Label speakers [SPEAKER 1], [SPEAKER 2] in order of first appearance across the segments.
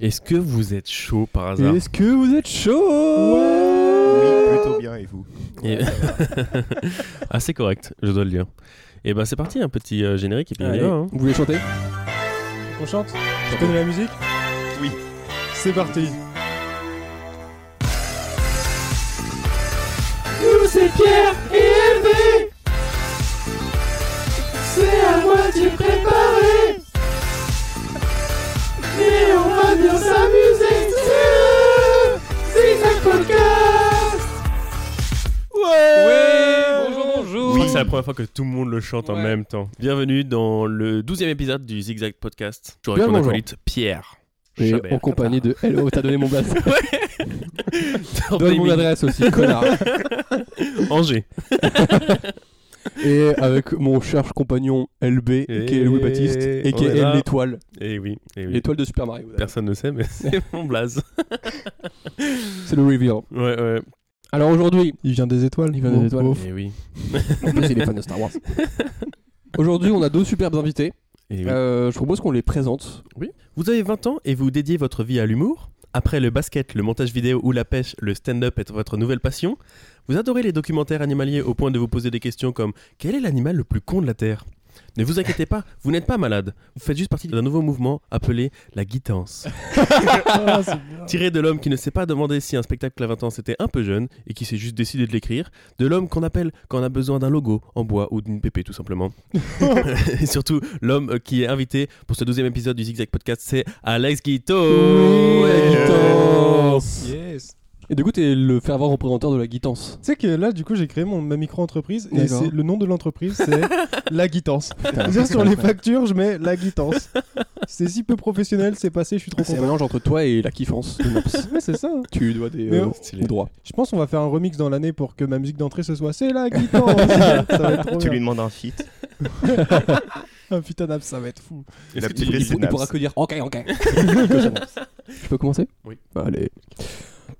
[SPEAKER 1] Est-ce que vous êtes chaud par hasard
[SPEAKER 2] Est-ce que vous êtes chaud
[SPEAKER 3] Oui, plutôt bien, et vous
[SPEAKER 1] Et- Ah, c'est correct, je dois le dire. Et ben c'est parti, un petit euh, générique et puis on y
[SPEAKER 2] Allez,
[SPEAKER 1] va. hein.
[SPEAKER 2] Vous voulez chanter
[SPEAKER 4] On chante Tu connais la musique
[SPEAKER 3] Oui.
[SPEAKER 4] C'est parti
[SPEAKER 5] Nous c'est Pierre et Hervé C'est à moitié préparé Mais on va bien s'amuser sur Zigzag Podcast
[SPEAKER 2] Bonjour, bonjour
[SPEAKER 1] Je crois que c'est la première fois que tout le monde le chante en
[SPEAKER 2] Ouais.
[SPEAKER 1] même temps. Bienvenue dans le 12e épisode du Zigzag Podcast. Je
[SPEAKER 2] Bien
[SPEAKER 1] avec mon
[SPEAKER 2] bonjour.
[SPEAKER 1] acolyte Pierre.
[SPEAKER 2] Et
[SPEAKER 1] Chabert.
[SPEAKER 2] en compagnie de Hello, t'as donné mon blast. Donne mon
[SPEAKER 1] Émilie.
[SPEAKER 2] adresse aussi, connard.
[SPEAKER 1] Angers.
[SPEAKER 2] Et avec mon cher compagnon LB, qui est Louis Baptiste, et qui
[SPEAKER 1] on est là.
[SPEAKER 2] est l'étoile.
[SPEAKER 1] Et oui, eh oui.
[SPEAKER 2] L'étoile de Super Mario.
[SPEAKER 1] Personne ne sait, mais c'est mon blaze.
[SPEAKER 2] C'est le reveal.
[SPEAKER 1] Ouais, ouais.
[SPEAKER 2] Alors aujourd'hui,
[SPEAKER 4] Il vient des étoiles.
[SPEAKER 2] Il vient des
[SPEAKER 4] Oh,
[SPEAKER 2] étoiles.
[SPEAKER 4] oh.
[SPEAKER 1] Et Eh oui.
[SPEAKER 2] en plus il est fan de Star Wars. Aujourd'hui, on a deux superbes invités.
[SPEAKER 1] Eh oui.
[SPEAKER 2] Euh, je propose qu'on les présente.
[SPEAKER 1] Vous avez 20 ans et vous dédiez votre vie à l'humour Après le basket, le montage vidéo ou la pêche, le stand-up est votre nouvelle passion Vous adorez les documentaires animaliers au point de vous poser des questions comme Quel est l'animal le plus con de la Terre ne vous inquiétez pas, vous n'êtes pas malade. Vous faites juste partie d'un nouveau mouvement appelé la guitance.
[SPEAKER 4] Ah, c'est bien.
[SPEAKER 1] Tiré de l'homme qui ne s'est pas demandé si un spectacle à 20 ans c'était un peu jeune et qui s'est juste décidé de l'écrire, de l'homme qu'on appelle quand on a besoin d'un logo en bois ou d'une pépé tout simplement. et surtout, l'homme euh, qui est invité pour ce 12 épisode du Zigzag Podcast, c'est Alex Guito
[SPEAKER 2] Oui, la guitance.
[SPEAKER 4] Yes
[SPEAKER 2] Et du coup, t'es le fervent représentant de la guitance.
[SPEAKER 4] Tu sais que là, du coup, j'ai créé mon, ma micro-entreprise et
[SPEAKER 2] D'accord.
[SPEAKER 4] c'est, le nom de l'entreprise, c'est La Guitance.
[SPEAKER 2] Putain,
[SPEAKER 4] C'est-à-dire, sur les
[SPEAKER 2] incroyable.
[SPEAKER 4] factures, je mets La Guitance. c'est si peu professionnel, c'est passé, je suis trop
[SPEAKER 2] Ah, C'est un
[SPEAKER 4] content.
[SPEAKER 2] mélange entre toi et la kiffance. de Naps.
[SPEAKER 4] Ouais, c'est ça.
[SPEAKER 2] tu dois des,
[SPEAKER 4] Mais
[SPEAKER 2] euh,
[SPEAKER 4] on-
[SPEAKER 2] des droits.
[SPEAKER 4] Je pense qu'on va faire un remix dans l'année pour que ma musique d'entrée ce soit C'est La Guitance. ça va être trop
[SPEAKER 3] Tu lui
[SPEAKER 4] bien.
[SPEAKER 3] demandes un feat.
[SPEAKER 4] Ah, putain, Naps, ça va être fou.
[SPEAKER 3] La
[SPEAKER 2] Il,
[SPEAKER 3] petite
[SPEAKER 2] il-
[SPEAKER 3] fille, c'est
[SPEAKER 2] il pourra
[SPEAKER 3] Naps.
[SPEAKER 2] que dire OK, OK. Je peux commencer Bah,
[SPEAKER 1] Oui.
[SPEAKER 2] Allez.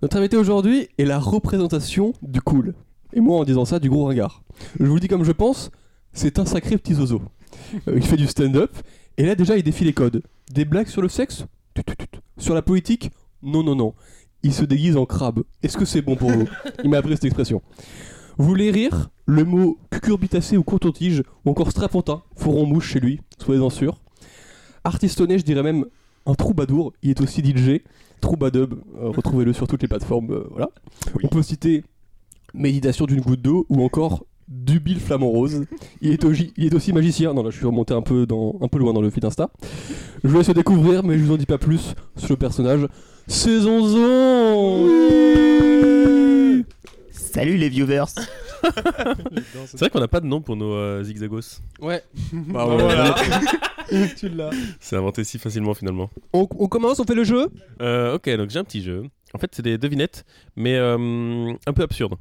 [SPEAKER 2] Notre invité aujourd'hui est la représentation du cool. Et moi, en disant ça, du gros ringard. Je vous le dis comme je pense, c'est un sacré petit zozo. Euh, il fait du stand-up, et là déjà, il défie les codes. Des blagues sur le sexe Tut, tut, tut. Sur la politique Non, non, non. Il se déguise en crabe. Est-ce que c'est bon pour vous Il m'a appris cette expression. Vous voulez rire Le mot cucurbitacé ou coton-tige, ou encore strapontin, feront mouche chez lui, soyez-en sûrs. Artistonné, je dirais même un troubadour, il est aussi DJ. Troubadub, euh, retrouvez-le sur toutes les plateformes. euh, voilà. On peut citer Méditation d'une goutte d'eau ou encore Dubile Flamant Rose. Il est, ogi- il est aussi magicien. Non, là, je suis remonté un peu, dans, un peu loin dans le feed Insta. Je vous laisse le découvrir, mais je vous en dis pas plus sur le personnage. Saison Oui
[SPEAKER 3] Salut les viewers
[SPEAKER 1] C'est vrai qu'on n'a pas de nom pour nos euh, zigzagos.
[SPEAKER 2] ouais.
[SPEAKER 4] Bah voilà. tu l'as.
[SPEAKER 1] C'est inventé si facilement finalement.
[SPEAKER 2] On, on commence, on fait le jeu
[SPEAKER 1] Euh, ok, donc j'ai un petit jeu. En fait, c'est des devinettes, mais euh, un peu absurdes.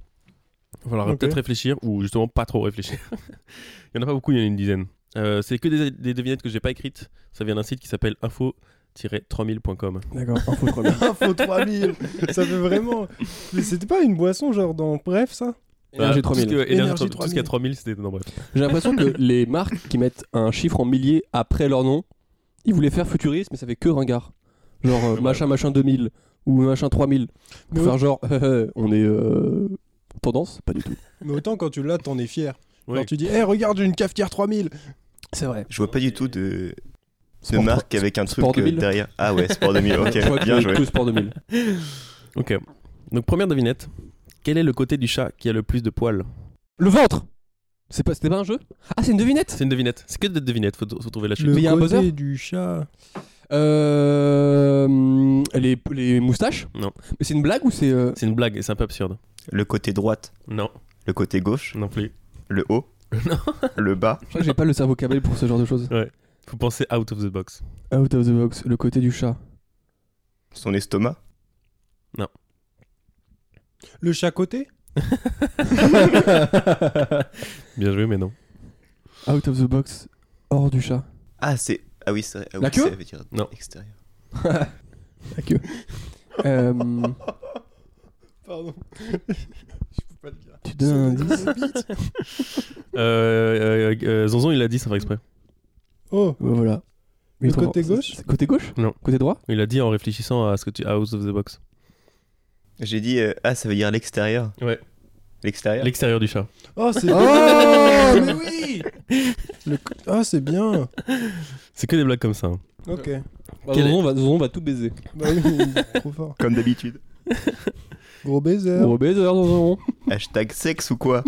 [SPEAKER 1] Il va falloir
[SPEAKER 4] Ok.
[SPEAKER 1] peut-être réfléchir, ou justement pas trop réfléchir. il y en a pas beaucoup, il y en a une dizaine. Euh, c'est que des, des devinettes que j'ai pas écrites. Ça vient d'un site qui s'appelle info-3000.com.
[SPEAKER 2] D'accord, info
[SPEAKER 4] Info 3000. ça fait vraiment. Mais c'était pas une boisson, genre dans Bref, ça
[SPEAKER 1] Voilà,
[SPEAKER 2] J'ai
[SPEAKER 1] tout ce
[SPEAKER 2] 3000.
[SPEAKER 1] que- énergie
[SPEAKER 4] Énergie
[SPEAKER 1] 3000, Tout ce qu'il y a
[SPEAKER 4] 3000.
[SPEAKER 1] 3000, c'était. Non, bref.
[SPEAKER 2] J'ai l'impression que les marques qui mettent un chiffre en milliers après leur nom, ils voulaient faire futuriste, mais ça fait que ringard. Genre euh, machin machin 2000 ou machin 3000. Pour
[SPEAKER 4] Mais, au-
[SPEAKER 2] faire genre, euh, euh, on est euh, tendance Pas du tout.
[SPEAKER 4] mais autant quand tu l'as, t'en es fier.
[SPEAKER 1] Oui.
[SPEAKER 4] Quand tu dis, hé, regarde, j'ai une cafetière 3000.
[SPEAKER 2] C'est vrai.
[SPEAKER 3] Je vois pas du tout de, de
[SPEAKER 2] Sport
[SPEAKER 3] marque
[SPEAKER 2] trois-
[SPEAKER 3] avec un truc
[SPEAKER 2] Sport
[SPEAKER 3] euh,
[SPEAKER 2] 2000.
[SPEAKER 3] derrière. Ah ouais, Sport 2000,
[SPEAKER 2] Je crois
[SPEAKER 3] ok,
[SPEAKER 2] que
[SPEAKER 3] bien
[SPEAKER 2] le-
[SPEAKER 3] joué.
[SPEAKER 2] le sport 2000.
[SPEAKER 1] Ok. Donc, première devinette. Quel est le côté du chat qui a le plus de poils
[SPEAKER 2] Le ventre C'est pas, C'était pas un jeu Ah, c'est une devinette
[SPEAKER 1] C'est une devinette. C'est que des devinettes, faut, faut trouver la chute.
[SPEAKER 2] Mais il y a un
[SPEAKER 4] côté
[SPEAKER 2] buzzer
[SPEAKER 4] du chat.
[SPEAKER 2] Euh. hum, Les, les moustaches
[SPEAKER 1] Non.
[SPEAKER 2] Mais c'est une blague ou c'est. euh,
[SPEAKER 1] C'est une blague et c'est un peu absurde.
[SPEAKER 3] Le côté droite,
[SPEAKER 1] Non,
[SPEAKER 3] le côté gauche,
[SPEAKER 1] non plus.
[SPEAKER 3] le haut, le bas.
[SPEAKER 2] Je crois que j'ai pas le cerveau câblé pour ce genre de choses.
[SPEAKER 1] Faut penser out of the box.
[SPEAKER 2] Out of the box, le côté du chat.
[SPEAKER 3] Son estomac
[SPEAKER 4] Le chat côté
[SPEAKER 1] Bien joué, mais non.
[SPEAKER 2] Out of the box, hors du chat.
[SPEAKER 3] Ah, c'est. Ah oui, c'est vrai. Ah
[SPEAKER 2] La
[SPEAKER 3] oui,
[SPEAKER 2] queue
[SPEAKER 3] ça veut dire
[SPEAKER 1] Non.
[SPEAKER 3] extérieur.
[SPEAKER 2] La queue. Euh,
[SPEAKER 4] Pardon. Je peux pas le dire.
[SPEAKER 2] tu donnes un indice
[SPEAKER 1] Euh, euh, euh, Zonzon, il l'a dit sans faire exprès.
[SPEAKER 4] Oh,
[SPEAKER 2] Bah, Voilà. Mais
[SPEAKER 4] Le
[SPEAKER 2] attends,
[SPEAKER 4] côté
[SPEAKER 2] c'est-
[SPEAKER 4] gauche
[SPEAKER 2] c'est Côté gauche
[SPEAKER 1] Non.
[SPEAKER 2] Côté droit
[SPEAKER 1] Il a dit en réfléchissant à ce que tu à House of the Box.
[SPEAKER 3] J'ai dit, euh, ah, ça veut dire l'extérieur.
[SPEAKER 1] Ouais.
[SPEAKER 3] L'extérieur
[SPEAKER 1] L'extérieur du chat.
[SPEAKER 2] Ah,
[SPEAKER 4] Oh, c'est
[SPEAKER 2] Oh,
[SPEAKER 4] bien. Ah, Le co- Ah, c'est bien.
[SPEAKER 1] C'est que des blagues comme ça. hein.
[SPEAKER 4] Ok.
[SPEAKER 2] Bah,
[SPEAKER 1] Quel est-
[SPEAKER 2] Zozon va, Zozon va tout baiser.
[SPEAKER 4] Bah oui, trop fort.
[SPEAKER 3] Comme d'habitude.
[SPEAKER 4] Gros baiser.
[SPEAKER 2] On va baiser Zozon.
[SPEAKER 3] Hashtag sexe ou quoi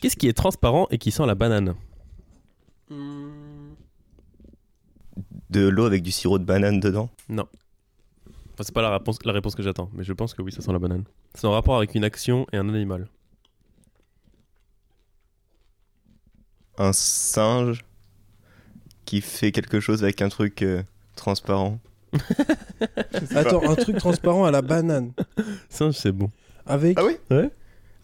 [SPEAKER 1] Qu'est-ce qui est transparent et qui sent la banane
[SPEAKER 3] De l'eau avec du sirop de banane dedans.
[SPEAKER 1] Enfin, c'est pas la réponse, la réponse que j'attends, mais je pense que oui, ça sent la banane. C'est en rapport avec une action et un animal.
[SPEAKER 3] Un singe qui fait quelque chose avec un truc euh, transparent.
[SPEAKER 4] Attends, un truc transparent à la banane.
[SPEAKER 1] Singe, c'est bon.
[SPEAKER 4] Avec
[SPEAKER 3] Ah oui
[SPEAKER 1] Ouais.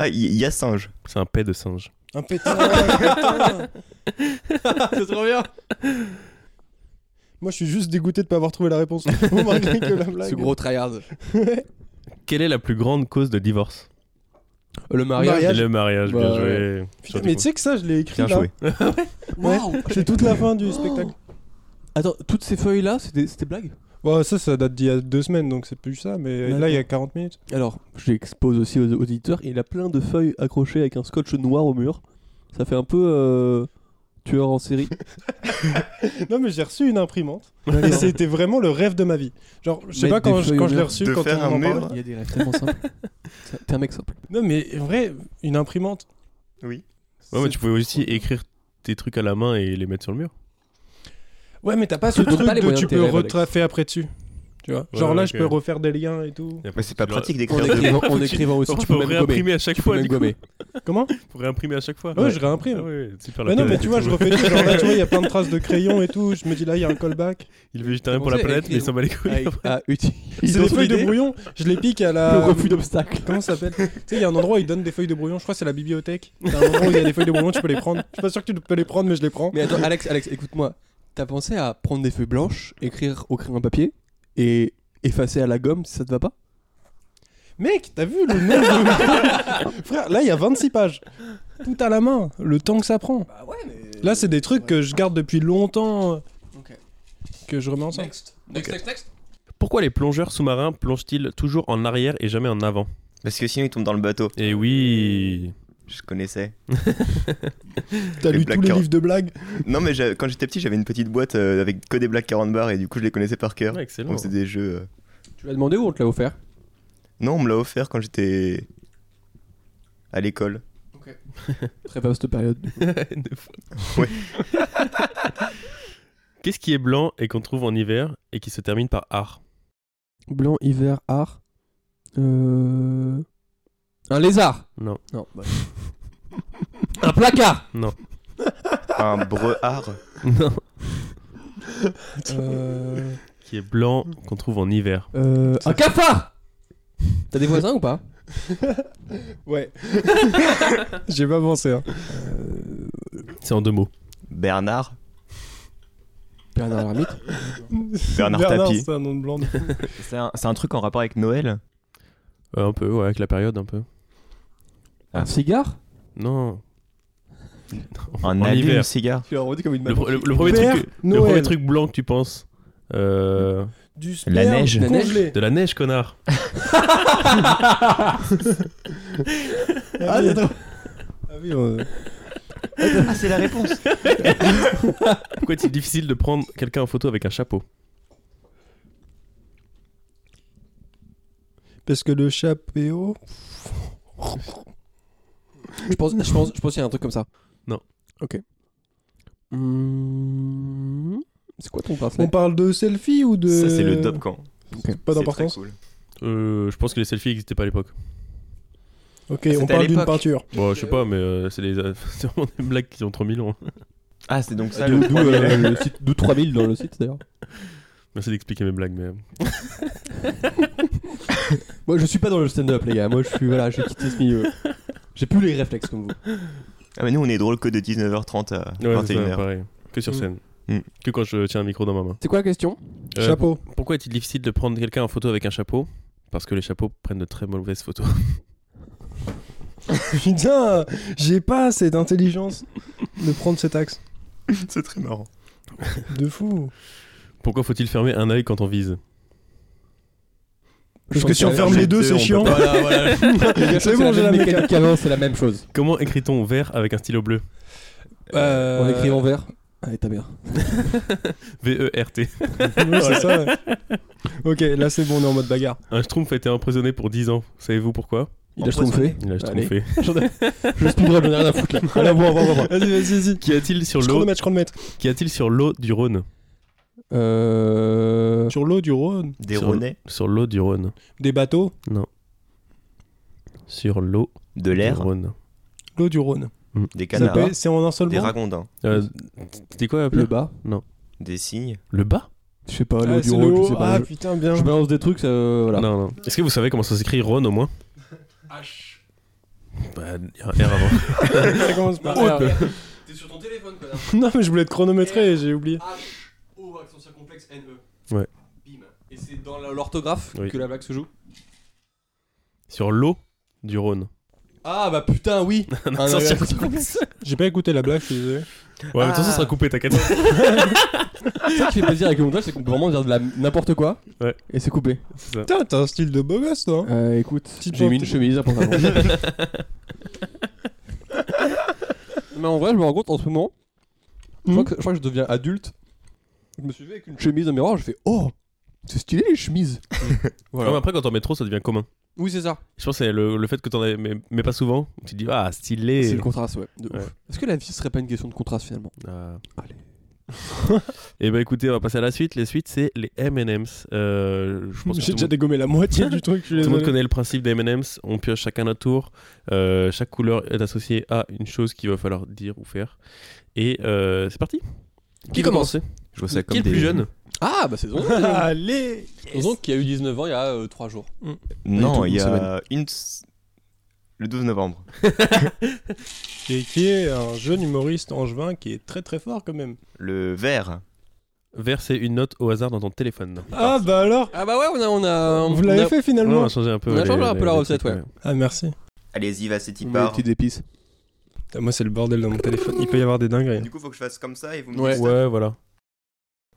[SPEAKER 3] Ah, il y, y a singe.
[SPEAKER 1] C'est un paix de singe.
[SPEAKER 3] Ah.
[SPEAKER 4] un pétard. Ah, putain.
[SPEAKER 1] c'est trop bien
[SPEAKER 4] Moi, je suis juste dégoûté de pas avoir trouvé la réponse. Vous remarquez que la blague.
[SPEAKER 2] Ce gros tryhard.
[SPEAKER 1] Quelle est la plus grande cause de divorce
[SPEAKER 2] Le mariage.
[SPEAKER 4] Mariage.
[SPEAKER 1] Le mariage,
[SPEAKER 2] Bah,
[SPEAKER 1] bien joué.
[SPEAKER 4] Putain,
[SPEAKER 1] Sur
[SPEAKER 4] mais
[SPEAKER 1] du
[SPEAKER 4] tu sais que ça, je l'ai écrit
[SPEAKER 3] Bien
[SPEAKER 4] là.
[SPEAKER 3] joué.
[SPEAKER 4] Ouais.
[SPEAKER 2] Waouh.
[SPEAKER 4] C'est toute la fin
[SPEAKER 2] Oh.
[SPEAKER 4] du spectacle.
[SPEAKER 2] Attends, toutes ces feuilles là, c'était c'était blague
[SPEAKER 4] Bon, ça, ça date d'il y a deux semaines, donc c'est plus ça, mais
[SPEAKER 2] D'accord.
[SPEAKER 4] là, il y a 40 minutes.
[SPEAKER 2] Alors, je l'expose aussi aux aux auditeurs. Il a plein de feuilles accrochées avec un scotch noir au mur. Ça fait un peu euh, tueur en série.
[SPEAKER 4] Non, mais j'ai reçu une imprimante, et
[SPEAKER 2] D'accord.
[SPEAKER 4] c'était vraiment le rêve de ma vie. Genre, je sais
[SPEAKER 2] Mettre
[SPEAKER 4] pas
[SPEAKER 2] des
[SPEAKER 4] quand, je-
[SPEAKER 2] feuilles
[SPEAKER 4] quand
[SPEAKER 2] au
[SPEAKER 4] je l'ai
[SPEAKER 2] mur.
[SPEAKER 4] reçu,
[SPEAKER 3] De
[SPEAKER 4] quand
[SPEAKER 3] faire
[SPEAKER 4] on
[SPEAKER 3] un
[SPEAKER 4] en
[SPEAKER 3] mur.
[SPEAKER 4] parlait.
[SPEAKER 2] Il y a des rêves tellement simples. Ça- T'es un mec simple.
[SPEAKER 4] Non, mais en vrai, une imprimante.
[SPEAKER 3] Oui.
[SPEAKER 1] Ouais, mais
[SPEAKER 4] C'est-
[SPEAKER 1] tu pouvais aussi écrire tes trucs à la main et les mettre sur le mur.
[SPEAKER 4] Ouais, mais t'as pas ce
[SPEAKER 2] T'as
[SPEAKER 4] truc
[SPEAKER 2] pas les
[SPEAKER 4] de
[SPEAKER 2] moyens
[SPEAKER 4] tu
[SPEAKER 2] de tes
[SPEAKER 4] peux
[SPEAKER 2] rêves, Alex.
[SPEAKER 4] retrafer après dessus. Tu vois
[SPEAKER 1] Ouais,
[SPEAKER 4] Genre là,
[SPEAKER 1] ouais,
[SPEAKER 4] je
[SPEAKER 1] ok.
[SPEAKER 4] peux refaire des liens et tout.
[SPEAKER 1] Y a pas-
[SPEAKER 3] Mais c'est pas
[SPEAKER 1] tu
[SPEAKER 3] pratique
[SPEAKER 2] En
[SPEAKER 3] d'écrire de
[SPEAKER 2] écrivant,
[SPEAKER 1] Faut
[SPEAKER 2] en
[SPEAKER 1] tu-
[SPEAKER 2] écrivant aussi,
[SPEAKER 1] l'aurais- Tu
[SPEAKER 2] tu peux
[SPEAKER 1] peux
[SPEAKER 2] même gommer.
[SPEAKER 1] réimprimer à chaque
[SPEAKER 2] Tu peux
[SPEAKER 1] fois.
[SPEAKER 2] même
[SPEAKER 1] du coup.
[SPEAKER 2] gommer.
[SPEAKER 4] Comment
[SPEAKER 1] Tu peux réimprimer à chaque fois.
[SPEAKER 4] Ouais, je réimprime.
[SPEAKER 1] Ah ouais, super la
[SPEAKER 4] Mais non, mais
[SPEAKER 1] planète
[SPEAKER 4] tu
[SPEAKER 1] et
[SPEAKER 4] vois,
[SPEAKER 1] tout.
[SPEAKER 4] je refais tout. Genre là, tu vois, il y a plein de traces de crayon et tout. Je me dis là, il y a un callback.
[SPEAKER 1] Il est végétarien pour la
[SPEAKER 2] Comment ça,
[SPEAKER 1] planète, mais il s'en bat les couilles.
[SPEAKER 2] Avec- Ah, utile.
[SPEAKER 4] C'est des feuilles de brouillon. Je les pique à la.
[SPEAKER 2] Le refus d'obstacle.
[SPEAKER 4] Comment ça s'appelle Tu sais, il y a un endroit où ils donnent des feuilles de brouillon. Je crois que c'est la bibliothèque. Il y a un endroit où il y a des feuilles de brouillon, tu peux les prendre. Je suis pas sûr que tu peux les prendre, mais je les prends.
[SPEAKER 2] Mais attends, Alex, Alex, écoute-moi. T'as pensé à prendre des feuilles blanches, écrire au crayon à papier et effacer à la gomme si ça te va pas
[SPEAKER 4] Mec, t'as vu le nombre de- Frère, là, il y a 26 pages. Tout à la main, le temps que ça prend.
[SPEAKER 2] Bah ouais, mais.
[SPEAKER 4] Là, c'est des trucs que je garde depuis longtemps. euh,
[SPEAKER 2] Ok.
[SPEAKER 4] Que je remets ensemble.
[SPEAKER 2] Next. Next, next, next.
[SPEAKER 1] Pourquoi les plongeurs sous-marins plongent-ils toujours en arrière et jamais en avant
[SPEAKER 3] Parce que sinon il tombe dans le bateau.
[SPEAKER 1] Eh oui
[SPEAKER 3] Je connaissais.
[SPEAKER 4] T'as
[SPEAKER 3] Les
[SPEAKER 4] lu
[SPEAKER 3] Black
[SPEAKER 4] tous les
[SPEAKER 3] Car-
[SPEAKER 4] livres de blagues
[SPEAKER 3] Non mais j'ai- quand j'étais petit j'avais une petite boîte euh, avec que des blagues 40 bars et du coup je les connaissais par cœur.
[SPEAKER 1] Ouais, oh. Excellent.
[SPEAKER 3] On faisait des jeux. euh.
[SPEAKER 2] Tu l'as demandé ou on te l'a offert
[SPEAKER 3] Non on me l'a offert quand j'étais à l'école.
[SPEAKER 2] Très vaste période.
[SPEAKER 1] De fou.
[SPEAKER 3] Ouais.
[SPEAKER 1] Qu'est-ce qui est blanc et qu'on trouve en hiver et qui se termine par art
[SPEAKER 2] Blanc, hiver, art. Euh... Un lézard
[SPEAKER 1] Non.
[SPEAKER 2] Non. bah. Un placard
[SPEAKER 3] Un brehard.
[SPEAKER 1] Non.
[SPEAKER 4] Euh,
[SPEAKER 1] Qui est blanc qu'on trouve en hiver.
[SPEAKER 2] euh... Un cafard T'as des voisins ou pas
[SPEAKER 4] Ouais. J'ai pas pensé. hein.
[SPEAKER 1] C'est en deux mots.
[SPEAKER 3] Bernard.
[SPEAKER 2] Bernard Lermite
[SPEAKER 3] Bernard Tapie.
[SPEAKER 4] c'est un nom de blanc.
[SPEAKER 3] C'est un, c'est un truc en rapport avec Noël.
[SPEAKER 1] Euh, un peu, ouais, avec la période un peu.
[SPEAKER 4] Ah.
[SPEAKER 2] Un cigare
[SPEAKER 1] Non.
[SPEAKER 3] Un
[SPEAKER 1] En hiver.
[SPEAKER 3] cigare.
[SPEAKER 2] Tu l'as rendu comme une
[SPEAKER 1] Le, pr- le- le premier, truc, que- le
[SPEAKER 4] Noël.
[SPEAKER 1] premier truc blanc que tu penses euh,
[SPEAKER 4] Du
[SPEAKER 3] La
[SPEAKER 4] sperme
[SPEAKER 3] neige.
[SPEAKER 2] La neige.
[SPEAKER 4] congelé.
[SPEAKER 1] De la neige, connard
[SPEAKER 4] Ah, c'est drôle. Ah oui, euh,
[SPEAKER 3] Ah c'est la réponse.
[SPEAKER 1] Pourquoi est-il difficile de prendre quelqu'un en photo avec un chapeau
[SPEAKER 4] parce que le chapeau.
[SPEAKER 2] Je pense, je pense, je pense qu'il y a un truc comme ça.
[SPEAKER 1] Non.
[SPEAKER 2] Ok. Mmh. C'est quoi ton
[SPEAKER 4] On
[SPEAKER 2] bracelet
[SPEAKER 4] parle de selfie ou de.
[SPEAKER 3] Ça c'est le Dopcan.
[SPEAKER 4] Pas
[SPEAKER 3] C'est
[SPEAKER 4] d'importance.
[SPEAKER 3] très cool.
[SPEAKER 1] Euh, Je pense que les selfies n'existaient pas à l'époque.
[SPEAKER 2] Ah,
[SPEAKER 4] Ok,
[SPEAKER 3] C'était
[SPEAKER 4] on
[SPEAKER 3] à
[SPEAKER 4] parle d'une
[SPEAKER 3] l'époque.
[SPEAKER 4] peinture.
[SPEAKER 1] Bon, je sais pas, mais euh, c'est des- c'est vraiment des blagues qui ont 3000 ans.
[SPEAKER 3] Ah c'est donc ça
[SPEAKER 2] D'où
[SPEAKER 3] le
[SPEAKER 2] d'où,
[SPEAKER 3] 3000.
[SPEAKER 2] euh, le site- d'où 3000 dans le site d'ailleurs.
[SPEAKER 1] Merci d'expliquer mes blagues, mais. euh,
[SPEAKER 2] Moi je suis pas dans le stand-up les gars, moi je suis voilà, j'ai quitté ce milieu. J'ai plus les réflexes comme vous.
[SPEAKER 3] Ah mais nous on est drôle que de 19h30 à
[SPEAKER 1] Ouais, c'est
[SPEAKER 3] 21h.
[SPEAKER 1] ça, pareil. Que sur
[SPEAKER 4] Mm.
[SPEAKER 1] scène.
[SPEAKER 3] Mm.
[SPEAKER 1] Que quand je tiens un micro dans ma main.
[SPEAKER 2] C'est quoi la question
[SPEAKER 1] Euh,
[SPEAKER 4] Chapeau.
[SPEAKER 1] pour- Pourquoi est-il difficile de prendre quelqu'un en photo avec un chapeau Parce que les chapeaux prennent de très mauvaises photos.
[SPEAKER 4] Putain, j'ai pas assez d'intelligence. de prendre cet axe.
[SPEAKER 3] C'est très marrant.
[SPEAKER 4] De fou.
[SPEAKER 1] Pourquoi faut-il fermer un œil quand on vise
[SPEAKER 4] Parce
[SPEAKER 2] pense
[SPEAKER 4] que si
[SPEAKER 2] qu'à
[SPEAKER 4] on
[SPEAKER 2] la
[SPEAKER 4] ferme les
[SPEAKER 3] RGT,
[SPEAKER 4] deux,
[SPEAKER 3] on
[SPEAKER 4] c'est
[SPEAKER 3] peut
[SPEAKER 4] chiant.
[SPEAKER 1] Voilà,
[SPEAKER 3] pas.
[SPEAKER 1] voilà.
[SPEAKER 4] C'est bon, j'ai la mécanique.
[SPEAKER 2] mécanique avant, c'est la même chose.
[SPEAKER 1] Comment écrit-on vert avec un stylo bleu
[SPEAKER 4] Euh,
[SPEAKER 2] On écrit en vert. Allez, ta mère.
[SPEAKER 1] V-E-R-T.
[SPEAKER 4] ouais, c'est ça, ouais. Ok, là c'est bon, on est en mode bagarre.
[SPEAKER 1] Un schtroumpf a été emprisonné pour 10 ans. Savez-vous pourquoi
[SPEAKER 2] Il a schtroumpé.
[SPEAKER 1] Il a schtroumpé.
[SPEAKER 2] J'en ai- Je speedrun, j'en ai rien à foutre là. Allez, bon, bon, bon, bon.
[SPEAKER 4] Vas-y, vas-y, vas-y.
[SPEAKER 1] Qu'y a-t-il sur
[SPEAKER 4] Je crois le
[SPEAKER 1] l'eau
[SPEAKER 4] mettre, je crois le mettre.
[SPEAKER 1] Qu'y a-t-il sur l'eau du Rhône
[SPEAKER 2] Euh.
[SPEAKER 4] Sur l'eau du Rhône,
[SPEAKER 3] Des
[SPEAKER 1] Sur-
[SPEAKER 3] ronnais,
[SPEAKER 1] Sur l'eau du Rhône.
[SPEAKER 4] des bateaux,
[SPEAKER 1] Sur l'eau
[SPEAKER 3] de
[SPEAKER 1] du
[SPEAKER 3] l'air,
[SPEAKER 1] Rhône.
[SPEAKER 4] l'eau du Rhône.
[SPEAKER 3] des
[SPEAKER 4] Ça
[SPEAKER 3] canards,
[SPEAKER 4] peut- C'est en un seul
[SPEAKER 3] des
[SPEAKER 4] mot
[SPEAKER 3] ragondins,
[SPEAKER 1] Euh, C'était quoi
[SPEAKER 2] Le
[SPEAKER 1] le...
[SPEAKER 2] bas.
[SPEAKER 3] des cygnes.
[SPEAKER 1] le bas
[SPEAKER 2] Je sais pas,
[SPEAKER 4] Ah,
[SPEAKER 2] l'eau
[SPEAKER 4] c'est
[SPEAKER 2] du
[SPEAKER 4] le
[SPEAKER 2] rôle, je
[SPEAKER 4] haut.
[SPEAKER 2] sais
[SPEAKER 4] Ah
[SPEAKER 2] pas. Je-
[SPEAKER 4] putain, bien.
[SPEAKER 2] Je balance des trucs, ça. euh, Voilà.
[SPEAKER 1] Non, non. Est-ce que vous savez comment ça s'écrit Rhône au moins H. Bah, il y a un R avant.
[SPEAKER 4] Ça commence par.
[SPEAKER 2] T'es sur ton téléphone, connard.
[SPEAKER 4] Non, mais je voulais te chronométrer et j'ai oublié.
[SPEAKER 2] H, O, accent circonflexe, N, E.
[SPEAKER 1] Ouais.
[SPEAKER 2] Bim. Et c'est dans l'orthographe
[SPEAKER 1] Oui.
[SPEAKER 2] que la blague se joue.
[SPEAKER 1] sur l'eau du Rhône.
[SPEAKER 2] Ah bah putain, oui.
[SPEAKER 1] Un
[SPEAKER 2] Ah,
[SPEAKER 1] accent
[SPEAKER 2] ouais.
[SPEAKER 1] circonflexe.
[SPEAKER 4] J'ai pas écouté la blague, je suis désolé.
[SPEAKER 1] Ouais, mais de toute façon, ça sera coupé, t'inquiète.
[SPEAKER 2] C'est ça qui fait plaisir avec le montage, c'est qu'on peut vraiment dire de la n'importe quoi.
[SPEAKER 1] Ouais.
[SPEAKER 2] Et c'est coupé.
[SPEAKER 1] C'est ça.
[SPEAKER 4] Putain, t'as un style de beau gosse, toi. hein.
[SPEAKER 2] Euh, écoute,
[SPEAKER 4] Petite
[SPEAKER 2] j'ai mis une
[SPEAKER 4] porte.
[SPEAKER 2] chemise là pour ça. Mais en vrai, je me rends compte en ce moment, je,
[SPEAKER 4] Hmm.
[SPEAKER 2] crois que, je crois que je deviens adulte. Je me suis vu avec une chemise au miroir, je fais Oh, c'est stylé les chemises.
[SPEAKER 1] Ouais, mais après, quand on met trop, ça devient commun.
[SPEAKER 2] Oui, c'est ça.
[SPEAKER 1] Je pense que c'est le, le fait que t'en aies, mais, mais pas souvent. Tu te dis, ah,
[SPEAKER 2] C'est
[SPEAKER 1] stylé.
[SPEAKER 2] le contraste, ouais. de ouf.
[SPEAKER 1] Ouais.
[SPEAKER 2] Est-ce que la vie serait pas une question de contraste finalement
[SPEAKER 1] Ah.
[SPEAKER 2] Allez.
[SPEAKER 1] Et bah écoutez, on va passer à la suite. Les suites, c'est les MM's. Euh, je pense que tout,
[SPEAKER 4] J'ai déjà
[SPEAKER 1] le monde-
[SPEAKER 4] dégommé la moitié du truc, je suis
[SPEAKER 1] tout le monde
[SPEAKER 4] désolé.
[SPEAKER 1] connaît le principe des MM's. On pioche chacun notre tour. Euh, chaque couleur est associée à une chose qu'il va falloir dire ou faire. Et euh, c'est parti.
[SPEAKER 2] Qui commence
[SPEAKER 1] veut
[SPEAKER 3] Je vois ça
[SPEAKER 1] Qui
[SPEAKER 3] comme
[SPEAKER 1] est le
[SPEAKER 3] des...
[SPEAKER 1] plus jeune
[SPEAKER 2] Ah, bah c'est Zonzon
[SPEAKER 4] Allez
[SPEAKER 2] Zonzon qui a eu 19 ans il y a 3 jours.
[SPEAKER 3] Non,
[SPEAKER 2] Pas du tout, une
[SPEAKER 3] il y a une... s- Le 12 novembre.
[SPEAKER 4] Et qui est un jeune humoriste angevin qui est très très fort quand même.
[SPEAKER 3] Le vert.
[SPEAKER 1] Verser une note au hasard dans ton téléphone.
[SPEAKER 4] Ah bah alors
[SPEAKER 2] Ah bah ouais, on a. On a
[SPEAKER 4] Vous
[SPEAKER 2] on
[SPEAKER 4] l'avez
[SPEAKER 2] a-
[SPEAKER 4] fait
[SPEAKER 1] Ouais, on
[SPEAKER 4] finalement
[SPEAKER 1] a changé un peu.
[SPEAKER 2] On a
[SPEAKER 1] les-
[SPEAKER 2] changé un
[SPEAKER 1] les-
[SPEAKER 2] peu la
[SPEAKER 1] les
[SPEAKER 2] recette,
[SPEAKER 1] trucs,
[SPEAKER 2] ouais.
[SPEAKER 4] Ah merci.
[SPEAKER 3] Allez-y, va, c'est
[SPEAKER 2] on
[SPEAKER 3] t'y
[SPEAKER 2] met des
[SPEAKER 3] part.
[SPEAKER 2] petites épices.
[SPEAKER 4] Putain, Moi c'est le bordel dans mon téléphone, il peut y avoir des dingueries. hein.
[SPEAKER 3] Du coup, faut que je fasse comme ça et vous me
[SPEAKER 2] Ouais.
[SPEAKER 3] dites...
[SPEAKER 1] Ouais, voilà.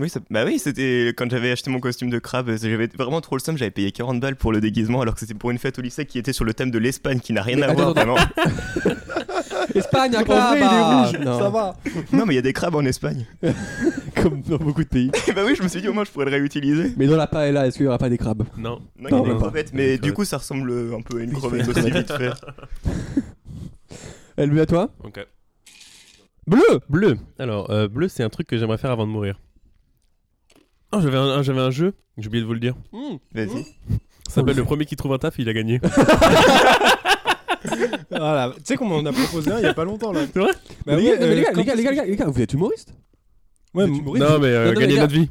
[SPEAKER 3] Oui, ça- bah oui, c'était quand j'avais acheté mon costume de crabe, euh, j'avais vraiment trop le somme, j'avais payé 40 balles pour le déguisement alors que c'était pour une fête au lycée qui était sur le thème de l'Espagne qui n'a rien
[SPEAKER 2] Mais
[SPEAKER 3] à voir
[SPEAKER 2] attends,
[SPEAKER 3] vraiment.
[SPEAKER 2] Espagne, un
[SPEAKER 4] En vrai,
[SPEAKER 2] crabe
[SPEAKER 4] il
[SPEAKER 2] ah,
[SPEAKER 4] est rouge,
[SPEAKER 2] non.
[SPEAKER 4] ça va.
[SPEAKER 3] non, mais il y a des crabes en Espagne.
[SPEAKER 2] Comme dans beaucoup de pays.
[SPEAKER 3] Et bah oui, je me suis dit au moins je pourrais le réutiliser.
[SPEAKER 2] Mais dans la paella, est-ce qu'il y aura pas des crabes
[SPEAKER 1] Non.
[SPEAKER 3] Non, il y a
[SPEAKER 2] Non,
[SPEAKER 3] des
[SPEAKER 2] même pas.
[SPEAKER 3] crevettes,
[SPEAKER 1] Des
[SPEAKER 3] mais du
[SPEAKER 1] crevettes.
[SPEAKER 3] coup ça ressemble euh, un peu à une crevette aussi vite fait.
[SPEAKER 2] Elle lui à toi
[SPEAKER 1] Ok.
[SPEAKER 2] Bleu
[SPEAKER 1] Bleu. Alors, euh, bleu, c'est un truc que j'aimerais faire avant de mourir. Oh, j'avais un, un- j'avais un jeu, j'ai oublié de vous le dire.
[SPEAKER 3] Vas-y.
[SPEAKER 1] Ça s'appelle Le premier qui trouve un taf, il a gagné.
[SPEAKER 4] Voilà, tu sais qu'on en a proposé un il y a pas longtemps là.
[SPEAKER 1] C'est vrai
[SPEAKER 4] Bah
[SPEAKER 2] les,
[SPEAKER 4] ouais,
[SPEAKER 2] gars, non, mais les,
[SPEAKER 4] euh,
[SPEAKER 2] gars,
[SPEAKER 4] quand-
[SPEAKER 2] les, gars, les gars, les gars, les gars, vous êtes humoriste
[SPEAKER 4] Ouais,
[SPEAKER 2] vous êtes
[SPEAKER 4] m-
[SPEAKER 2] humoriste
[SPEAKER 1] non, mais euh,
[SPEAKER 2] Non, non,
[SPEAKER 1] gagner
[SPEAKER 2] les gars.
[SPEAKER 1] notre vie.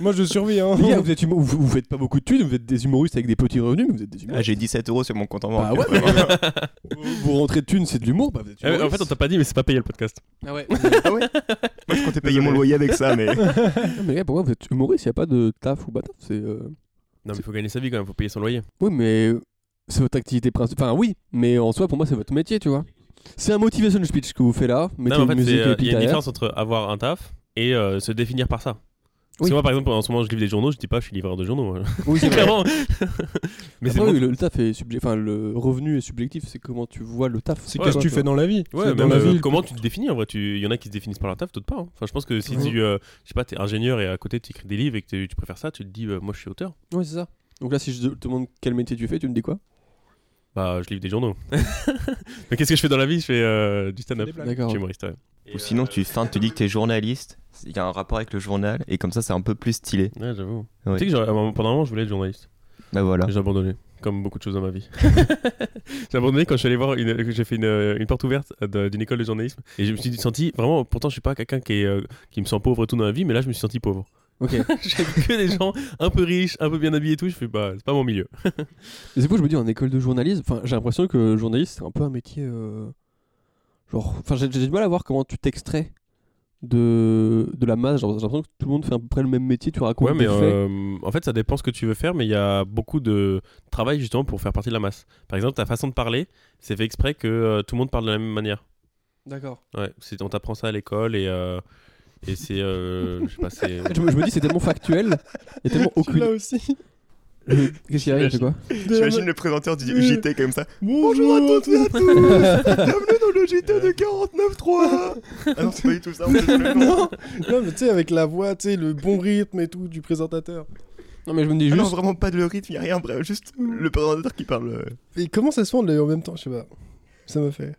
[SPEAKER 4] moi je survis hein.
[SPEAKER 2] Les gars, vous, êtes humo- vous, vous faites pas beaucoup de thunes, vous êtes des humoristes avec des petits revenus, mais vous êtes des
[SPEAKER 3] Ah,
[SPEAKER 2] humoristes.
[SPEAKER 3] j'ai 17 euros sur mon compte en
[SPEAKER 2] bah
[SPEAKER 3] banque.
[SPEAKER 2] ouais, mais vous- vous rentrez de thunes, c'est de l'humour, bah vous êtes
[SPEAKER 1] Eh,
[SPEAKER 2] humoriste.
[SPEAKER 1] en fait, on t'a pas dit, mais c'est pas payé le podcast.
[SPEAKER 2] Ah ouais.
[SPEAKER 3] Moi je comptais payer mon loyer avec ça, mais.
[SPEAKER 2] Non, mais les gars, pourquoi vous êtes humoriste Il n'y a pas de taf ou bataf, c'est. euh,
[SPEAKER 1] Non, mais faut gagner sa vie quand même, faut payer son loyer.
[SPEAKER 2] Oui, mais c'est votre activité principale. Enfin, oui, mais en soi, pour moi, c'est votre métier, tu vois. C'est un motivation speech que vous faites là. Mettez
[SPEAKER 1] non,
[SPEAKER 2] une
[SPEAKER 1] mais en fait,
[SPEAKER 2] musique
[SPEAKER 1] c'est, euh,
[SPEAKER 2] et
[SPEAKER 1] il
[SPEAKER 2] puis
[SPEAKER 1] y a une
[SPEAKER 2] derrière.
[SPEAKER 1] différence entre avoir un taf et euh, se définir par ça. Parce
[SPEAKER 2] Oui.
[SPEAKER 1] que moi, par exemple, en ce moment, je livre des journaux, je dis pas, je suis livreur de journaux. hein.
[SPEAKER 2] Oui, c'est vrai.
[SPEAKER 1] Clairement. mais c'est
[SPEAKER 2] Après,
[SPEAKER 1] bon.
[SPEAKER 2] oui, le, le taf est subjectif. Enfin, le revenu est subjectif. C'est comment tu vois le taf.
[SPEAKER 4] C'est
[SPEAKER 1] Ouais,
[SPEAKER 4] qu'est-ce
[SPEAKER 2] toi,
[SPEAKER 4] que tu fais
[SPEAKER 2] vois.
[SPEAKER 4] dans la vie
[SPEAKER 1] Ouais,
[SPEAKER 4] C'est
[SPEAKER 1] mais
[SPEAKER 4] dans la
[SPEAKER 1] euh,
[SPEAKER 4] vie.
[SPEAKER 1] comment tu te définis en vrai Tu- Il y en a qui se définissent par leur taf, d'autres pas. hein. Enfin, je pense que si
[SPEAKER 4] Ouais.
[SPEAKER 1] tu, euh, je sais pas, t'es ingénieur et à côté tu écris des livres et que t'es- tu préfères ça, tu te dis, euh, moi je suis auteur.
[SPEAKER 2] Ouais, c'est ça. Donc là, si je te te demande quel métier tu fais, tu me dis quoi
[SPEAKER 1] Bah, je livre des journaux. Mais qu'est-ce que je fais dans la vie Je fais euh, du stand-up.
[SPEAKER 4] Des blagues.
[SPEAKER 1] Je
[SPEAKER 2] D'accord.
[SPEAKER 1] suis humoriste, ouais.
[SPEAKER 3] Ou sinon tu feintes, tu dis que t'es journaliste, il y a un rapport avec le journal, et comme ça c'est un peu plus stylé.
[SPEAKER 1] Ouais, j'avoue.
[SPEAKER 3] Ouais.
[SPEAKER 1] Tu sais que j'aurais- pendant un euh, moment, je voulais être journaliste.
[SPEAKER 3] Bah voilà.
[SPEAKER 1] J'ai abandonné, comme beaucoup de choses dans ma vie. j'ai abandonné quand je suis allé voir, une, j'ai fait une, euh, une porte ouverte de- d'une école de journalisme et je me suis senti vraiment, pourtant je suis pas quelqu'un qui, est, euh, qui me sent pauvre et tout dans la vie, mais là je me suis senti pauvre.
[SPEAKER 2] Ok.
[SPEAKER 1] J'ai vu que des gens un peu riches, un peu bien habillés et tout, je fais bah, c'est pas mon milieu.
[SPEAKER 2] Et c'est fou, je me dis, en école de journalisme, enfin, j'ai l'impression que journaliste, c'est un peu un métier. euh, Genre, enfin, j'ai j'ai du mal à voir comment tu t'extrais de... de la masse. Genre, j'ai l'impression que tout le monde fait à peu près le même métier, tu racontes
[SPEAKER 1] Ouais, mais
[SPEAKER 2] des faits.
[SPEAKER 1] euh, en fait, ça dépend ce que tu veux faire, mais il y a beaucoup de travail justement pour faire partie de la masse. Par exemple, ta façon de parler, c'est fait exprès que euh, tout le monde parle de la même manière.
[SPEAKER 2] D'accord.
[SPEAKER 1] Ouais, c'est- on t'apprend ça à l'école et, euh, et c'est. euh, je sais pas, c'est.
[SPEAKER 2] Je, me- je me dis, c'est tellement factuel, il y a tellement aucune.
[SPEAKER 4] aussi.
[SPEAKER 2] Le- Qu'est-ce qu'il y a Il fait quoi
[SPEAKER 3] J'imagine le présentateur du JT comme ça.
[SPEAKER 4] Bonjour à toutes et à tous.
[SPEAKER 3] Bienvenue dans le JT de 49.3 Ah non, c'est pas Ah du tout ça. on peut donner le nom.
[SPEAKER 4] non, non, mais tu sais, avec la voix, tu sais, le bon rythme et tout du présentateur.
[SPEAKER 2] Non, mais je me dis
[SPEAKER 3] Ah non,
[SPEAKER 2] juste.
[SPEAKER 3] vraiment pas de rythme, y a rien, bref, juste le présentateur qui parle. euh.
[SPEAKER 4] Et comment ça se fait, on l'a eu en même temps, je sais pas. Ça m'a fait.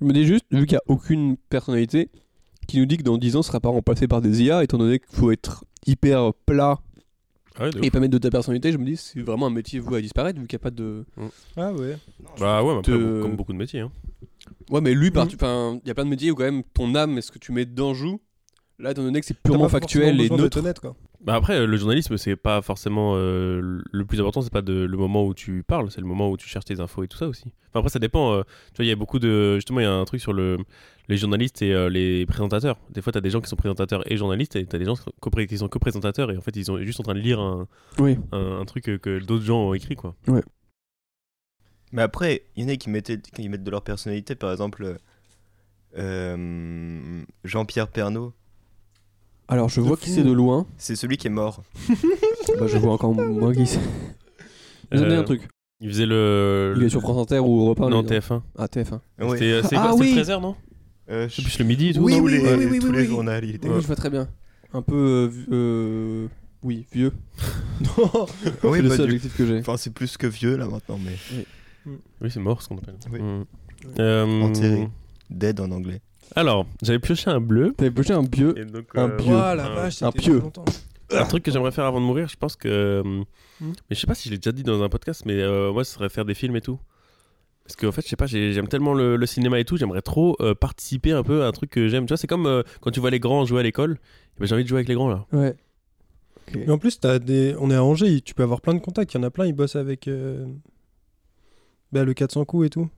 [SPEAKER 2] Je me dis juste, vu qu'il n'y a aucune personnalité qui nous dit que dans 10 ans, ce sera pas remplacé par des IA, étant donné qu'il faut être hyper plat
[SPEAKER 1] Ah ouais, de
[SPEAKER 2] et
[SPEAKER 1] ouf.
[SPEAKER 2] pas mettre de ta personnalité, je me dis, c'est vraiment un métier voué à disparaître, vu qu'il n'y a pas de.
[SPEAKER 4] Ah ouais.
[SPEAKER 1] Bah ouais, mais après,
[SPEAKER 2] te-
[SPEAKER 1] comme beaucoup de métiers. hein.
[SPEAKER 2] Ouais, mais lui, par- enfin, il y a plein de métiers où quand même ton âme et ce que tu mets dedans joue. Là, étant donné que c'est
[SPEAKER 4] T'as
[SPEAKER 2] purement
[SPEAKER 4] pas
[SPEAKER 2] factuel
[SPEAKER 4] forcément
[SPEAKER 2] et
[SPEAKER 4] besoin d'être
[SPEAKER 2] neutre.
[SPEAKER 4] honnête, quoi.
[SPEAKER 1] Bah après, euh, le journalisme, c'est pas forcément euh, le plus important, c'est pas de- le moment où tu parles, c'est le moment où tu cherches tes infos et tout ça aussi. Enfin, après, ça dépend. euh, tu vois, il y a beaucoup de. Justement, il y a un truc sur le, les journalistes et euh, les présentateurs. Des fois, t'as des gens qui sont présentateurs et journalistes, et t'as des gens qui sont copré- qui sont co-présentateurs, et en fait, ils sont juste en train de lire un,
[SPEAKER 2] Oui.
[SPEAKER 1] un, un truc euh, que d'autres gens ont écrit, quoi.
[SPEAKER 3] Mais après, il y en a qui, mettaient, qui mettent de leur personnalité, par exemple euh, euh, Jean-Pierre Pernaud.
[SPEAKER 2] Alors, je
[SPEAKER 4] De
[SPEAKER 2] vois
[SPEAKER 4] fou.
[SPEAKER 2] qui c'est de loin.
[SPEAKER 3] C'est celui qui est mort.
[SPEAKER 2] bah, je vois encore moins qui c'est. Vous avez
[SPEAKER 1] Euh,
[SPEAKER 2] un truc.
[SPEAKER 1] Il faisait le.
[SPEAKER 2] Il est sur France Inter ou Europe 1.
[SPEAKER 1] Non,
[SPEAKER 2] lui,
[SPEAKER 1] TF1.
[SPEAKER 2] Ah, TF1.
[SPEAKER 3] Oui.
[SPEAKER 1] C'était euh, c'est
[SPEAKER 2] Ah
[SPEAKER 1] quoi C'était
[SPEAKER 2] oui.
[SPEAKER 1] 13h, non
[SPEAKER 3] Euh,
[SPEAKER 1] C'est
[SPEAKER 3] je-
[SPEAKER 1] plus le midi et tout.
[SPEAKER 2] Oui,
[SPEAKER 1] non
[SPEAKER 3] tous
[SPEAKER 2] oui,
[SPEAKER 3] les,
[SPEAKER 2] oui, oui,
[SPEAKER 3] tous
[SPEAKER 2] oui,
[SPEAKER 3] les
[SPEAKER 2] oui.
[SPEAKER 3] journaux, il était
[SPEAKER 2] Oui,
[SPEAKER 3] mort.
[SPEAKER 2] je vois très bien. Un peu. euh, vi- euh, oui, vieux.
[SPEAKER 3] Oui,
[SPEAKER 2] c'est le
[SPEAKER 3] bah,
[SPEAKER 2] seul
[SPEAKER 3] du-
[SPEAKER 2] objectif que j'ai.
[SPEAKER 3] Enfin, c'est plus que vieux là maintenant, mais
[SPEAKER 1] Oui, c'est mort, ce qu'on appelle.
[SPEAKER 3] Oui.
[SPEAKER 1] Mm. Euh,
[SPEAKER 3] Enterré. dead en anglais.
[SPEAKER 1] Alors, j'avais pioché un bleu.
[SPEAKER 2] T'avais bougé un vieux.
[SPEAKER 1] Et donc,
[SPEAKER 2] Un
[SPEAKER 1] euh,
[SPEAKER 2] pieu.
[SPEAKER 4] Ouah, Oh la
[SPEAKER 1] un-
[SPEAKER 4] vache,
[SPEAKER 2] un
[SPEAKER 4] c'était
[SPEAKER 2] pieu.
[SPEAKER 4] il y a longtemps.
[SPEAKER 1] Un truc que j'aimerais faire avant de mourir, je pense que. euh,
[SPEAKER 3] Hum.
[SPEAKER 1] Mais je sais pas si je l'ai déjà dit dans un podcast, mais euh, moi, ce serait faire des films et tout. Parce qu'en fait, je sais pas, j'ai- j'aime tellement le, le cinéma et tout, j'aimerais trop euh, participer un peu à un truc que j'aime. Tu vois, c'est comme euh, quand tu vois les grands jouer à l'école, eh ben, j'ai envie de jouer avec les grands là.
[SPEAKER 2] Ouais.
[SPEAKER 4] Mais en plus, t'as des... on est à Angers, tu peux avoir plein de contacts. Il y en a plein, ils bossent avec euh, bah, le 400 coups et tout.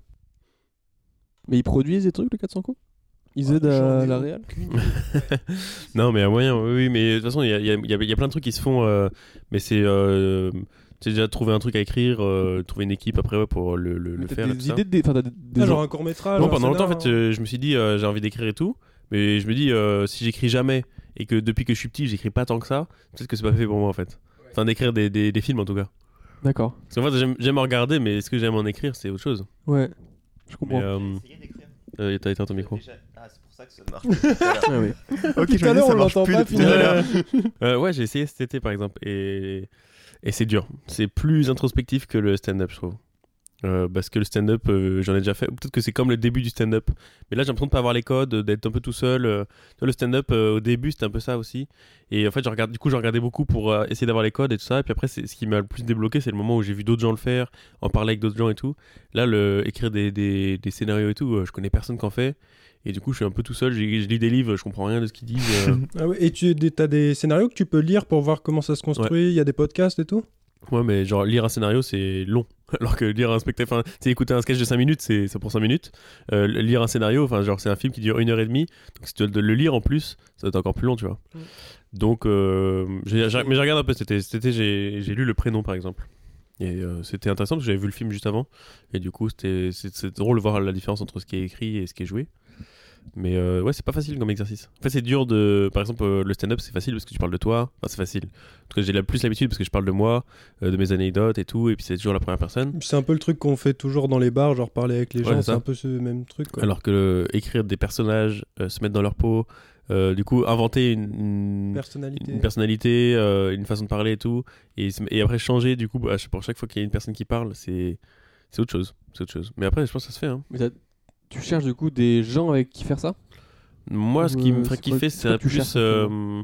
[SPEAKER 2] Mais ils produisent des trucs, le 400 coups Ils
[SPEAKER 1] Ah,
[SPEAKER 2] aident à la Real
[SPEAKER 1] Non, mais à moyen, oui, oui, mais de toute façon, il y a, il y a- il y a- il y a plein de trucs qui se font, euh, mais c'est. euh, tu sais, déjà trouver un truc à écrire, euh, trouver une équipe après ouais, pour le, le- le
[SPEAKER 2] T'as
[SPEAKER 1] faire. et tout
[SPEAKER 2] Des
[SPEAKER 1] ça.
[SPEAKER 2] idées hein. de. dé- Enfin, t'as des- des
[SPEAKER 4] Ah,
[SPEAKER 2] gens-
[SPEAKER 4] genre un court métrage.
[SPEAKER 1] Non, pendant longtemps, en fait, euh, je me suis dit, euh, j'ai envie d'écrire et tout. Mais je me dis, euh, si j'écris jamais et que depuis que je suis petit, j'écris pas tant que ça, peut-être que c'est pas fait pour moi, en fait. Enfin, d'écrire des, des, des films, en tout cas.
[SPEAKER 2] D'accord.
[SPEAKER 1] Parce qu'en fait, j'aime- j'aime en regarder, mais ce que j'aime en écrire, c'est autre chose.
[SPEAKER 2] Ouais. Je
[SPEAKER 1] Mais,
[SPEAKER 2] comprends.
[SPEAKER 1] euh, euh, t'as éteint ton micro.
[SPEAKER 3] Ah, c'est pour ça que ça marche.
[SPEAKER 2] Ah oui.
[SPEAKER 3] ok,
[SPEAKER 4] Tout à l'heure, on l'entend pas,
[SPEAKER 3] depuis tout à l'heure.
[SPEAKER 1] Euh, ouais, j'ai essayé cet été, par exemple, et, et c'est dur. C'est plus introspectif que le stand-up, je trouve. Euh, parce que le stand-up, euh, j'en ai déjà fait. Ou Peut-être que c'est comme le début du stand-up. Mais là, j'ai l'impression de pas avoir les codes, euh, d'être un peu tout seul. euh. Tu vois, le stand-up, euh, au début, c'était un peu ça aussi. Et en fait, je regarde, du coup, je regardais beaucoup pour euh, essayer d'avoir les codes et tout ça. Et puis après, c'est- ce qui m'a le plus débloqué, c'est le moment où j'ai vu d'autres gens le faire, en parler avec d'autres gens et tout. Là, le, écrire des, des- des scénarios et tout, euh, je connais personne qui en fait. Et du coup, je suis un peu tout seul. j'ai- Je lis des livres, je comprends rien de ce qu'ils disent. euh.
[SPEAKER 4] Ah ouais, et tu as des scénarios que tu peux lire pour voir comment ça se construit. Il y a des podcasts et tout.
[SPEAKER 1] Ouais, mais genre lire un scénario, c'est long. Alors que lire un spectacle, enfin, tu sais, écouter un sketch de 5 minutes, c'est c'est pour 5 minutes. Euh, lire un scénario, enfin, genre, c'est un film qui dure une heure et demie. Donc, si tu dois le lire en plus, ça doit être encore plus long, tu vois. Donc, euh, j'ai- j'ai- mais je regarde un peu. C'était, c'était, j'ai j'ai lu le prénom, par exemple. Et euh, c'était intéressant parce que j'avais vu le film juste avant. Et du coup, c'était c'est c'est drôle de voir la différence entre ce qui est écrit et ce qui est joué. Mais euh, ouais, c'est pas facile comme exercice. En fait, c'est dur de. Par exemple, euh, le stand-up, c'est facile parce que tu parles de toi. Enfin, c'est facile. En tout cas, j'ai la plus l'habitude parce que je parle de moi, euh, de mes anecdotes et tout. Et puis, c'est toujours la première personne.
[SPEAKER 4] C'est un peu le truc qu'on fait toujours dans les bars, genre parler avec les
[SPEAKER 1] Ouais,
[SPEAKER 4] gens.
[SPEAKER 1] c'est
[SPEAKER 4] C'est
[SPEAKER 1] ça.
[SPEAKER 4] un peu ce même truc. Quoi.
[SPEAKER 1] Alors que euh, écrire des personnages, euh, se mettre dans leur peau, euh, du coup, inventer une- une,
[SPEAKER 4] personnalité.
[SPEAKER 1] une personnalité, euh, une façon de parler et tout. Et, se- et après changer, du coup, bah, pour chaque fois qu'il y a une personne qui parle, c'est c'est autre chose. C'est autre chose. Mais après, je pense que ça se fait. hein.
[SPEAKER 2] Mais t'as- tu cherches du coup des gens avec qui faire ça
[SPEAKER 1] Moi, ce
[SPEAKER 2] Ou,
[SPEAKER 1] qui
[SPEAKER 2] euh,
[SPEAKER 1] me ferait
[SPEAKER 2] c'est quoi-
[SPEAKER 1] kiffer,
[SPEAKER 2] c'est quoi
[SPEAKER 1] c'est
[SPEAKER 2] que tu
[SPEAKER 1] plus
[SPEAKER 2] cherches,
[SPEAKER 1] euh,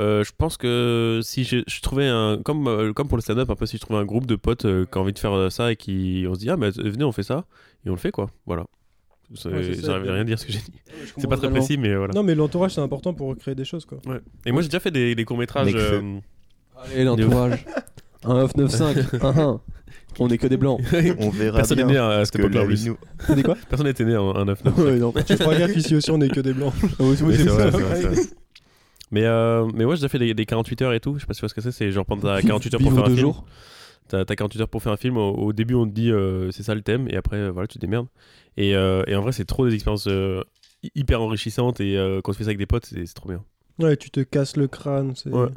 [SPEAKER 1] Euh, je pense que si je, je trouvais un. Comme, euh, comme pour le stand-up, un peu, si je trouvais un groupe de potes euh, qui a envie de faire euh, ça et qui. On se dit, ah, mais venez, on fait ça. Et on le fait, quoi. Voilà. C'est-
[SPEAKER 4] Ouais, c'est ça,
[SPEAKER 1] J'arrive à
[SPEAKER 4] bien.
[SPEAKER 1] rien à dire ce que j'ai dit.
[SPEAKER 2] Je
[SPEAKER 1] C'est
[SPEAKER 2] comprends
[SPEAKER 1] pas très
[SPEAKER 2] totalement.
[SPEAKER 1] précis, mais voilà.
[SPEAKER 4] Non, mais l'entourage, c'est important pour créer des choses, quoi.
[SPEAKER 1] Ouais. Et moi, j'ai déjà fait des, des courts-métrages.
[SPEAKER 3] Mec, feu.
[SPEAKER 1] euh,
[SPEAKER 2] Allez, l'entourage. 1 9 9 5 1 1. On est que des blancs.
[SPEAKER 3] On verra
[SPEAKER 1] Personne n'est né
[SPEAKER 3] bien.
[SPEAKER 1] à
[SPEAKER 3] que
[SPEAKER 1] cette époque-là, en
[SPEAKER 3] la-
[SPEAKER 1] plus.
[SPEAKER 3] nous-
[SPEAKER 2] T'as dit quoi
[SPEAKER 1] Personne n'était né en, en 9
[SPEAKER 2] Ouais, non. Ah,
[SPEAKER 4] Tu feras gaffe, ici aussi, on est que des blancs.
[SPEAKER 1] Oui, c'est vrai,
[SPEAKER 4] ça.
[SPEAKER 1] c'est vrai, c'est vrai. Mais, euh, mais ouais, j'ai déjà fait des, des 48 heures et tout. Je sais pas si tu vois ce que c'est. C'est genre prendre ta 48 heures pour
[SPEAKER 2] Vivre
[SPEAKER 1] faire un
[SPEAKER 2] deux
[SPEAKER 1] film.
[SPEAKER 2] jours.
[SPEAKER 1] T'as t'as 48 heures pour faire un film. Au, au début, on te dit euh, c'est ça le thème. Et après, euh, voilà, tu te démerdes. Et, euh, et en vrai, c'est trop des expériences euh, hy- hyper enrichissantes. Et euh, quand tu fais ça avec des potes, c'est c'est trop bien.
[SPEAKER 4] Ouais, tu te casses le crâne. c'est-
[SPEAKER 1] Ouais.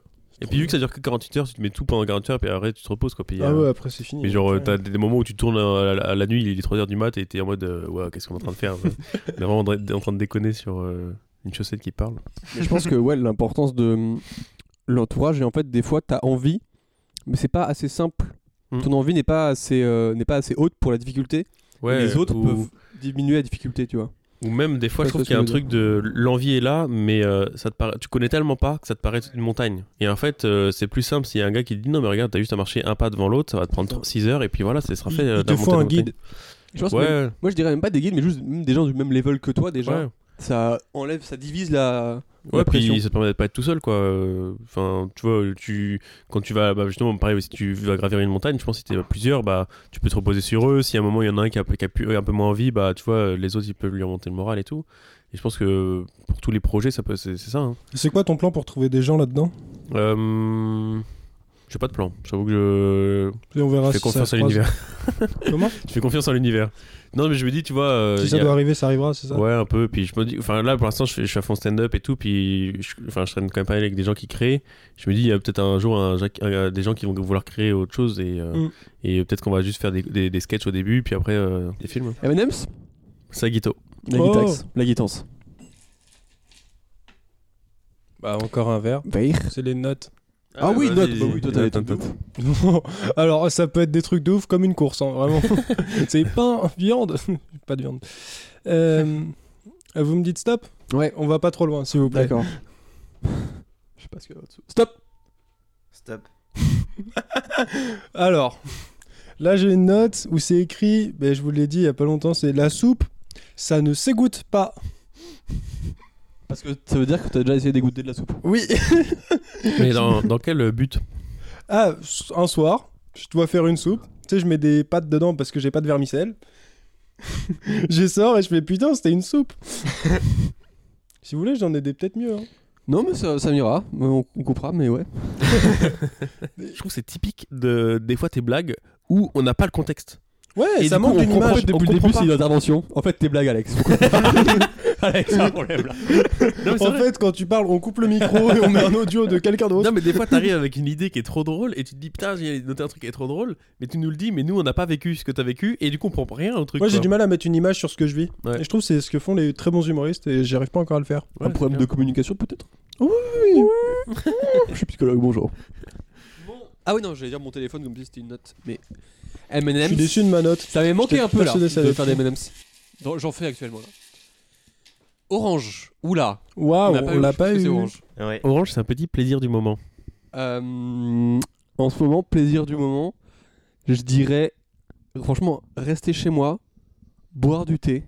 [SPEAKER 1] Et puis, vu que ça dure que 48 heures, tu te mets tout pendant 48 heures. Puis après, tu te reposes. Quoi, puis,
[SPEAKER 4] Ah
[SPEAKER 1] euh,
[SPEAKER 4] ouais, après, c'est fini.
[SPEAKER 1] Mais genre, euh, t'as des moments où tu tournes à la, à la nuit, il est 3h du mat et t'es en mode, euh, Ouah, qu'est-ce qu'on est en train de faire On est vraiment en, dra- en train de déconner sur euh, une chaussette qui parle.
[SPEAKER 2] Mais je pense que ouais, l'importance de hum, l'entourage et en fait des fois t'as envie, mais c'est pas assez simple.
[SPEAKER 1] Mm.
[SPEAKER 2] Ton envie n'est pas assez euh, n'est pas assez haute pour la difficulté. les autres
[SPEAKER 1] ou,
[SPEAKER 2] peuvent diminuer la difficulté, tu vois.
[SPEAKER 1] ou même des fois,
[SPEAKER 2] Ouais,
[SPEAKER 1] je trouve
[SPEAKER 2] je
[SPEAKER 1] qu'il y a
[SPEAKER 2] vois
[SPEAKER 1] un
[SPEAKER 2] ce que
[SPEAKER 1] truc de l'envie est là, mais euh, ça te paraît, tu connais tellement pas que ça te paraît une montagne. Et en fait, euh, c'est plus simple s'il y a un gars qui te dit, non, mais regarde, t'as juste à marcher un pas devant l'autre, ça va te prendre 6 heures et puis voilà, ça sera
[SPEAKER 4] Il-
[SPEAKER 1] fait. euh,
[SPEAKER 4] il te
[SPEAKER 1] la
[SPEAKER 4] faut
[SPEAKER 1] montée,
[SPEAKER 4] un
[SPEAKER 1] la montée.
[SPEAKER 4] guide.
[SPEAKER 2] Je pense que même-
[SPEAKER 1] Ouais,
[SPEAKER 2] moi je dirais même pas des guides, mais juste même des gens du même level que toi déjà.
[SPEAKER 1] ouais.
[SPEAKER 2] Ça enlève, ça divise la.
[SPEAKER 1] Ouais,
[SPEAKER 2] la pression.
[SPEAKER 1] puis ça te permet de pas être tout seul, quoi. Euh, Enfin, tu vois, tu, quand tu vas, bah, justement, pareil, si tu vas gravir une montagne, je pense que si t'es à plusieurs, bah, tu peux te reposer sur eux. Si à un moment, il y en a un qui a, qui a pu- un peu moins envie, bah, tu vois, les autres, ils peuvent lui remonter le moral et tout. Et je pense que pour tous les projets, ça peut, c'est c'est ça. hein.
[SPEAKER 4] C'est quoi ton plan pour trouver des gens là-dedans
[SPEAKER 1] Euh, j'ai pas de plan. J'avoue que
[SPEAKER 4] Et on
[SPEAKER 1] je,
[SPEAKER 4] verra
[SPEAKER 1] je fais
[SPEAKER 4] Ah, si ça
[SPEAKER 1] confiance à
[SPEAKER 4] croise.
[SPEAKER 1] l'univers.
[SPEAKER 4] Comment
[SPEAKER 1] je fais confiance à l'univers. Non, mais je me dis, tu vois, euh,
[SPEAKER 4] Si
[SPEAKER 1] il
[SPEAKER 4] ça
[SPEAKER 1] y a-
[SPEAKER 4] doit arriver, ça arrivera, c'est ça
[SPEAKER 1] Ouais, un peu. Puis je me dis, enfin là pour l'instant, je, fais- je suis à fond stand-up et tout. Puis je, enfin, je traîne quand même pas mal avec des gens qui créent. Je me dis, il y a peut-être un jour un Jacques- un- des gens qui vont vouloir créer autre chose et, euh,
[SPEAKER 4] Mm.
[SPEAKER 1] et peut-être qu'on va juste faire des, des, des sketchs au début, puis après euh, des films.
[SPEAKER 2] M&M's
[SPEAKER 1] Saguito.
[SPEAKER 2] La
[SPEAKER 4] Oh.
[SPEAKER 2] guitaxe, la guitance.
[SPEAKER 4] Bah, encore un verre. C'est les notes.
[SPEAKER 2] Ah, oui, note. Bah oui, toi t'as les
[SPEAKER 1] note,
[SPEAKER 2] notes.
[SPEAKER 4] Alors ça peut être des trucs de ouf comme une course, hein, vraiment. c'est pain, viande, pas de viande. Euh, vous me dites stop
[SPEAKER 2] Ouais.
[SPEAKER 4] On va pas trop loin, s'il vous plaît.
[SPEAKER 2] D'accord. je sais pas ce qu'il y a là-dessous. Stop.
[SPEAKER 3] Stop.
[SPEAKER 4] Alors, là j'ai une note où c'est écrit, ben, je vous l'ai dit il y a pas longtemps, c'est la soupe, ça ne s'égoutte pas.
[SPEAKER 2] Parce que ça veut dire que t'as déjà essayé d'égoutter de la soupe.
[SPEAKER 4] Oui.
[SPEAKER 1] Mais dans, dans quel euh, but
[SPEAKER 4] Ah, un soir, je dois faire une soupe. Tu sais, je mets des pâtes dedans parce que j'ai pas de vermicelle. je sors et je fais putain, c'était une soupe. si vous voulez, j'en ai des peut-être mieux. hein.
[SPEAKER 2] Non mais ça, ça m'ira, Mais on, on coupera, mais ouais.
[SPEAKER 1] Je trouve que c'est typique de des fois tes blagues où on n'a pas le contexte.
[SPEAKER 4] Ouais,
[SPEAKER 1] Et
[SPEAKER 4] ça
[SPEAKER 1] du coup,
[SPEAKER 4] manque
[SPEAKER 1] on
[SPEAKER 4] d'une
[SPEAKER 1] comprend
[SPEAKER 4] image.
[SPEAKER 1] pas-
[SPEAKER 2] Depuis
[SPEAKER 1] comprend
[SPEAKER 2] le début,
[SPEAKER 1] pas.
[SPEAKER 2] c'est une intervention. En fait, tes blagues, Alex. Pourquoi Alex, c'est un problème là.
[SPEAKER 1] Non mais, c'est
[SPEAKER 4] en
[SPEAKER 1] vrai.
[SPEAKER 4] fait, quand tu parles, on coupe le micro et on met un audio de quelqu'un d'autre.
[SPEAKER 1] Non, mais des fois t'arrives avec une idée qui est trop drôle et tu te dis putain j'ai noté un truc qui est trop drôle, mais tu nous le dis, mais nous on n'a pas vécu ce que t'as vécu et du coup on comprend rien au truc.
[SPEAKER 4] Moi, j'ai
[SPEAKER 1] quoi.
[SPEAKER 4] du mal à mettre une image sur ce que je vis.
[SPEAKER 1] Ouais.
[SPEAKER 4] Et je trouve que c'est ce que font les très bons humoristes et j'arrive pas encore à le faire.
[SPEAKER 1] Ouais,
[SPEAKER 2] un
[SPEAKER 1] c'est
[SPEAKER 2] problème
[SPEAKER 1] clair.
[SPEAKER 2] de communication peut-être Oui, Je suis psychologue, bonjour. Ah oui, non, j'allais dire mon téléphone comme si c'était une note. Mais
[SPEAKER 4] Je suis
[SPEAKER 2] M&M's,
[SPEAKER 4] déçu de ma note.
[SPEAKER 2] ça m'avait manqué
[SPEAKER 4] J'étais
[SPEAKER 2] un peu là,
[SPEAKER 4] persuadé que ça allait
[SPEAKER 2] de
[SPEAKER 4] être
[SPEAKER 2] faire des M&M's. Non, J'en fais actuellement là. Orange, oula.
[SPEAKER 1] Ah,
[SPEAKER 4] Waouh,
[SPEAKER 2] n'a
[SPEAKER 4] on l'a
[SPEAKER 2] je pense
[SPEAKER 4] pas
[SPEAKER 2] que
[SPEAKER 4] eu.
[SPEAKER 2] c'est orange.
[SPEAKER 3] Ouais.
[SPEAKER 1] Orange, c'est un petit plaisir du moment.
[SPEAKER 2] Euh, en ce moment, plaisir du moment, je dirais, franchement, rester chez moi, boire du thé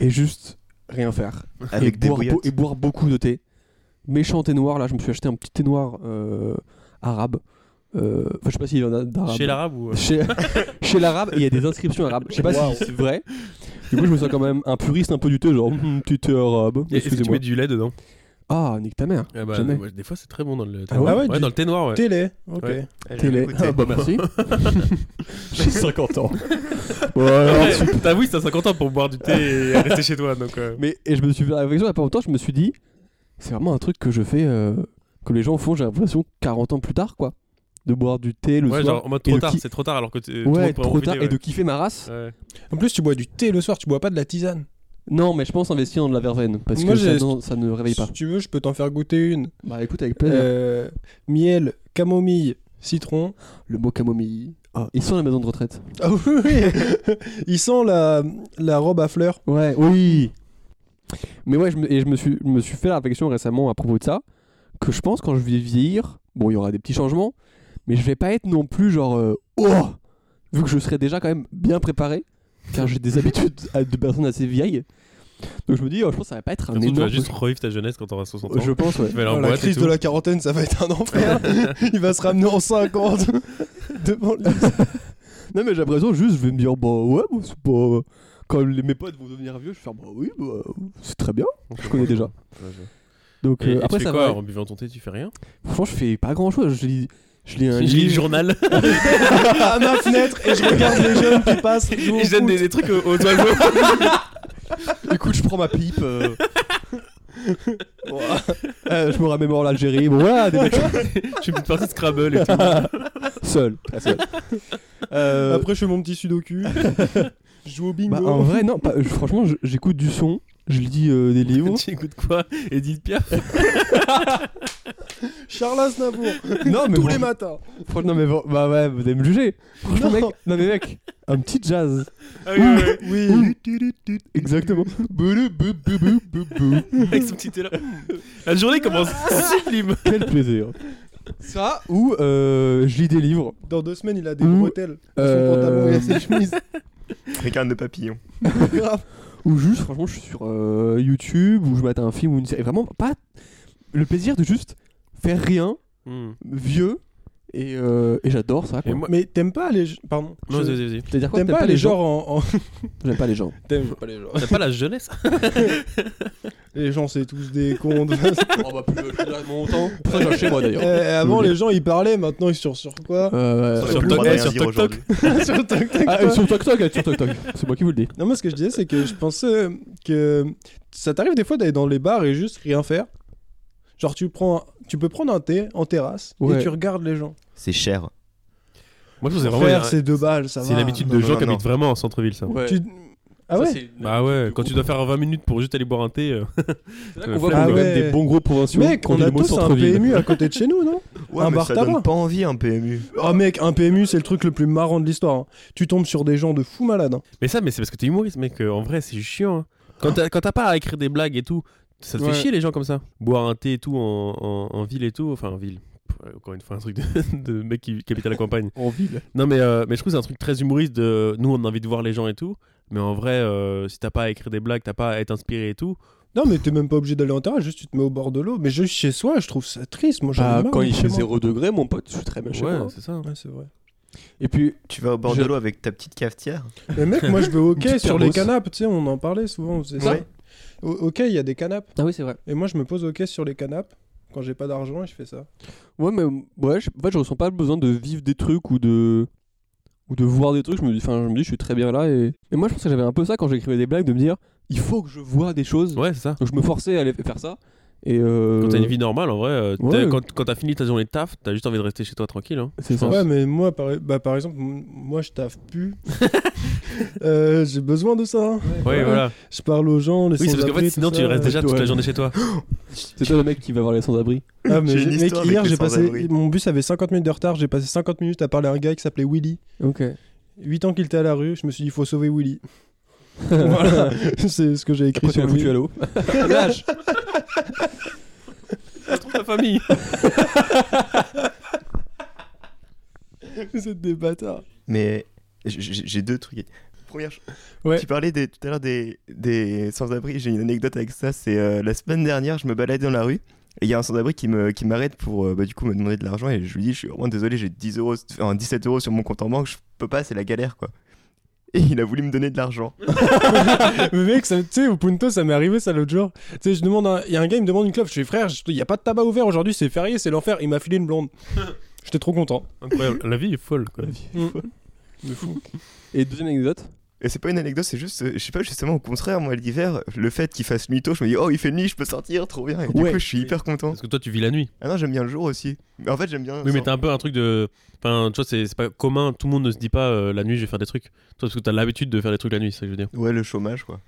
[SPEAKER 2] et juste rien faire.
[SPEAKER 3] Avec
[SPEAKER 2] et,
[SPEAKER 3] des
[SPEAKER 2] boire
[SPEAKER 3] bouillottes.
[SPEAKER 2] beau- et boire beaucoup de thé. Méchant thé noir, là, je me suis acheté un petit thé noir euh, arabe. Euh, Enfin, je sais pas s'il y en a d'arabe.
[SPEAKER 1] Chez l'arabe ou euh,
[SPEAKER 2] Chez, chez l'arabe, il y a des inscriptions arabes. Je sais pas si c'est vrai. Du coup, je me sens quand même un puriste un peu du thé, genre,
[SPEAKER 1] Mhm.
[SPEAKER 2] hum, petit thé arabe.
[SPEAKER 1] Est-ce que tu
[SPEAKER 2] Excusez-moi.
[SPEAKER 1] mets du lait dedans
[SPEAKER 2] Ah, nique ta mère. Jamais.
[SPEAKER 1] moi, Des fois, c'est très bon dans le thé
[SPEAKER 2] Ah ouais
[SPEAKER 1] noir.
[SPEAKER 4] Ah ouais, du-
[SPEAKER 1] dans le thé noir, ouais.
[SPEAKER 4] Télé, ok.
[SPEAKER 1] Ouais.
[SPEAKER 3] Allez,
[SPEAKER 2] Télé. Ah, bah,
[SPEAKER 3] écoutez.
[SPEAKER 2] merci. J'ai 50 ans. Voilà.
[SPEAKER 1] Ouais, T'as oui, t'as 50 ans pour boire du thé et rester chez toi. Donc, euh,
[SPEAKER 2] Mais et je me suis fait la réflexion il y a pas longtemps, je me suis dit, c'est vraiment un truc que je fais, euh, que les gens font, j'ai l'impression, 40 ans plus tard, quoi. De boire du thé le
[SPEAKER 1] ouais,
[SPEAKER 2] soir.
[SPEAKER 1] genre en mode
[SPEAKER 2] et
[SPEAKER 1] trop
[SPEAKER 2] de
[SPEAKER 1] tard,
[SPEAKER 2] ki-
[SPEAKER 1] c'est trop tard alors que t- tout le
[SPEAKER 2] Ouais,
[SPEAKER 1] monde pourrait en
[SPEAKER 2] trop tard.
[SPEAKER 1] profiter,
[SPEAKER 2] Et de kiffer ma race.
[SPEAKER 1] ouais. Ouais.
[SPEAKER 4] En plus, tu bois du thé le soir, tu bois pas de la tisane.
[SPEAKER 2] Non, mais je pense investir dans de la verveine. Parce
[SPEAKER 4] Moi,
[SPEAKER 2] que ça,
[SPEAKER 4] j'ai-
[SPEAKER 2] non, ça ne réveille pas.
[SPEAKER 4] Si tu veux, je peux t'en faire goûter une.
[SPEAKER 2] Bah écoute, avec plaisir.
[SPEAKER 4] Euh, miel, camomille, citron.
[SPEAKER 2] Le mot camomille. Ah, ils sont à la maison de retraite.
[SPEAKER 4] Ah oui, oui. Il sent la, la robe à fleurs.
[SPEAKER 2] Ouais, oui. Mais ouais, je me, et je me suis, je me suis fait la réflexion récemment à propos de ça, que je pense quand je vais vieillir, bon, il y aura des petits changements, mais je vais pas être non plus genre euh, oh, vu que je serai déjà quand même bien préparé, car j'ai des habitudes à- de personnes assez vieilles. Donc je me dis, oh, je pense que ça va pas être un
[SPEAKER 1] Surtout, tu vas
[SPEAKER 2] énorme.
[SPEAKER 1] juste revivre ta jeunesse quand t'auras 60 ans.
[SPEAKER 2] Je pense, ouais.
[SPEAKER 1] Tu vas aller en
[SPEAKER 4] Oh, la
[SPEAKER 1] Ah, boîte et
[SPEAKER 4] crise
[SPEAKER 1] tout.
[SPEAKER 4] de la quarantaine, ça va être un enfer. Il va se ramener en 50 devant lui.
[SPEAKER 2] Non mais j'ai l'impression juste je vais me dire bah ouais bah, c'est pas quand les- mes potes vont devenir vieux je vais faire bah oui bah c'est très bien je connais déjà
[SPEAKER 1] Ouais, je-
[SPEAKER 2] donc
[SPEAKER 1] Et-
[SPEAKER 2] euh,
[SPEAKER 1] et tu
[SPEAKER 2] après
[SPEAKER 1] fais
[SPEAKER 2] ça
[SPEAKER 1] quoi
[SPEAKER 2] va
[SPEAKER 1] En buvant ton thé, tu fais rien
[SPEAKER 2] franchement je fais pas grand chose je lis je lis
[SPEAKER 1] Je
[SPEAKER 2] un
[SPEAKER 1] lis le
[SPEAKER 2] livre
[SPEAKER 1] journal.
[SPEAKER 4] Euh, à ma fenêtre et je regarde les jeunes qui passent. jouer au
[SPEAKER 1] Ils donnent
[SPEAKER 4] foot.
[SPEAKER 1] des, des trucs aux, aux oiseaux.
[SPEAKER 2] écoute je prends ma pipe euh, euh, je me ramémore l'Algérie bon voilà des mecs
[SPEAKER 1] je suis une partie de Scrabble et tout.
[SPEAKER 4] Ah
[SPEAKER 2] seul très seul Euh,
[SPEAKER 4] Après, je fais mon petit sudoku. je joue au bingo.
[SPEAKER 2] bah, en vrai non pas- je- franchement je- j'écoute du son je lis euh, des livres
[SPEAKER 1] tu écoutes quoi Edith Piaf
[SPEAKER 4] Charles Aznavour.
[SPEAKER 2] non mais
[SPEAKER 4] tous
[SPEAKER 2] bon,
[SPEAKER 4] les matins.
[SPEAKER 2] franchement, non mais bon, bah ouais vous allez me juger franchement
[SPEAKER 4] Non.
[SPEAKER 2] mec non mais mec un petit jazz
[SPEAKER 1] ah, oui, oui, oui.
[SPEAKER 2] Ouh. Exactement.
[SPEAKER 1] Avec son petit thé là. La journée commence sublime.
[SPEAKER 2] Quel plaisir. Ça ou euh, je lis des livres.
[SPEAKER 4] Dans deux semaines, il a des
[SPEAKER 2] Ou-
[SPEAKER 4] bretelles. Son
[SPEAKER 2] Euh,
[SPEAKER 4] pantalon et ses chemises.
[SPEAKER 3] Avec un de papillon.
[SPEAKER 4] Grave.
[SPEAKER 2] Ou juste, franchement, je suis sur euh, YouTube ou je mate un film ou une série. Vraiment pas le plaisir de juste faire rien,
[SPEAKER 1] Hmm.
[SPEAKER 2] vieux. Et, euh, et j'adore ça. Quoi.
[SPEAKER 1] Et moi-
[SPEAKER 4] Mais t'aimes pas les. Pardon.
[SPEAKER 1] Non,
[SPEAKER 4] Je-
[SPEAKER 1] vas-y, vas-y. vas-y.
[SPEAKER 2] C'est-à-dire quoi
[SPEAKER 4] T'aimes pas, les genres en. en-
[SPEAKER 2] gens J'aime pas les gens.
[SPEAKER 4] T'aimes pas les genres.
[SPEAKER 1] T'as pas la jeunesse
[SPEAKER 4] Les gens, c'est tous des cons. de-
[SPEAKER 2] oh bah plus longtemps. Pour ça, chez moi
[SPEAKER 4] Eh,
[SPEAKER 2] d'ailleurs.
[SPEAKER 4] avant, les gens, ils parlaient. Maintenant, ils sont sur quoi
[SPEAKER 2] Euh,
[SPEAKER 1] Sur
[SPEAKER 3] le
[SPEAKER 1] Tok-
[SPEAKER 3] droit
[SPEAKER 1] eh,
[SPEAKER 3] de rien
[SPEAKER 1] sur
[SPEAKER 3] dire
[SPEAKER 1] Tok Tok.
[SPEAKER 3] aujourd'hui.
[SPEAKER 4] Sur Tok Tok,
[SPEAKER 2] ah,
[SPEAKER 4] toi.
[SPEAKER 2] sur TokTok, sur TokTok. C'est moi qui vous le dis.
[SPEAKER 4] Non, moi, ce que je disais, c'est que je pensais que ça t'arrive des fois d'aller dans les bars et juste rien faire. Genre, tu prends, tu peux prendre un thé en terrasse
[SPEAKER 2] Ouais.
[SPEAKER 4] et tu regardes les gens.
[SPEAKER 3] C'est cher.
[SPEAKER 1] Moi, je vous ai
[SPEAKER 4] Faire
[SPEAKER 1] vraiment. il y a-
[SPEAKER 4] ces deux balles, ça va.
[SPEAKER 1] C'est l'habitude
[SPEAKER 3] non,
[SPEAKER 1] de
[SPEAKER 3] non,
[SPEAKER 1] gens
[SPEAKER 3] non,
[SPEAKER 1] qui
[SPEAKER 3] non.
[SPEAKER 1] habitent vraiment en centre-ville, ça.
[SPEAKER 4] Tu- Ah ouais
[SPEAKER 1] Bah ouais, quand tu dois faire 20 minutes pour juste aller boire un thé. euh,
[SPEAKER 2] On voit
[SPEAKER 1] Ah
[SPEAKER 2] qu'on a quand même
[SPEAKER 4] ouais.
[SPEAKER 2] des bons gros provinciaux.
[SPEAKER 4] Mec,
[SPEAKER 2] qui ont
[SPEAKER 4] on
[SPEAKER 2] des
[SPEAKER 4] a
[SPEAKER 2] mots
[SPEAKER 4] tous un
[SPEAKER 2] centre-ville.
[SPEAKER 4] PMU à côté de chez nous, non
[SPEAKER 3] Ouais,
[SPEAKER 4] Un
[SPEAKER 3] mais
[SPEAKER 4] bar
[SPEAKER 3] ça
[SPEAKER 4] tabac.
[SPEAKER 3] donne pas envie un PMU.
[SPEAKER 4] Oh mec, un PMU, c'est le truc le plus marrant de l'histoire. hein. Tu tombes sur des gens de fous malades. hein.
[SPEAKER 1] Mais ça, mais c'est parce que t'es humoriste, mec. euh, En vrai, c'est juste chiant. hein. Quand t'as quand t'as pas à écrire des blagues et tout, ça te
[SPEAKER 2] Ouais.
[SPEAKER 1] fait chier les gens comme ça. Boire un thé et tout en, en- en ville et tout, enfin en ville. Pff, ouais, Encore une fois, un truc de, de mec qui, qui habite à la campagne.
[SPEAKER 2] En ville.
[SPEAKER 1] Non, mais, euh, mais je trouve que c'est un truc très humoriste de nous, on a envie de voir les gens et tout. Mais en vrai, euh, si t'as pas à écrire des blagues, t'as pas à être inspiré et tout.
[SPEAKER 4] Non, mais t'es même pas obligé d'aller en terrasse, juste tu te mets au bord de l'eau. Mais juste chez soi, je trouve ça triste. Moi, j'en ai
[SPEAKER 2] Ah,
[SPEAKER 4] marre
[SPEAKER 2] quand
[SPEAKER 4] de
[SPEAKER 2] il
[SPEAKER 4] chez
[SPEAKER 2] fait
[SPEAKER 4] moi.
[SPEAKER 2] 0 degré, mon pote, Bah, je hein. suis très bien chez
[SPEAKER 1] ouais,
[SPEAKER 2] moi.
[SPEAKER 1] c'est ça. hein.
[SPEAKER 4] Ouais, c'est vrai.
[SPEAKER 2] Et puis,
[SPEAKER 3] Tu vas au bord
[SPEAKER 2] Je-
[SPEAKER 3] de l'eau avec ta petite cafetière.
[SPEAKER 4] Mais mec, moi, je vais
[SPEAKER 2] Une
[SPEAKER 4] au hockey
[SPEAKER 2] petite
[SPEAKER 4] sur les
[SPEAKER 2] thermos.
[SPEAKER 4] canapes, tu sais, on en parlait souvent, on faisait
[SPEAKER 2] Ouais.
[SPEAKER 4] ça. Au au hockey, il y a des canapes.
[SPEAKER 2] Ah oui, c'est vrai.
[SPEAKER 4] Et moi, je me pose au caisse sur les canapes quand j'ai pas d'argent et je fais ça.
[SPEAKER 2] Ouais, mais ouais, je, en fait, je ressens pas le besoin de vivre des trucs ou de ou de voir des trucs. Je me dis, enfin, je me dis, je suis très bien là. Et, et moi, je pense que j'avais un peu ça quand j'écrivais des blagues, de me dire, il faut que je vois des choses.
[SPEAKER 1] Ouais, c'est ça.
[SPEAKER 2] Donc je me forçais à aller faire ça. Et euh,
[SPEAKER 1] Quand t'as une vie normale, en vrai, euh, t'as-
[SPEAKER 2] ouais.
[SPEAKER 1] quand, quand t'as fini ta journée de taf, t'as juste envie de rester chez toi tranquille. Hein.
[SPEAKER 2] c'est ça.
[SPEAKER 4] Ouais, mais moi, par, bah, par exemple, m- moi, je taffe plus. Euh, j'ai besoin de ça. hein.
[SPEAKER 1] Ouais, voilà.
[SPEAKER 4] Je parle aux gens, les
[SPEAKER 1] Oui, c'est parce qu'en
[SPEAKER 4] sans-abri,
[SPEAKER 1] fait,
[SPEAKER 4] tout
[SPEAKER 1] sinon,
[SPEAKER 4] ça.
[SPEAKER 1] tu restes déjà toute
[SPEAKER 2] Ouais.
[SPEAKER 1] la journée chez toi.
[SPEAKER 2] C'est toi le mec qui va voir les sans-abri.
[SPEAKER 4] Ah, mais
[SPEAKER 3] J'ai une
[SPEAKER 4] mec,
[SPEAKER 3] histoire avec
[SPEAKER 4] hier,
[SPEAKER 3] les
[SPEAKER 4] j'ai passé.
[SPEAKER 3] sans-abri.
[SPEAKER 4] Mon bus avait 50 minutes de retard. J'ai passé 50 minutes à parler à un gars qui s'appelait Willy.
[SPEAKER 2] Ok.
[SPEAKER 4] 8 ans qu'il était à la rue. Je me suis dit, il faut sauver Willy. voilà. C'est ce que j'ai écrit
[SPEAKER 2] Après, tu
[SPEAKER 4] sur
[SPEAKER 2] l'as
[SPEAKER 4] lui.
[SPEAKER 2] foutu à l'eau. Lâche
[SPEAKER 1] Ta famille.
[SPEAKER 4] Vous êtes des bâtards.
[SPEAKER 3] Mais j- j- j'ai deux trucs. Première chose,
[SPEAKER 4] Ouais.
[SPEAKER 3] tu parlais des- tout à l'heure des, des sans-abri, j'ai une anecdote avec ça, c'est euh, la semaine dernière, je me baladais dans la rue, et il y a un sans-abri qui me- qui m'arrête qui pour euh, bah, du coup me demander de l'argent, et je lui dis, je suis vraiment désolé, j'ai 10 euros, enfin, 17 euros sur mon compte en banque, je peux pas, c'est la galère quoi. Et il a voulu me donner de l'argent.
[SPEAKER 4] Mais mec, ça- tu sais, au Punto, ça m'est arrivé ça l'autre jour. Tu sais, je demande, un- il y a un gars, il me demande une clope. Je fais frère, il y a pas de tabac ouvert aujourd'hui, c'est férié, c'est l'enfer. Il m'a filé une blonde. J'étais trop content.
[SPEAKER 1] Incroyable. La vie est folle, quoi.
[SPEAKER 2] Et deuxième anecdote.
[SPEAKER 3] Et c'est pas une anecdote, c'est juste, euh, je sais pas, justement, au contraire, moi l'hiver, le fait qu'il fasse nuit tôt, je me dis, oh il fait nuit, je peux sortir, trop bien, et du
[SPEAKER 2] Ouais.
[SPEAKER 3] coup je suis hyper content.
[SPEAKER 1] Parce que toi, tu vis la nuit.
[SPEAKER 3] Ah non, j'aime bien le jour aussi. Mais En fait, j'aime bien.
[SPEAKER 1] Oui, mais
[SPEAKER 3] sans-
[SPEAKER 1] t'as un peu un truc de. Enfin, tu vois, c'est c'est pas commun. Tout le monde ne se dit pas euh, la nuit, je vais faire des trucs. Toi, parce que t'as l'habitude de faire des trucs la nuit, c'est ça que je veux dire.
[SPEAKER 3] Ouais, le chômage quoi.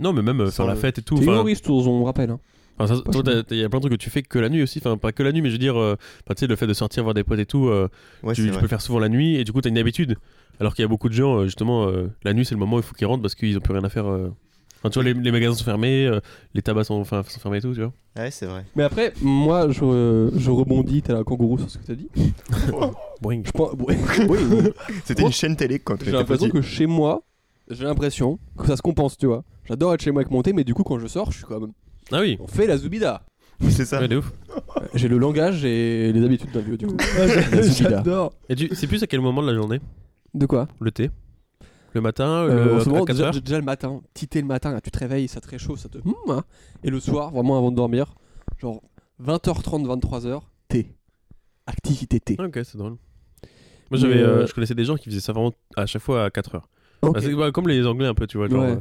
[SPEAKER 1] Non, mais même euh,
[SPEAKER 3] Sans
[SPEAKER 1] faire la
[SPEAKER 3] le-
[SPEAKER 1] fête et tout.
[SPEAKER 2] T'es
[SPEAKER 1] Enfin,
[SPEAKER 2] humoriste, Tourzon, on rappelle. Hein.
[SPEAKER 1] enfin, ça- toi, t'as- t'as- il y a plein de trucs que tu fais que la nuit aussi. Enfin, pas que la nuit, mais je veux dire, euh, enfin, tu sais, le fait de sortir voir des potes et tout, euh,
[SPEAKER 3] Ouais,
[SPEAKER 1] tu, tu
[SPEAKER 3] c'est
[SPEAKER 1] peux
[SPEAKER 3] vrai.
[SPEAKER 1] le faire souvent la nuit et du coup, t'as une habitude. Alors qu'il y a beaucoup de gens, euh, justement, euh, la nuit, c'est le moment où il faut qu'ils rentrent parce qu'ils ont plus rien à faire. euh. Enfin, tu vois, les, les magasins sont fermés, euh, les tabacs sont, enfin, sont fermés et tout, tu vois.
[SPEAKER 3] Ouais, c'est vrai.
[SPEAKER 2] Mais après, moi, je, euh, je rebondis, t'es un kangourou sur ce que t'as dit.
[SPEAKER 1] Boing.
[SPEAKER 2] Je pense, oui, oui,
[SPEAKER 3] C'était
[SPEAKER 2] Moi,
[SPEAKER 3] une chaîne télé quand
[SPEAKER 2] J'ai
[SPEAKER 3] j'étais
[SPEAKER 2] l'impression
[SPEAKER 3] petit.
[SPEAKER 2] que chez moi, j'ai l'impression que ça se compense, tu vois. J'adore être chez moi avec mon thé, mais du coup, quand je sors, je suis quand même.
[SPEAKER 1] Ah oui,
[SPEAKER 2] On fait la zubida.
[SPEAKER 3] C'est ça.
[SPEAKER 1] ouais, de ouf.
[SPEAKER 2] Euh, J'ai le langage et les habitudes d'un vieux, du coup.
[SPEAKER 4] Ah, J'adore.
[SPEAKER 1] Et tu sais plus à quel moment de la journée
[SPEAKER 2] De quoi
[SPEAKER 1] Le thé Le matin
[SPEAKER 2] Euh,
[SPEAKER 1] le,
[SPEAKER 2] en
[SPEAKER 1] à
[SPEAKER 2] ce moment,
[SPEAKER 1] 4
[SPEAKER 2] déjà,
[SPEAKER 1] heures
[SPEAKER 2] déjà le matin, petit thé le matin, là, tu te réveilles, ça te réchauffe, ça te. Hum, hein. Et le soir, vraiment avant de dormir, genre 20h30, 23h, thé. Activité thé.
[SPEAKER 1] Ah, Ok, c'est drôle. Moi,
[SPEAKER 2] Mais,
[SPEAKER 1] j'avais, euh,
[SPEAKER 2] euh,
[SPEAKER 1] je connaissais des gens qui faisaient ça vraiment à chaque fois à 4 heures.
[SPEAKER 2] Ok.
[SPEAKER 1] Bah, c'est bah, comme les Anglais un peu, tu vois. Genre,
[SPEAKER 2] Ouais.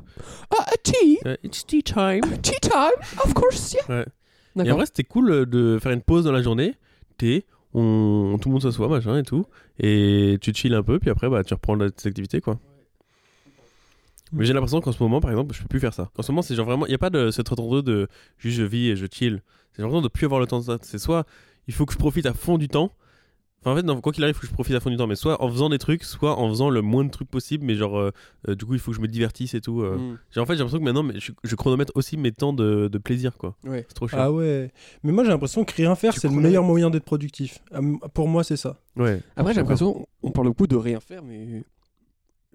[SPEAKER 2] Ah, tea
[SPEAKER 1] euh, It's tea time.
[SPEAKER 2] Tea time Of course, yeah
[SPEAKER 1] Ouais. Et en
[SPEAKER 2] D'accord.
[SPEAKER 1] vrai, c'était cool euh, de faire une pause dans la journée. Thé, on... tout le monde s'assoit, machin et tout. Et tu chill un peu, puis après, bah, tu reprends la- tes activités, quoi. Mais j'ai l'impression qu'en ce moment, par exemple, je peux plus faire ça. En ce moment, c'est genre vraiment. Il n'y a pas de cette retour de juste je vis et je chill. C'est genre vraiment de plus avoir le temps de ça. C'est soit il faut que je profite à fond du temps. Enfin, en fait, non, quoi qu'il arrive, il faut que je profite à fond du temps. Mais soit en faisant des trucs, soit en faisant le moins de trucs possible. Mais genre, euh, euh, du coup, il faut que je me divertisse et tout. euh.
[SPEAKER 2] Hum.
[SPEAKER 1] J'ai- En fait, j'ai l'impression que maintenant, mais je, je chronomètre aussi mes temps de, de plaisir, quoi.
[SPEAKER 2] Ouais.
[SPEAKER 1] C'est trop chiant.
[SPEAKER 4] Ah ouais. Mais moi j'ai l'impression que rien faire
[SPEAKER 3] Tu
[SPEAKER 4] c'est le
[SPEAKER 3] connais-
[SPEAKER 4] meilleur moyen d'être productif. Ah, m- Pour moi c'est ça.
[SPEAKER 1] Ouais.
[SPEAKER 2] Après, j'ai
[SPEAKER 1] D'accord.
[SPEAKER 2] l'impression, on parle beaucoup de rien faire, mais.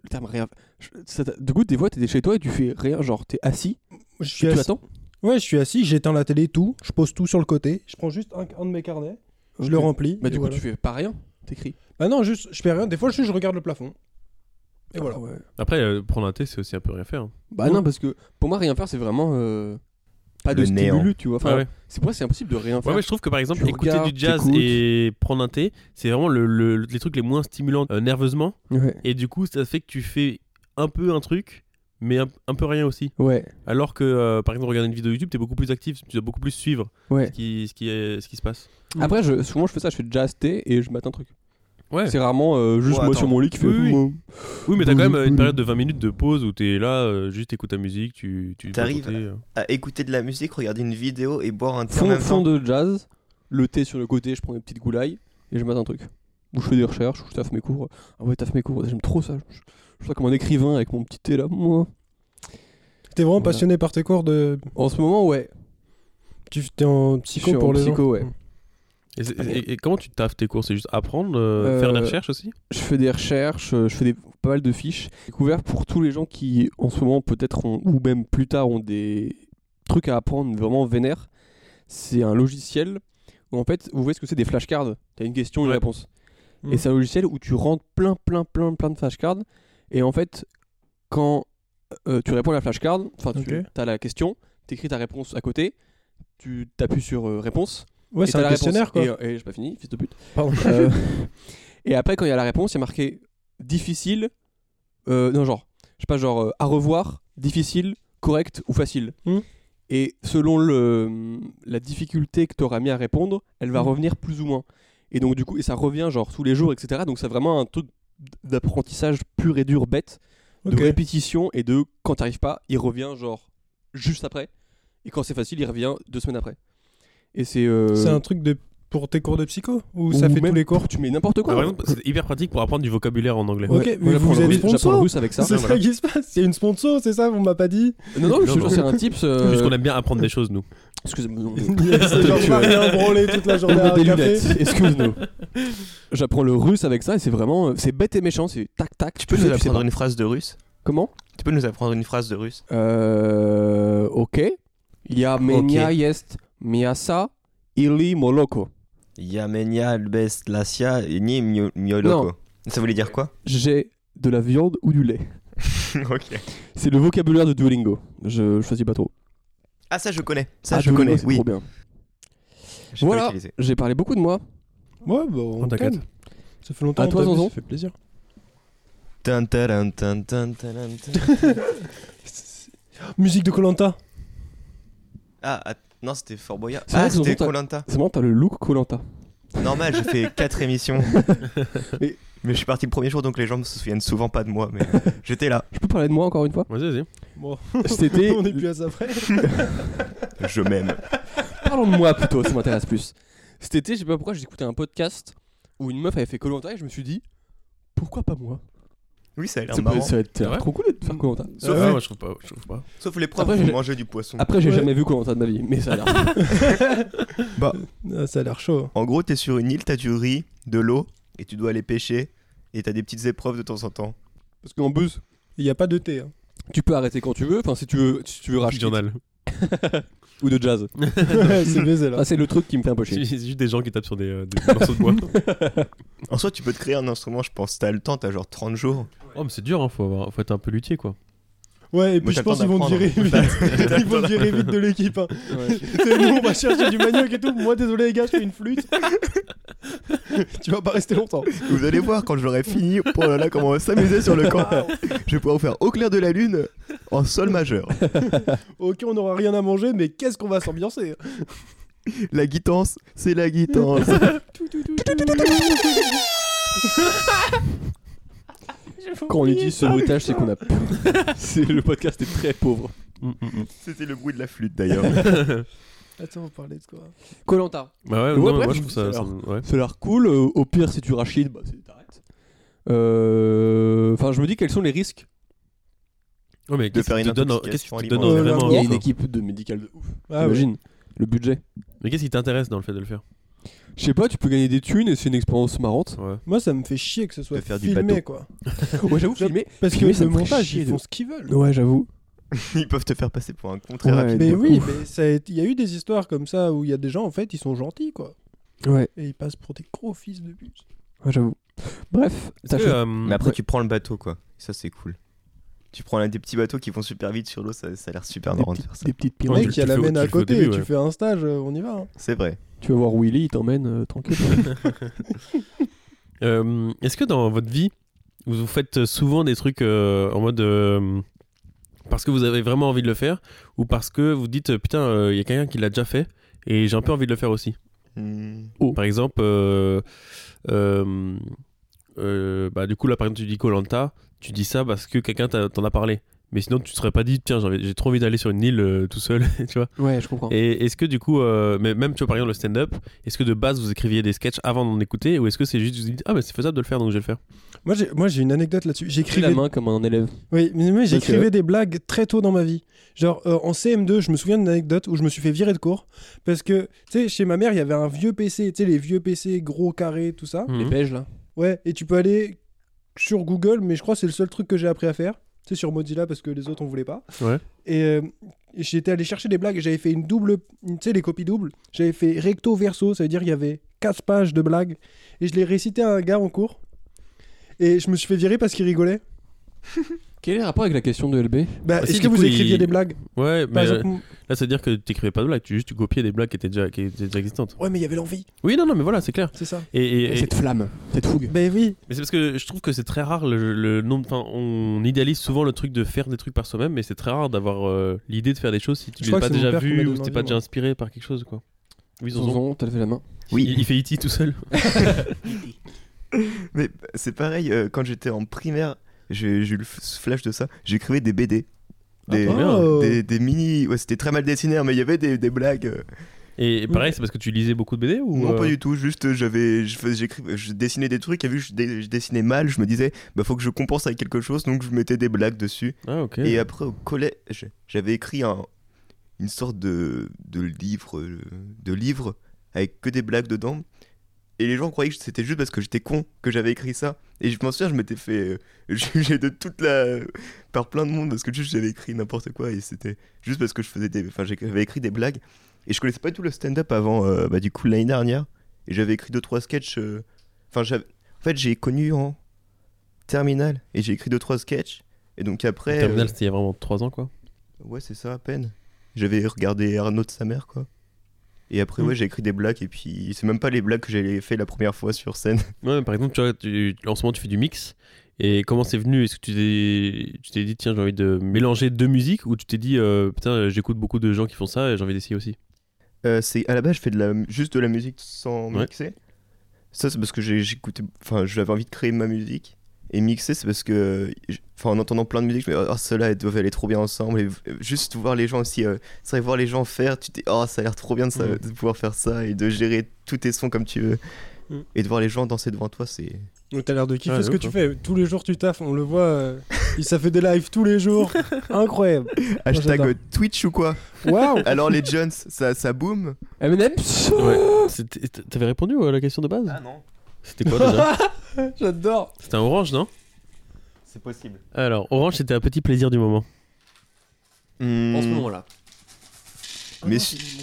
[SPEAKER 2] Le terme rien. je- ça t'a- Du coup, des fois, t'es chez toi et tu fais rien, genre t'es assis,
[SPEAKER 4] Je suis
[SPEAKER 2] tu
[SPEAKER 4] assis.
[SPEAKER 2] attends.
[SPEAKER 4] Ouais, je suis assis, j'éteins la télé, tout. Je pose tout sur le côté. Je prends juste un, un de mes carnets. Je le
[SPEAKER 2] Ok.
[SPEAKER 4] remplis.
[SPEAKER 2] Mais
[SPEAKER 4] et
[SPEAKER 2] Bah, du coup,
[SPEAKER 4] voilà.
[SPEAKER 2] tu fais pas rien, t'écris.
[SPEAKER 4] Ah non, juste, je fais rien. Des fois, je, je regarde le plafond. Et voilà.
[SPEAKER 2] Ah ouais.
[SPEAKER 1] Après, euh, prendre un thé, c'est aussi un peu rien faire. hein.
[SPEAKER 2] Bah non, parce que pour moi, rien faire, c'est vraiment. euh, Pas de
[SPEAKER 3] Le néant.
[SPEAKER 2] stimulus, tu vois. Enfin,
[SPEAKER 1] Ah ouais.
[SPEAKER 2] C'est pour ça que c'est impossible de rien faire.
[SPEAKER 1] Ouais, mais je trouve que par exemple,
[SPEAKER 2] tu
[SPEAKER 1] écouter
[SPEAKER 2] regardes,
[SPEAKER 1] du jazz
[SPEAKER 2] t'écoutes.
[SPEAKER 1] et prendre un thé, c'est vraiment le, le- les trucs les moins stimulants euh, nerveusement.
[SPEAKER 2] Ouais.
[SPEAKER 1] Et du coup, ça fait que tu fais un peu un truc, mais un, un peu rien aussi.
[SPEAKER 2] Ouais,
[SPEAKER 1] Alors que, euh, par exemple, regarder une vidéo YouTube, t'es beaucoup plus actif, tu dois beaucoup plus suivre
[SPEAKER 2] ouais.
[SPEAKER 1] ce qui, ce qui, est, ce qui se passe.
[SPEAKER 2] Après, je, souvent, je fais ça, je fais jazz, thé et je mets un truc.
[SPEAKER 1] Ouais.
[SPEAKER 2] C'est rarement euh, juste
[SPEAKER 3] Ouais,
[SPEAKER 2] moi
[SPEAKER 3] attends.
[SPEAKER 2] sur mon lit qui fait.
[SPEAKER 1] Oui, oui.
[SPEAKER 2] Mouah.
[SPEAKER 1] Oui, mais t'as quand même euh,
[SPEAKER 2] Boulou,
[SPEAKER 1] une
[SPEAKER 2] boulou.
[SPEAKER 1] période de 20 minutes de pause où t'es là, euh, juste t'écoutes ta musique, tu. tu
[SPEAKER 3] T'arrives
[SPEAKER 1] t'écoutes, euh.
[SPEAKER 3] À écouter de la musique, regarder une vidéo et boire un thé en
[SPEAKER 2] Fond,
[SPEAKER 3] même
[SPEAKER 2] fond
[SPEAKER 3] temps.
[SPEAKER 2] de jazz, le thé sur le côté, je prends des petites goulailles et je mets un truc. Ou je fais des recherches, ou je taffe mes cours. Ah ouais, taffe mes cours, j'aime trop ça. Je, je, je suis comme un écrivain avec mon petit thé là. Mouah.
[SPEAKER 4] T'es vraiment
[SPEAKER 2] Ah, Voilà.
[SPEAKER 4] passionné par tes cours de.
[SPEAKER 2] En ce moment, ouais.
[SPEAKER 4] Tu t'es en
[SPEAKER 2] Je
[SPEAKER 4] psycho
[SPEAKER 2] suis
[SPEAKER 4] pour
[SPEAKER 2] en
[SPEAKER 4] les
[SPEAKER 2] psycho,
[SPEAKER 4] gens.
[SPEAKER 2] ouais.
[SPEAKER 1] Et, c'est- et- et comment tu taffes tes cours C'est juste apprendre, euh,
[SPEAKER 2] Euh,
[SPEAKER 1] faire des recherches aussi
[SPEAKER 2] Je fais des recherches, euh, je fais des, pas mal de fiches. Découvert pour tous les gens qui, en ce moment, peut-être, ont- ou même plus tard, ont des trucs à apprendre mais vraiment vénères. C'est un logiciel où, en fait, vous voyez ce que c'est des flashcards. T'as une question, une
[SPEAKER 1] Ouais.
[SPEAKER 2] réponse.
[SPEAKER 4] Mm.
[SPEAKER 2] Et c'est un logiciel où tu rentres plein, plein, plein, plein de flashcards. Et en fait, quand euh, tu réponds à la flashcard, enfin, tu
[SPEAKER 4] Ok.
[SPEAKER 2] as la question, t'écris ta réponse à côté, tu t'appuies sur euh, réponse.
[SPEAKER 4] Ouais,
[SPEAKER 2] et
[SPEAKER 4] c'est
[SPEAKER 2] t'as
[SPEAKER 4] un
[SPEAKER 2] la
[SPEAKER 4] questionnaire
[SPEAKER 2] réponse.
[SPEAKER 4] quoi.
[SPEAKER 2] Et, euh, et j'ai pas fini, fils de pute.
[SPEAKER 4] Pardon.
[SPEAKER 2] Euh, et après, quand il y a la réponse, il y a marqué difficile. euh, non, genre, je sais pas, genre euh, à revoir, difficile, correct ou facile.
[SPEAKER 4] Hmm.
[SPEAKER 2] Et selon le, la difficulté que tu auras mis à répondre, elle va
[SPEAKER 4] Hmm.
[SPEAKER 2] revenir plus ou moins. Et donc, du coup, et ça revient genre tous les jours, etc. Donc, c'est vraiment un truc d'apprentissage pur et dur, bête,
[SPEAKER 4] Ok.
[SPEAKER 2] de répétition et de quand t'arrives pas, il revient genre juste après. Et quand c'est facile, il revient deux semaines après. Et c'est. euh,
[SPEAKER 4] C'est un truc de pour tes cours de psycho ou
[SPEAKER 2] ou
[SPEAKER 4] ça fait
[SPEAKER 2] même
[SPEAKER 4] tous les cours
[SPEAKER 2] Tu mets n'importe quoi.
[SPEAKER 1] Ah, par exemple, C'est hyper pratique pour apprendre du vocabulaire en anglais.
[SPEAKER 4] Ouais. Ok, mais vous
[SPEAKER 2] le
[SPEAKER 4] avez
[SPEAKER 2] russe,
[SPEAKER 4] des
[SPEAKER 2] j'apprends le
[SPEAKER 4] sponsors
[SPEAKER 2] russe avec ça.
[SPEAKER 4] C'est
[SPEAKER 1] Ah,
[SPEAKER 4] ça
[SPEAKER 1] voilà.
[SPEAKER 4] qui se passe. Il y a une sponsor, c'est ça, vous m'a pas dit.
[SPEAKER 2] Non, non, je
[SPEAKER 1] Non,
[SPEAKER 2] te
[SPEAKER 1] non.
[SPEAKER 2] jure, c'est un tips. euh,
[SPEAKER 1] Juste qu'on aime bien apprendre des choses, nous.
[SPEAKER 2] Excusez-moi.
[SPEAKER 4] c'est genre pas rien branlé toute la journée
[SPEAKER 2] On
[SPEAKER 4] à
[SPEAKER 2] met
[SPEAKER 4] un
[SPEAKER 2] des
[SPEAKER 4] café.
[SPEAKER 2] lunettes, excuse-nous. J'apprends le russe avec ça et c'est vraiment. euh, C'est bête et méchant, c'est tac tac.
[SPEAKER 3] Tu peux
[SPEAKER 2] fais,
[SPEAKER 3] nous
[SPEAKER 2] tu sais
[SPEAKER 3] apprendre
[SPEAKER 2] pas.
[SPEAKER 3] une phrase de russe
[SPEAKER 2] Comment
[SPEAKER 3] Tu peux nous apprendre une phrase de russe
[SPEAKER 2] Euh. Ok. Ya menia jest miasa ili moloko.
[SPEAKER 3] Yamenia albes lasia ni mio- mioloko. Ça voulait dire quoi
[SPEAKER 2] J'ai de la viande ou du lait.
[SPEAKER 3] Ok.
[SPEAKER 2] C'est le vocabulaire de Duolingo. Je je choisis pas trop.
[SPEAKER 3] Ah, ça je connais. Ça
[SPEAKER 2] Ah,
[SPEAKER 3] je
[SPEAKER 2] Duolingo,
[SPEAKER 3] connais,
[SPEAKER 2] c'est
[SPEAKER 3] oui.
[SPEAKER 2] trop bien.
[SPEAKER 3] J'ai pas
[SPEAKER 2] Voilà,
[SPEAKER 3] utilisé.
[SPEAKER 2] j'ai parlé beaucoup de moi.
[SPEAKER 4] Ouais, bah, on
[SPEAKER 1] Oh, t'inquiète.
[SPEAKER 4] t'aime. Ça fait longtemps
[SPEAKER 2] À
[SPEAKER 4] on
[SPEAKER 2] toi,
[SPEAKER 4] t'a vu,
[SPEAKER 2] Zonzon.
[SPEAKER 4] Ça fait plaisir.
[SPEAKER 3] Tan, taran, tan, tan, taran, tan.
[SPEAKER 4] Musique de Colanta.
[SPEAKER 3] Ah, att- non, c'était Fort Boyard.
[SPEAKER 2] C'est vrai
[SPEAKER 3] Ah,
[SPEAKER 2] que Zonzon,
[SPEAKER 3] c'était
[SPEAKER 2] t'as-
[SPEAKER 3] Colanta.
[SPEAKER 2] C'est marrant, t'as le look Colanta.
[SPEAKER 3] Normal, j'ai fait 4 émissions.
[SPEAKER 2] Mais-
[SPEAKER 3] mais... je suis parti le premier jour, donc les gens me souviennent souvent pas de moi. Mais j'étais là.
[SPEAKER 2] Je peux parler de moi encore une fois
[SPEAKER 1] Vas-y, vas-y.
[SPEAKER 4] Bon,
[SPEAKER 2] C'était.
[SPEAKER 4] on est plus à ça près.
[SPEAKER 3] Je m'aime.
[SPEAKER 2] Parlons de moi plutôt, ça m'intéresse plus. Cet été, je sais pas pourquoi, j'ai écouté un podcast où une meuf avait fait Colanta et je me suis dit pourquoi pas moi
[SPEAKER 3] Oui, ça a l'air
[SPEAKER 2] Ça peut-
[SPEAKER 3] marrant.
[SPEAKER 2] ça va être ça a l'air
[SPEAKER 1] Ouais.
[SPEAKER 2] trop cool de faire Colanta.
[SPEAKER 1] Ah
[SPEAKER 4] Ouais.
[SPEAKER 1] ouais, moi, je trouve pas. Je trouve pas.
[SPEAKER 3] Sauf les profs
[SPEAKER 2] Après,
[SPEAKER 3] qui
[SPEAKER 2] j'ai-
[SPEAKER 3] mangeaient du poisson.
[SPEAKER 2] Après, j'ai
[SPEAKER 4] Ouais.
[SPEAKER 2] jamais vu Colanta de ma vie, mais ça a l'air.
[SPEAKER 4] Ah, ça a l'air chaud.
[SPEAKER 3] En gros, t'es sur une île, t'as du riz, de l'eau, et tu dois aller pêcher, et t'as des petites épreuves de temps en temps.
[SPEAKER 2] Parce qu'en bus,
[SPEAKER 4] Il n'y a pas de thé. hein.
[SPEAKER 2] tu peux arrêter quand tu veux, enfin si tu veux, si tu veux racheter
[SPEAKER 1] journal.
[SPEAKER 2] ou de jazz.
[SPEAKER 4] c'est baisé là.
[SPEAKER 2] Ah, c'est le truc qui me fait un peu chier.
[SPEAKER 1] C'est juste des gens qui tapent sur des, euh, des morceaux de bois.
[SPEAKER 3] En soi, tu peux te créer un instrument, je pense. T'as le temps, t'as genre 30 jours.
[SPEAKER 1] oh, mais c'est dur, hein, faut, avoir- faut être un peu luthier, quoi.
[SPEAKER 4] Ouais, et
[SPEAKER 3] Moi,
[SPEAKER 4] puis je
[SPEAKER 3] t'as le
[SPEAKER 4] pense
[SPEAKER 3] temps
[SPEAKER 4] qu'ils vont te virer vite.
[SPEAKER 3] d'apprendre.
[SPEAKER 4] Ils vont te virer vite de l'équipe. hein. C'est nous, on va chercher du manioc et tout. Moi, désolé les gars, je fais une flûte. tu vas pas rester longtemps.
[SPEAKER 3] Vous allez voir quand j'aurai fini, oh là là, comment on va s'amuser sur le camp. Je vais pouvoir vous faire Au clair de la lune en sol majeur.
[SPEAKER 4] Ok, on n'aura rien à manger, mais qu'est-ce qu'on va s'ambiancer hein.
[SPEAKER 3] La guitance, c'est la guitance.
[SPEAKER 2] Quand on utilise ce bruitage, c'est qu'on a. c'est le podcast est très pauvre.
[SPEAKER 1] Mm, mm, mm.
[SPEAKER 3] C'était le bruit de la flûte d'ailleurs.
[SPEAKER 4] Attends, on parlait de quoi
[SPEAKER 2] Colanta.
[SPEAKER 1] Bah ouais,
[SPEAKER 2] Ouais,
[SPEAKER 1] non,
[SPEAKER 2] bref,
[SPEAKER 1] moi je trouve ça. ça-
[SPEAKER 2] alors.
[SPEAKER 1] ouais.
[SPEAKER 2] Ça a l'air cool. euh, au pire, si tu rachides, bah c'est t'arrêtes. Euh, Enfin, je me dis quels sont les risques.
[SPEAKER 1] Ouais, mais qu'est-ce
[SPEAKER 3] faire
[SPEAKER 1] qui te
[SPEAKER 3] une
[SPEAKER 1] donne, qu'est-ce qui
[SPEAKER 3] intoxication
[SPEAKER 1] te donne
[SPEAKER 4] alimentaire.
[SPEAKER 1] vraiment
[SPEAKER 2] Il y a
[SPEAKER 1] envie,
[SPEAKER 2] une
[SPEAKER 1] quoi.
[SPEAKER 2] équipe de médicale de ouf.
[SPEAKER 4] Ah, ouais.
[SPEAKER 2] Imagine le budget.
[SPEAKER 1] Mais qu'est-ce qui t'intéresse dans le fait de le faire
[SPEAKER 2] Je sais pas, tu peux gagner des thunes et c'est une expérience marrante.
[SPEAKER 1] Ouais.
[SPEAKER 4] Moi, ça me fait chier que ce soit
[SPEAKER 3] De faire du
[SPEAKER 4] filmé,
[SPEAKER 3] bateau.
[SPEAKER 4] quoi.
[SPEAKER 2] Ouais, j'avoue,
[SPEAKER 4] Ça-
[SPEAKER 2] filmer.
[SPEAKER 4] Parce
[SPEAKER 2] Filmer,
[SPEAKER 4] que
[SPEAKER 2] ça
[SPEAKER 4] le
[SPEAKER 2] me ferait
[SPEAKER 4] montage,
[SPEAKER 2] chier
[SPEAKER 4] ils
[SPEAKER 2] de
[SPEAKER 4] font
[SPEAKER 2] ouf.
[SPEAKER 4] ce qu'ils veulent.
[SPEAKER 2] Ouais, j'avoue.
[SPEAKER 3] Ils peuvent te faire passer pour un con très
[SPEAKER 2] Ouais.
[SPEAKER 3] rapide.
[SPEAKER 4] Mais
[SPEAKER 2] de
[SPEAKER 4] oui,
[SPEAKER 2] ouf.
[SPEAKER 4] mais ça a été- il y a eu des histoires comme ça où il y a des gens, en fait, ils sont gentils, quoi.
[SPEAKER 2] Ouais,
[SPEAKER 4] Et ils passent pour des gros fils de bus.
[SPEAKER 2] ouais, j'avoue. Bref,
[SPEAKER 1] Est-ce
[SPEAKER 2] t'as
[SPEAKER 1] que,
[SPEAKER 2] cho-
[SPEAKER 1] euh,
[SPEAKER 3] Mais après, tu prends le bateau quoi. Ça, c'est cool. Tu prends l'un des petits bateaux qui vont super vite sur l'eau, ça, ça a l'air super
[SPEAKER 2] des,
[SPEAKER 3] marrant de
[SPEAKER 2] petites-
[SPEAKER 3] faire ça.
[SPEAKER 2] des petites
[SPEAKER 1] Ouais,
[SPEAKER 2] pyramides.
[SPEAKER 4] Mec,
[SPEAKER 1] tu
[SPEAKER 4] il y a
[SPEAKER 1] le
[SPEAKER 4] la
[SPEAKER 1] fais au-
[SPEAKER 4] mène
[SPEAKER 1] tu
[SPEAKER 4] à
[SPEAKER 1] le fais au
[SPEAKER 4] côté,
[SPEAKER 1] début,
[SPEAKER 4] tu
[SPEAKER 1] ouais.
[SPEAKER 4] fais un stage, euh, on y va. hein.
[SPEAKER 3] C'est vrai.
[SPEAKER 2] Tu vas voir Willy, il t'emmène euh, tranquille.
[SPEAKER 1] euh, est-ce que dans votre vie, vous vous faites souvent des trucs euh, en mode. euh, parce que vous avez vraiment envie de le faire ou parce que vous dites putain, euh, il y a quelqu'un qui l'a déjà fait et j'ai un peu envie de le faire aussi
[SPEAKER 3] Hmm.
[SPEAKER 1] Par exemple, euh, euh, euh, bah, du coup, là, par exemple, tu dis Colanta, tu dis ça parce que quelqu'un t'a- t'en a parlé. Mais sinon, tu te serais pas dit, tiens, j'ai envie- j'ai trop envie d'aller sur une île euh, tout seul, tu vois.
[SPEAKER 2] Ouais, je comprends.
[SPEAKER 1] Et est-ce que du coup, euh, mais même tu vois, par exemple, le stand-up, est-ce que de base vous écriviez des sketchs avant d'en écouter ou est-ce que c'est juste vous dites, ah, mais c'est faisable de le faire donc je vais le faire
[SPEAKER 4] Moi, j'ai- Moi, j'ai une anecdote là-dessus.
[SPEAKER 2] Écris
[SPEAKER 4] J'écrivais
[SPEAKER 2] la main comme un élève.
[SPEAKER 4] Oui, mais mais j'écrivais
[SPEAKER 2] Ok.
[SPEAKER 4] des blagues très tôt dans ma vie. Genre euh, en CM2, je me souviens d'une anecdote où je me suis fait virer de cours parce que, tu sais, chez ma mère, il y avait un vieux PC, tu sais, les vieux PC gros carrés, tout ça.
[SPEAKER 1] Mhm.
[SPEAKER 2] Dépêche là.
[SPEAKER 4] Ouais, et tu peux aller sur Google, mais je crois que c'est le seul truc que j'ai appris à faire. Tu sais, sur Mozilla parce que les autres, on voulait pas.
[SPEAKER 1] Ouais.
[SPEAKER 4] Et euh, j'étais allé chercher des blagues et j'avais fait une double, une- tu sais, les copies doubles. J'avais fait recto verso, ça veut dire qu'il y avait 4 pages de blagues. Et je l'ai récité à un gars en cours. Et je me suis fait virer parce qu'il rigolait.
[SPEAKER 2] Quel est le rapport avec la question de LB
[SPEAKER 4] Bah,
[SPEAKER 1] Ah, si,
[SPEAKER 4] est-ce que
[SPEAKER 1] du
[SPEAKER 4] vous
[SPEAKER 1] coup,
[SPEAKER 4] écriviez
[SPEAKER 1] il-
[SPEAKER 4] des blagues
[SPEAKER 1] Ouais,
[SPEAKER 4] Par
[SPEAKER 1] mais
[SPEAKER 4] exemple,
[SPEAKER 1] euh, là, c'est à dire que t'écrivais pas de blagues, tu juste tu copiais des blagues qui étaient déjà, qui étaient déjà existantes.
[SPEAKER 4] Ouais, mais il y avait l'envie,
[SPEAKER 1] Oui, non, non, mais voilà, c'est clair.
[SPEAKER 4] c'est ça.
[SPEAKER 1] Et, et- et-
[SPEAKER 2] Cette flamme, cette fougue.
[SPEAKER 4] Ben oui.
[SPEAKER 1] mais c'est parce que je trouve que c'est très rare le, le nombre. Enfin, on idéalise souvent le truc de faire des trucs par soi-même, mais c'est très rare d'avoir euh, l'idée de faire des choses si tu
[SPEAKER 4] Je
[SPEAKER 1] l'as pas
[SPEAKER 4] crois que c'est mon
[SPEAKER 1] déjà
[SPEAKER 4] père qui
[SPEAKER 1] vu
[SPEAKER 4] m'a
[SPEAKER 1] ou
[SPEAKER 4] donné
[SPEAKER 1] si t'es pas
[SPEAKER 4] envie,
[SPEAKER 1] déjà
[SPEAKER 4] moi.
[SPEAKER 1] inspiré par quelque chose, quoi. Oui, Zonzon.
[SPEAKER 2] Zonzon, t'as levé la main.
[SPEAKER 3] Oui.
[SPEAKER 1] Il, il fait E.T. tout seul.
[SPEAKER 3] Mais c'est pareil, euh, quand j'étais en primaire, j'ai j'ai eu le f- ce flash de ça, j'écrivais des BD.
[SPEAKER 2] Ah,
[SPEAKER 3] Des,
[SPEAKER 1] pas mal.
[SPEAKER 4] Oh.
[SPEAKER 3] des, des mini. Ouais, c'était très mal dessiné, hein, mais il y avait des, des blagues. euh.
[SPEAKER 1] Et, et pareil, c'est parce que tu lisais beaucoup de BD ou
[SPEAKER 3] Non,
[SPEAKER 1] euh,
[SPEAKER 3] pas du tout, juste euh, j'avais. je fais- j'écrivais- Je dessinais des trucs, et vu que je, dé- je dessinais mal, je me disais, bah faut que je compense avec quelque chose, donc je mettais des blagues dessus.
[SPEAKER 1] Ah, ok.
[SPEAKER 3] Et après, au collège, j'avais écrit un, une sorte de, de livre. euh, De livre avec que des blagues dedans. Et les gens croyaient que c'était juste parce que j'étais con que j'avais écrit ça. Et je m'en souviens, je m'étais fait euh, juger de toute la. par plein de monde parce que juste j'avais écrit n'importe quoi et c'était juste parce que je faisais des. Enfin, j'avais écrit des blagues. Et je connaissais pas du tout le stand-up avant, euh, bah, du coup, l'année dernière. Et j'avais écrit deux trois sketchs. euh, Enfin, j'avais. En fait, j'ai connu en terminale et j'ai écrit deux trois sketchs. Et donc après. euh,
[SPEAKER 4] euh,
[SPEAKER 1] Terminal, c'était il y a vraiment 3 ans, quoi.
[SPEAKER 3] Ouais, c'est ça, à peine. J'avais regardé Arnaud de sa mère, quoi. Et après,
[SPEAKER 1] Mm.
[SPEAKER 3] ouais, j'ai écrit des blagues, et puis c'est même pas les blagues que j'ai fait la première fois sur scène.
[SPEAKER 1] Ouais, mais par exemple, tu vois, tu- en ce moment, tu fais du mix. Et comment c'est venu Est-ce que tu t'es, tu t'es dit, tiens, j'ai envie de mélanger deux musiques Ou tu t'es dit, euh, putain, j'écoute beaucoup de gens qui font ça et j'ai envie d'essayer aussi
[SPEAKER 3] Euh, c'est à la base, je fais de la, juste de la musique sans
[SPEAKER 1] Ouais.
[SPEAKER 3] mixer. Ça, c'est parce que j'ai- j'écoutais, enfin, j'avais envie de créer ma musique. Et mixer, c'est parce que, j'- enfin, en entendant plein de musique, je me dis, oh, ceux-là, elles doivent aller trop bien ensemble. Et euh, juste voir les gens aussi, euh, c'est vrai, voir les gens faire, tu te dis, oh, ça a l'air trop bien de, ça-
[SPEAKER 1] Mm.
[SPEAKER 3] de pouvoir faire ça et de gérer tous tes sons comme tu veux.
[SPEAKER 1] Mm.
[SPEAKER 3] Et de voir les gens danser devant toi, c'est
[SPEAKER 4] Donc, T'as l'air de kiffer
[SPEAKER 1] Ouais,
[SPEAKER 4] ce
[SPEAKER 1] de
[SPEAKER 4] que
[SPEAKER 1] ouf,
[SPEAKER 4] tu
[SPEAKER 1] hein.
[SPEAKER 4] fais. Tous les jours, tu taffes, on le voit. euh, il- ça fait des lives tous les jours. Incroyable.
[SPEAKER 3] Hashtag
[SPEAKER 4] j'adore.
[SPEAKER 3] euh, Twitch ou quoi
[SPEAKER 4] Waouh.
[SPEAKER 3] Alors les Jones, ça, ça boom
[SPEAKER 2] M&M
[SPEAKER 1] Ouais. C'était- T'avais répondu à la question de base Oh, Ah non. C'était quoi déjà
[SPEAKER 4] J'adore.
[SPEAKER 1] C'était un orange, non
[SPEAKER 3] C'est possible.
[SPEAKER 1] Alors, orange, c'était un petit plaisir du moment.
[SPEAKER 2] En ce moment-là.
[SPEAKER 3] Hmm. Mais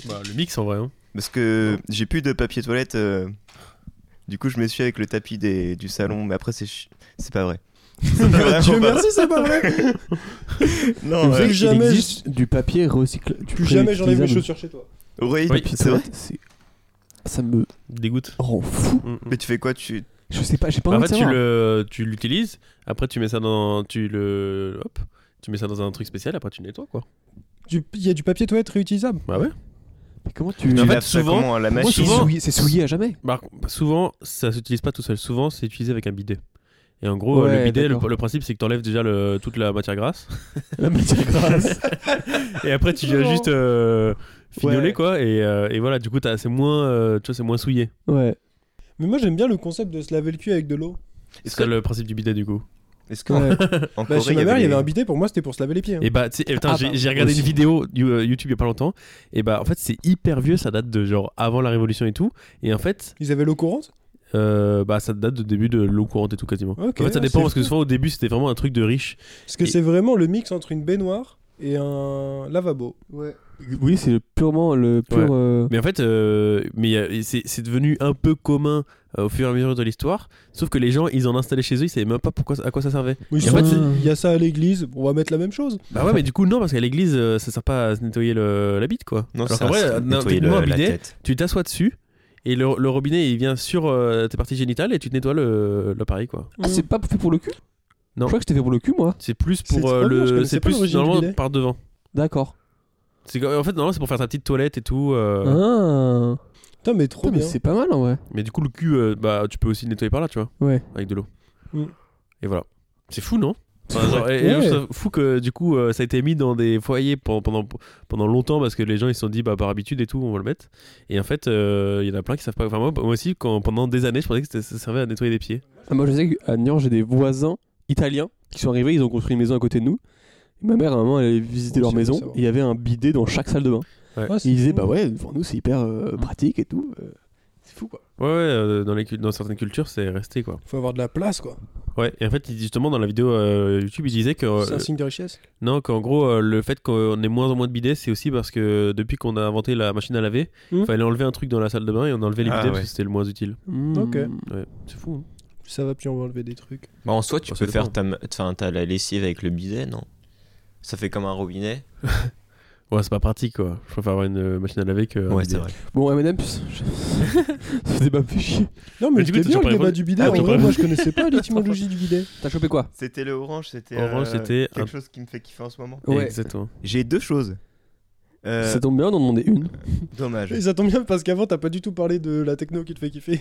[SPEAKER 1] Bah, le mix en vrai. Hein.
[SPEAKER 3] Parce que j'ai plus de papier toilette. euh, Du coup, je m'essuie avec le tapis des- du salon, mais après, c'est chi- c'est pas vrai. C'est vraiment
[SPEAKER 4] Dieu
[SPEAKER 3] pas-
[SPEAKER 4] merci, c'est pas vrai.
[SPEAKER 3] Non,
[SPEAKER 4] Vous
[SPEAKER 3] euh,
[SPEAKER 4] savez que
[SPEAKER 2] Il
[SPEAKER 4] jamais,
[SPEAKER 2] existe du papier recyclable.
[SPEAKER 4] Plus jamais j'enlève mes chaussures chez toi.
[SPEAKER 3] oui,
[SPEAKER 1] Oui,
[SPEAKER 3] c'est
[SPEAKER 2] Mm.
[SPEAKER 3] vrai.
[SPEAKER 2] Ça me
[SPEAKER 1] Dégoûte.
[SPEAKER 2] rend fou.
[SPEAKER 1] Mm, mm.
[SPEAKER 3] Mais tu fais quoi tu...
[SPEAKER 2] Je sais pas, j'ai pas
[SPEAKER 1] Bah, en
[SPEAKER 2] envie de
[SPEAKER 1] fait, tu
[SPEAKER 2] savoir.
[SPEAKER 1] le, tu l'utilises. Après, tu mets ça dans, tu le, hop, tu mets ça dans un truc spécial. Après, tu nettoies quoi.
[SPEAKER 4] Du- Il y a du papier toilette réutilisable.
[SPEAKER 1] Bah ouais.
[SPEAKER 2] Mais comment tu...
[SPEAKER 3] tu
[SPEAKER 1] en fait,
[SPEAKER 3] laves ça
[SPEAKER 1] souvent-
[SPEAKER 3] comment, à la
[SPEAKER 1] moi,
[SPEAKER 2] Moi,
[SPEAKER 3] machine
[SPEAKER 2] c'est
[SPEAKER 1] souvent-
[SPEAKER 2] souillé, c'est souillé à jamais.
[SPEAKER 1] Bah, souvent, ça s'utilise pas tout seul. Souvent, c'est utilisé avec un bidet. Et en gros,
[SPEAKER 2] Ouais,
[SPEAKER 1] le bidet, le,
[SPEAKER 2] d'accord.
[SPEAKER 1] le principe, c'est que t'enlèves déjà le- toute la matière grasse.
[SPEAKER 2] La matière grasse.
[SPEAKER 1] Et après, tu viens
[SPEAKER 4] Non.
[SPEAKER 1] juste euh, fignoler
[SPEAKER 4] Ouais.
[SPEAKER 1] quoi. Et, euh, et voilà, du coup, t'as- c'est moins, euh, tu vois, c'est moins souillé.
[SPEAKER 2] Ouais.
[SPEAKER 4] Mais moi, j'aime bien le concept de se laver le cul avec de l'eau.
[SPEAKER 3] Est-ce
[SPEAKER 1] C'est
[SPEAKER 3] que-
[SPEAKER 1] le principe du bidet du coup.
[SPEAKER 3] Est-ce que
[SPEAKER 4] Ouais.
[SPEAKER 3] en
[SPEAKER 4] Bah,
[SPEAKER 3] Corée,
[SPEAKER 4] chez ma mère, il y avait
[SPEAKER 3] les-
[SPEAKER 4] un bidet. Pour moi, c'était pour se laver les pieds. hein.
[SPEAKER 1] Et bah, tu sais, eh, putain,
[SPEAKER 2] Ah,
[SPEAKER 1] j'ai
[SPEAKER 2] bah,
[SPEAKER 1] j'ai regardé
[SPEAKER 2] aussi.
[SPEAKER 1] une vidéo you- euh, YouTube il y a pas longtemps. Et bah, en fait, c'est hyper vieux, ça date de genre avant la révolution et tout. Et en fait,
[SPEAKER 4] Ils avaient l'eau courante.
[SPEAKER 1] euh, bah, ça date de début de l'eau courante et tout quasiment.
[SPEAKER 4] Ok,
[SPEAKER 1] en fait, ça
[SPEAKER 4] ah,
[SPEAKER 1] dépend
[SPEAKER 4] c'est
[SPEAKER 1] parce que
[SPEAKER 4] fou.
[SPEAKER 1] souvent au début, c'était vraiment un truc de riche.
[SPEAKER 4] Parce que
[SPEAKER 1] Et-
[SPEAKER 4] c'est vraiment le mix entre une baignoire et un lavabo.
[SPEAKER 2] Oui, c'est purement le pur...
[SPEAKER 1] Ouais.
[SPEAKER 2] euh,
[SPEAKER 1] Mais en fait, euh, mais euh, c'est c'est devenu un peu commun euh, au fur et à mesure de l'histoire. Sauf que les gens, ils en installaient chez eux, ils savaient même pas pourquoi, à quoi ça servait.
[SPEAKER 4] Oui,
[SPEAKER 1] Et
[SPEAKER 4] ils
[SPEAKER 1] en fait,
[SPEAKER 4] sont-
[SPEAKER 2] c'est-
[SPEAKER 4] il y a ça à l'église. On va mettre la même chose.
[SPEAKER 1] Bah ouais, mais du coup, non, parce qu'à l'église, euh, ça sert pas à se nettoyer le- la bite, quoi.
[SPEAKER 3] Non,
[SPEAKER 1] Alors
[SPEAKER 3] c'est
[SPEAKER 1] qu'en vrai,
[SPEAKER 3] un-
[SPEAKER 1] euh, non,
[SPEAKER 3] nettoyer
[SPEAKER 1] techniquement, un
[SPEAKER 3] le- la
[SPEAKER 1] bidet,
[SPEAKER 3] tête.
[SPEAKER 1] tu t'assois dessus. Et le, le robinet il vient sur euh, tes parties génitales et tu te nettoies le- l'appareil quoi.
[SPEAKER 2] Ah,
[SPEAKER 4] Mmh.
[SPEAKER 2] c'est pas fait pour le cul
[SPEAKER 1] Non.
[SPEAKER 2] Je crois que c'était fait pour le cul, moi.
[SPEAKER 1] C'est plus
[SPEAKER 4] C'est
[SPEAKER 1] pour
[SPEAKER 4] trop
[SPEAKER 1] euh,
[SPEAKER 4] bien, je
[SPEAKER 1] le.
[SPEAKER 4] connaissais
[SPEAKER 1] C'est
[SPEAKER 4] pas
[SPEAKER 1] plus
[SPEAKER 4] l'origine du
[SPEAKER 1] normalement
[SPEAKER 4] bidet.
[SPEAKER 1] par devant.
[SPEAKER 2] D'accord.
[SPEAKER 1] C'est comme- en fait normalement c'est pour faire ta petite toilette et tout. euh,
[SPEAKER 2] Ah.
[SPEAKER 4] Putain, mais trop
[SPEAKER 2] Putain, mais
[SPEAKER 4] bien.
[SPEAKER 2] c'est pas mal, en vrai.
[SPEAKER 4] Ah.
[SPEAKER 1] Mais du coup le cul, euh, bah tu peux aussi le nettoyer par là, tu vois,
[SPEAKER 2] Ouais.
[SPEAKER 1] avec de l'eau.
[SPEAKER 4] Mm.
[SPEAKER 1] Et voilà. C'est fou non Enfin, genre, et- et
[SPEAKER 4] Ouais.
[SPEAKER 1] je trouve ça fou que du coup euh, ça a été mis dans des foyers pen- pendant, pendant, longtemps parce que les gens ils se sont dit bah par habitude et tout on va le mettre et en fait euh, il y en a plein qui savent pas enfin moi, moi aussi quand, pendant des années je pensais que c'était- ça servait à nettoyer les pieds
[SPEAKER 2] Ah, moi, je sais qu'à Niort, j'ai des voisins italiens qui sont arrivés, ils ont construit une maison à côté de nous. Et ma mère, à un moment, elle allait visiter leur
[SPEAKER 4] Oh, c'est bon,
[SPEAKER 2] maison
[SPEAKER 4] c'est bon.
[SPEAKER 2] et il y avait un bidet dans chaque salle de bain.
[SPEAKER 4] Ouais, c'est
[SPEAKER 2] Et ils disaient,
[SPEAKER 4] fou.
[SPEAKER 2] bah ouais, pour nous, c'est hyper euh, pratique et tout. euh, c'est fou, quoi.
[SPEAKER 1] ouais ouais euh, dans, les, cul- dans certaines cultures c'est resté quoi
[SPEAKER 4] Faut avoir de la place, quoi.
[SPEAKER 1] ouais et en fait justement dans la vidéo euh, YouTube ils disaient que
[SPEAKER 4] C'est
[SPEAKER 1] euh,
[SPEAKER 4] un signe de richesse.
[SPEAKER 1] Non, qu'en gros, euh, le fait qu'on ait moins en moins de bidets, c'est aussi parce que depuis qu'on a inventé la machine à laver,
[SPEAKER 4] Mhm.
[SPEAKER 1] fallait enlever un truc dans la salle de bain et on enlevait les
[SPEAKER 3] Ah
[SPEAKER 1] bidets parce
[SPEAKER 3] ouais.
[SPEAKER 1] que c'était le moins utile.
[SPEAKER 2] Hmm.
[SPEAKER 4] Ok.
[SPEAKER 1] Ouais, c'est fou. hein.
[SPEAKER 4] Ça va, puis on va enlever des trucs.
[SPEAKER 6] Bah, en soi, tu
[SPEAKER 1] Oh, ça
[SPEAKER 6] peux faire ta, enfin, t'as la lessive avec le bidet, non Ça fait comme un robinet.
[SPEAKER 1] Ouais, c'est pas pratique quoi. Je préfère avoir une euh, machine à laver que. un bidet.
[SPEAKER 2] Bon, M&M's, je- ça débat fait chier.
[SPEAKER 4] Non, mais
[SPEAKER 1] Mais du coup,
[SPEAKER 4] c'était
[SPEAKER 1] t'as
[SPEAKER 4] bien
[SPEAKER 1] pas répondu.
[SPEAKER 4] le débat du bidet.
[SPEAKER 1] Ah,
[SPEAKER 4] en
[SPEAKER 1] t'as
[SPEAKER 4] vrai,
[SPEAKER 1] pas
[SPEAKER 4] moi, je connaissais pas l'étymologie du bidet.
[SPEAKER 2] T'as chopé quoi
[SPEAKER 3] C'était le orange, c'était
[SPEAKER 1] Orange,
[SPEAKER 3] euh,
[SPEAKER 1] c'était
[SPEAKER 3] quelque
[SPEAKER 1] un-
[SPEAKER 3] chose qui me fait kiffer en ce moment.
[SPEAKER 2] Ouais.
[SPEAKER 1] Exactement.
[SPEAKER 3] J'ai deux choses. Euh,
[SPEAKER 2] Ça tombe bien d'en demander une.
[SPEAKER 3] dommage.
[SPEAKER 4] Et ça tombe bien parce qu'avant, t'as pas du tout parlé de la techno qui te fait kiffer.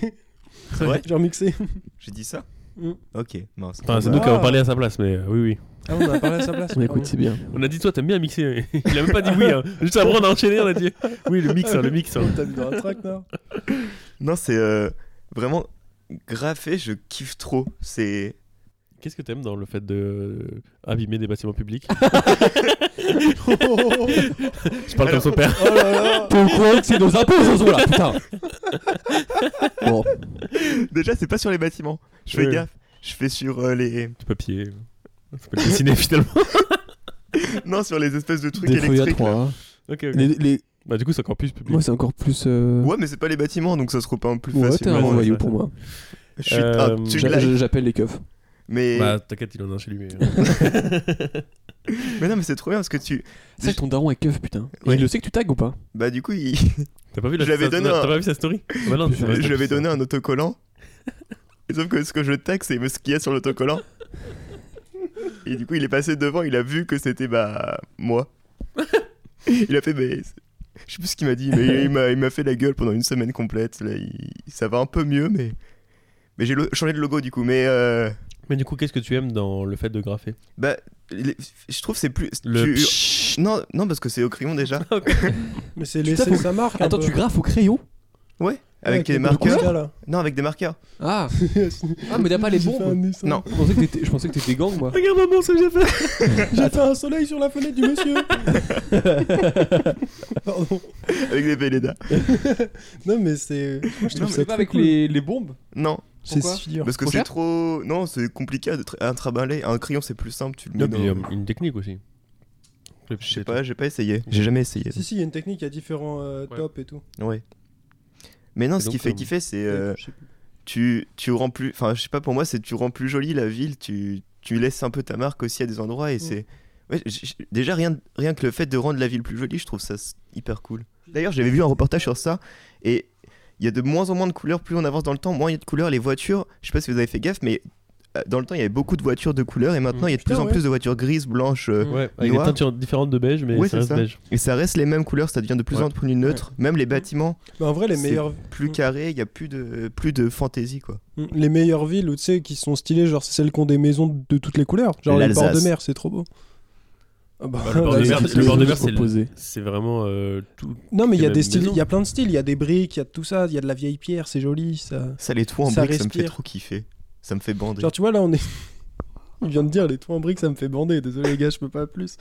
[SPEAKER 3] C'est vrai
[SPEAKER 4] Genre mixé.
[SPEAKER 3] J'ai dit ça
[SPEAKER 4] Mm.
[SPEAKER 3] Ok, mince.
[SPEAKER 1] Enfin, c'est
[SPEAKER 4] Ah.
[SPEAKER 1] nous qui avons parlé à sa place, mais euh, oui, oui.
[SPEAKER 4] Ah, on a parlé à sa place.
[SPEAKER 2] Mais écoute, c'est bien.
[SPEAKER 1] On a dit, toi, t'aimes bien mixer. Il a même pas dit oui. hein. Juste avant, on a enchaîné, on a dit oui, le mix, hein, le mix. hein.
[SPEAKER 4] Ah T'as mis dans un traquenard.
[SPEAKER 3] Non, c'est euh, vraiment graffé, je kiffe trop. C'est.
[SPEAKER 1] Qu'est-ce que t'aimes dans le fait de euh, abîmer des bâtiments publics
[SPEAKER 4] Oh, oh, oh.
[SPEAKER 1] Je parle comme son père.
[SPEAKER 4] Oh là là.
[SPEAKER 2] T'es au courant que c'est nos impôts, ce là putain Bon,
[SPEAKER 3] Déjà, c'est pas sur les bâtiments. Je fais
[SPEAKER 1] Ouais.
[SPEAKER 3] gaffe. Je fais sur euh, les.
[SPEAKER 1] Du papier. Ça peut le dessiner finalement.
[SPEAKER 3] Non, sur les espèces de trucs
[SPEAKER 2] des feuilles à
[SPEAKER 3] électriques.
[SPEAKER 2] trois.
[SPEAKER 3] là.
[SPEAKER 2] hein.
[SPEAKER 1] ok, ok.
[SPEAKER 2] Les- les-
[SPEAKER 1] Bah, du coup, c'est encore plus public.
[SPEAKER 2] Moi, c'est encore plus. euh,
[SPEAKER 3] Ouais, mais c'est pas les bâtiments, donc ça se repeint plus
[SPEAKER 2] Ouais, t'es un
[SPEAKER 3] facilement.
[SPEAKER 1] ouais,
[SPEAKER 2] voyou
[SPEAKER 1] ouais.
[SPEAKER 2] pour moi.
[SPEAKER 3] Je suis.
[SPEAKER 1] Euh,
[SPEAKER 3] Ah, tu
[SPEAKER 2] J'a-
[SPEAKER 3] l'as-
[SPEAKER 2] j'a- J'appelle les keufs.
[SPEAKER 3] Mais.
[SPEAKER 1] Bah, t'inquiète, il en a un chez lui. Mais... euh,
[SPEAKER 3] Mais non, mais c'est trop bien parce que tu.
[SPEAKER 2] C'est vrai que ton daron est keuf, putain. Et
[SPEAKER 3] Ouais.
[SPEAKER 2] Il le sait que tu tagues ou pas
[SPEAKER 3] Bah, du coup, il-
[SPEAKER 1] T'as pas vu la
[SPEAKER 3] Je l'avais
[SPEAKER 1] sa-
[SPEAKER 3] donné
[SPEAKER 1] t'as
[SPEAKER 3] un-
[SPEAKER 1] pas vu sa story Bah non, tu
[SPEAKER 3] je lui avais donné un autocollant. Et Sauf que ce que je taxe, c'est ce qu'il y a sur l'autocollant. Et du coup, il est passé devant, il a vu que c'était bah. moi. Il a fait, mais. Je sais plus ce qu'il m'a dit, mais il m'a, il m'a fait la gueule pendant une semaine complète. Là, il- ça va un peu mieux, mais. Mais j'ai lo- changé de logo du coup, mais. euh,
[SPEAKER 1] Mais du coup, qu'est-ce que tu aimes dans le fait de graffer
[SPEAKER 3] Bah. les- Je trouve que c'est plus.
[SPEAKER 1] Le
[SPEAKER 3] tu- Non, non, parce que c'est au crayon déjà.
[SPEAKER 4] Mais c'est
[SPEAKER 2] Putain,
[SPEAKER 4] laisser
[SPEAKER 2] faut-
[SPEAKER 4] sa marque. un
[SPEAKER 2] Attends,
[SPEAKER 4] peu.
[SPEAKER 2] tu graffes au crayon
[SPEAKER 3] Ouais. Avec des marqueurs Non, avec des marqueurs.
[SPEAKER 2] Ah, ah mais t'as pas les bombes
[SPEAKER 3] Non.
[SPEAKER 2] je pensais, que t'étais, je pensais que t'étais gang, moi.
[SPEAKER 1] Regarde Oh, maman ce que j'ai fait
[SPEAKER 4] J'ai fait un soleil sur la fenêtre du monsieur. Pardon.
[SPEAKER 3] Avec des Velleda.
[SPEAKER 4] Non, mais c'est. Moi, je
[SPEAKER 3] Non,
[SPEAKER 4] trouve
[SPEAKER 3] mais
[SPEAKER 4] ça
[SPEAKER 2] pas avec
[SPEAKER 4] cool.
[SPEAKER 2] les, les bombes
[SPEAKER 3] Non,
[SPEAKER 4] C'est
[SPEAKER 2] Pourquoi
[SPEAKER 4] si dur.
[SPEAKER 3] parce que
[SPEAKER 2] Trop
[SPEAKER 3] c'est
[SPEAKER 2] cher
[SPEAKER 3] Bah, trop. Non, c'est compliqué à de tra- à trimballer. Un crayon, c'est plus simple, tu le mets dans-
[SPEAKER 1] une technique aussi.
[SPEAKER 3] Je sais pas, j'ai pas essayé. J'ai jamais essayé.
[SPEAKER 4] Si, si, il y a une technique, il y a différents euh, tops et tout.
[SPEAKER 3] Ouais. Mais non,
[SPEAKER 1] Et
[SPEAKER 3] ce
[SPEAKER 1] donc,
[SPEAKER 3] qui fait
[SPEAKER 1] euh,
[SPEAKER 3] kiffer, c'est. euh,
[SPEAKER 4] Je sais plus.
[SPEAKER 3] tu, tu rends plus. Enfin, je sais pas, pour moi, c'est tu rends plus jolie la ville, tu, tu laisses un peu ta marque aussi à des endroits et
[SPEAKER 1] Mm.
[SPEAKER 3] c'est. Ouais, j- j- déjà, rien, rien que le fait de rendre la ville plus jolie, je trouve ça s- hyper cool. D'ailleurs, j'avais vu un reportage sur ça et il y a de moins en moins de couleurs, plus on avance dans le temps, moins il y a de couleurs. Les voitures, je sais pas si vous avez fait gaffe, mais euh, dans le temps, il y avait beaucoup de voitures de couleurs et
[SPEAKER 1] Mm.
[SPEAKER 3] maintenant, il y a de
[SPEAKER 4] Putain,
[SPEAKER 3] plus en
[SPEAKER 4] ouais.
[SPEAKER 3] plus de voitures grises, blanches. euh,
[SPEAKER 1] Ouais, avec des
[SPEAKER 3] Noir.
[SPEAKER 1] teintures différentes de beige, mais
[SPEAKER 3] Ouais,
[SPEAKER 1] ça
[SPEAKER 3] c'est
[SPEAKER 1] reste
[SPEAKER 3] ça.
[SPEAKER 1] beige.
[SPEAKER 3] Et ça reste les mêmes couleurs, ça devient de plus
[SPEAKER 1] Ouais. Mm.
[SPEAKER 3] en plus neutre. Même les bâtiments,
[SPEAKER 4] Mais en vrai, les
[SPEAKER 3] C'est-
[SPEAKER 4] meilleures,
[SPEAKER 3] plus
[SPEAKER 4] Mm.
[SPEAKER 3] carrés, il y a plus de, plus de fantaisie, quoi.
[SPEAKER 4] les meilleures villes où tu sais qui sont stylées, genre c'est celles qui ont des maisons de toutes les couleurs. Genre les ports de
[SPEAKER 3] L'Alsace.
[SPEAKER 4] mer, c'est trop beau. Ah bah,
[SPEAKER 1] Bah, le bord de
[SPEAKER 4] vas-y,
[SPEAKER 1] mer,
[SPEAKER 4] tu
[SPEAKER 1] le
[SPEAKER 4] peux-
[SPEAKER 1] bord de mer, c'est le-
[SPEAKER 2] Opposé.
[SPEAKER 1] C'est vraiment euh, tout.
[SPEAKER 4] Non, mais il y a
[SPEAKER 1] les
[SPEAKER 4] des
[SPEAKER 1] mêmes
[SPEAKER 4] styles,
[SPEAKER 1] maisons.
[SPEAKER 4] il y a plein de styles. Il y a des briques, il y a tout ça, il y a de la vieille pierre, c'est joli. Ça.
[SPEAKER 3] Ça, les toits en
[SPEAKER 4] Ça
[SPEAKER 3] briques, ça me fait
[SPEAKER 4] respire.
[SPEAKER 3] trop kiffer. Ça me fait bander.
[SPEAKER 4] Genre, tu vois, là, on est. il vient de dire, les toits en briques, ça me fait bander. Désolé, les gars, je peux pas plus.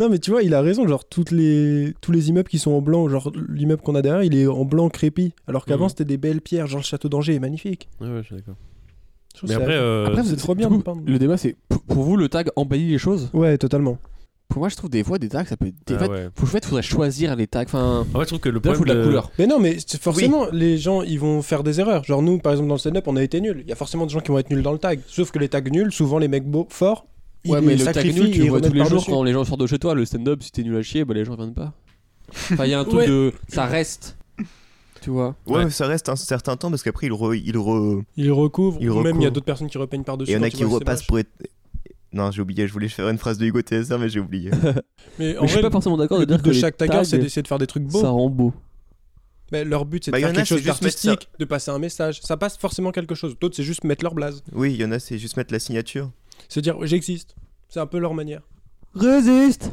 [SPEAKER 4] Non, mais tu vois, il a raison. Genre, toutes les... tous les immeubles qui sont en blanc, genre l'immeuble qu'on a derrière, il est en blanc crépi. Alors qu'avant,
[SPEAKER 1] Mhm.
[SPEAKER 4] c'était des belles pierres. Genre, le château d'Angers est magnifique.
[SPEAKER 1] Ouais, ouais, je suis d'accord.
[SPEAKER 4] Je trouve
[SPEAKER 1] Mais
[SPEAKER 4] ça-
[SPEAKER 1] après, euh,
[SPEAKER 4] Après, vous
[SPEAKER 1] c'est-
[SPEAKER 4] êtes trop bien.
[SPEAKER 2] Du
[SPEAKER 4] de
[SPEAKER 2] coup,
[SPEAKER 4] peindre.
[SPEAKER 2] le débat, c'est p- pour vous, le tag embellit les choses
[SPEAKER 4] Ouais, totalement.
[SPEAKER 2] Pour moi, je trouve des fois des tags, ça peut être. Des
[SPEAKER 1] Ah
[SPEAKER 2] fois,
[SPEAKER 1] ouais.
[SPEAKER 2] faut- en fait, faudrait choisir les tags. Enfin,
[SPEAKER 1] En fait, je trouve que le
[SPEAKER 2] là, faut
[SPEAKER 1] problème
[SPEAKER 2] de la couleur.
[SPEAKER 4] Mais non, mais c'est- forcément, les gens, ils vont faire des erreurs. Genre, nous, par exemple, dans le stand-up, on a été nuls. Il y a forcément des gens qui vont être nuls dans le tag. Sauf que les tags nuls, souvent, les mecs beaux, forts, ils
[SPEAKER 2] Ouais,
[SPEAKER 4] les
[SPEAKER 2] mais le tag
[SPEAKER 4] sacrifient
[SPEAKER 2] nul,
[SPEAKER 4] et
[SPEAKER 2] tu
[SPEAKER 4] ils
[SPEAKER 2] le vois tous
[SPEAKER 4] remettent
[SPEAKER 2] les jours
[SPEAKER 4] par-dessus.
[SPEAKER 2] quand les gens sortent de chez toi. Le stand-up, si t'es nul à chier, bah les gens viennent pas. Enfin, il y a un truc
[SPEAKER 4] Ouais.
[SPEAKER 2] de. Ça reste. Tu vois
[SPEAKER 3] Ouais,
[SPEAKER 1] Ouais.
[SPEAKER 3] mais ça reste un certain temps parce qu'après il re, il re...
[SPEAKER 4] Ils recouvrent.
[SPEAKER 3] Ils
[SPEAKER 4] ou même, il y a
[SPEAKER 3] recouvrent.
[SPEAKER 4] d'autres personnes qui repeignent par-dessus.
[SPEAKER 3] et il y en
[SPEAKER 4] quand
[SPEAKER 3] a
[SPEAKER 4] tu
[SPEAKER 3] qui
[SPEAKER 4] vois que c'est
[SPEAKER 3] repassent
[SPEAKER 4] moche.
[SPEAKER 3] pour être. Non, j'ai oublié. Je voulais faire une phrase de Hugo TSR, mais j'ai oublié.
[SPEAKER 4] Mais en
[SPEAKER 2] Mais je suis
[SPEAKER 4] vrai,
[SPEAKER 2] pas forcément d'accord de
[SPEAKER 4] le
[SPEAKER 2] dire
[SPEAKER 4] but
[SPEAKER 2] que
[SPEAKER 4] de
[SPEAKER 2] les
[SPEAKER 4] chaque
[SPEAKER 2] tags,
[SPEAKER 4] tagar, c'est d'essayer de faire des trucs beaux.
[SPEAKER 2] ça rend beau.
[SPEAKER 4] Mais leur but, c'est de
[SPEAKER 3] Bah, y en
[SPEAKER 4] faire
[SPEAKER 3] a,
[SPEAKER 4] quelque
[SPEAKER 3] c'est
[SPEAKER 4] chose
[SPEAKER 3] juste mettre ça.
[SPEAKER 4] d'artistique, de passer un message. Ça passe forcément quelque chose. D'autres, c'est juste mettre leur blase.
[SPEAKER 3] oui, il y en a, c'est juste mettre la signature.
[SPEAKER 4] C'est dire, ouais, j'existe. C'est un peu leur manière.
[SPEAKER 2] Résiste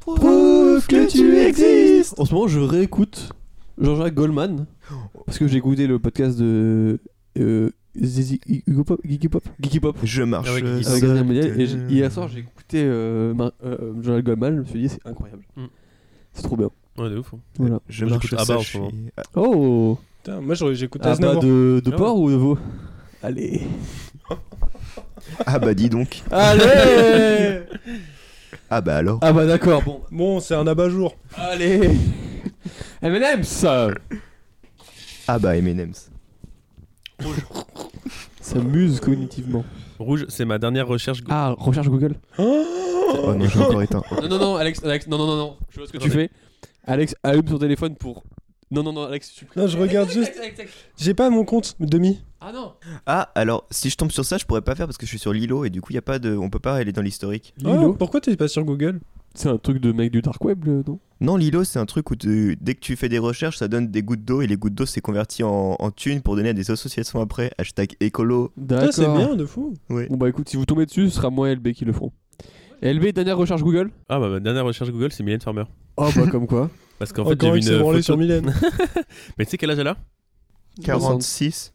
[SPEAKER 4] Prouve que tu existes.
[SPEAKER 2] En ce moment, je réécoute Jean-Jacques Goldman parce que j'ai écouté le podcast de euh, Zizi Hugo Pop, Geeky Pop, Geeky Pop
[SPEAKER 3] Je
[SPEAKER 4] Ah
[SPEAKER 3] marche.
[SPEAKER 1] Avec-
[SPEAKER 3] euh,
[SPEAKER 1] avec
[SPEAKER 2] avec
[SPEAKER 3] seul.
[SPEAKER 2] Adrien Méniel et j'ai- hier soir, j'ai écouté euh, Mar- euh, Jean-Jacques Goldman. Je me suis dit, c'est incroyable,
[SPEAKER 1] Mm.
[SPEAKER 2] c'est trop bien.
[SPEAKER 1] Ouais, de ouf. hein.
[SPEAKER 2] Voilà.
[SPEAKER 3] Je
[SPEAKER 1] Moi,
[SPEAKER 3] marche.
[SPEAKER 1] j'écoute Abba
[SPEAKER 3] seul,
[SPEAKER 1] en
[SPEAKER 3] je
[SPEAKER 1] ce moment.
[SPEAKER 3] suis- Ah,
[SPEAKER 2] Oh,
[SPEAKER 4] Putain, moi, j'aurais- j'écoutais
[SPEAKER 2] ah bah
[SPEAKER 4] Aznavour.
[SPEAKER 2] de, de
[SPEAKER 1] Ah ouais.
[SPEAKER 2] porc ou de veau Allez,
[SPEAKER 3] Ah bah dis donc.
[SPEAKER 2] allez
[SPEAKER 3] Ah bah alors.
[SPEAKER 2] Ah bah d'accord, bon,
[SPEAKER 4] Bon, c'est un abat-jour.
[SPEAKER 2] allez. M&M's
[SPEAKER 3] Ah bah M&M's.
[SPEAKER 2] Ça muse cognitivement.
[SPEAKER 1] Rouge, c'est ma dernière recherche. go-
[SPEAKER 2] Ah, recherche Google.
[SPEAKER 3] Oh non, j'ai encore éteint.
[SPEAKER 2] Non, non, non, Alex, Alex, non, non, non, non. Je vois ce que tu
[SPEAKER 1] Attendez.
[SPEAKER 2] fais. Alex, allume ton téléphone pour. Non, non, non, Alex, supprime.
[SPEAKER 4] Non, je regarde juste. J'ai pas mon compte, demi.
[SPEAKER 2] Ah non
[SPEAKER 3] Ah alors, si je tombe sur ça, je pourrais pas faire parce que je suis sur Lilo et du coup il y a pas de, on peut pas aller dans l'historique.
[SPEAKER 4] Ah,
[SPEAKER 2] Oh.
[SPEAKER 4] pourquoi t'es pas sur Google
[SPEAKER 2] C'est un truc de mec du dark web, le- non
[SPEAKER 3] Non, Lilo, c'est un truc où tu- dès que tu fais des recherches, ça donne des gouttes d'eau et les gouttes d'eau c'est converti en, en thunes pour donner à des associations après. Hashtag écolo.
[SPEAKER 4] Putain,
[SPEAKER 2] D'accord.
[SPEAKER 4] c'est bien, de fou.
[SPEAKER 2] Bon bah écoute, si vous tombez dessus, ce sera moi et LB qui le feront. LB, dernière recherche Google
[SPEAKER 1] Ah, bah ma dernière recherche Google, c'est Mylène Farmer.
[SPEAKER 2] Oh bah comme quoi.
[SPEAKER 1] Parce qu'en fait, j'ai
[SPEAKER 4] Encore
[SPEAKER 1] vu
[SPEAKER 4] une
[SPEAKER 1] une
[SPEAKER 4] Oh,
[SPEAKER 3] euh,
[SPEAKER 4] s'est branlé
[SPEAKER 1] photo.
[SPEAKER 4] sur Mylène.
[SPEAKER 1] Mais tu sais quel âge elle a
[SPEAKER 3] 46.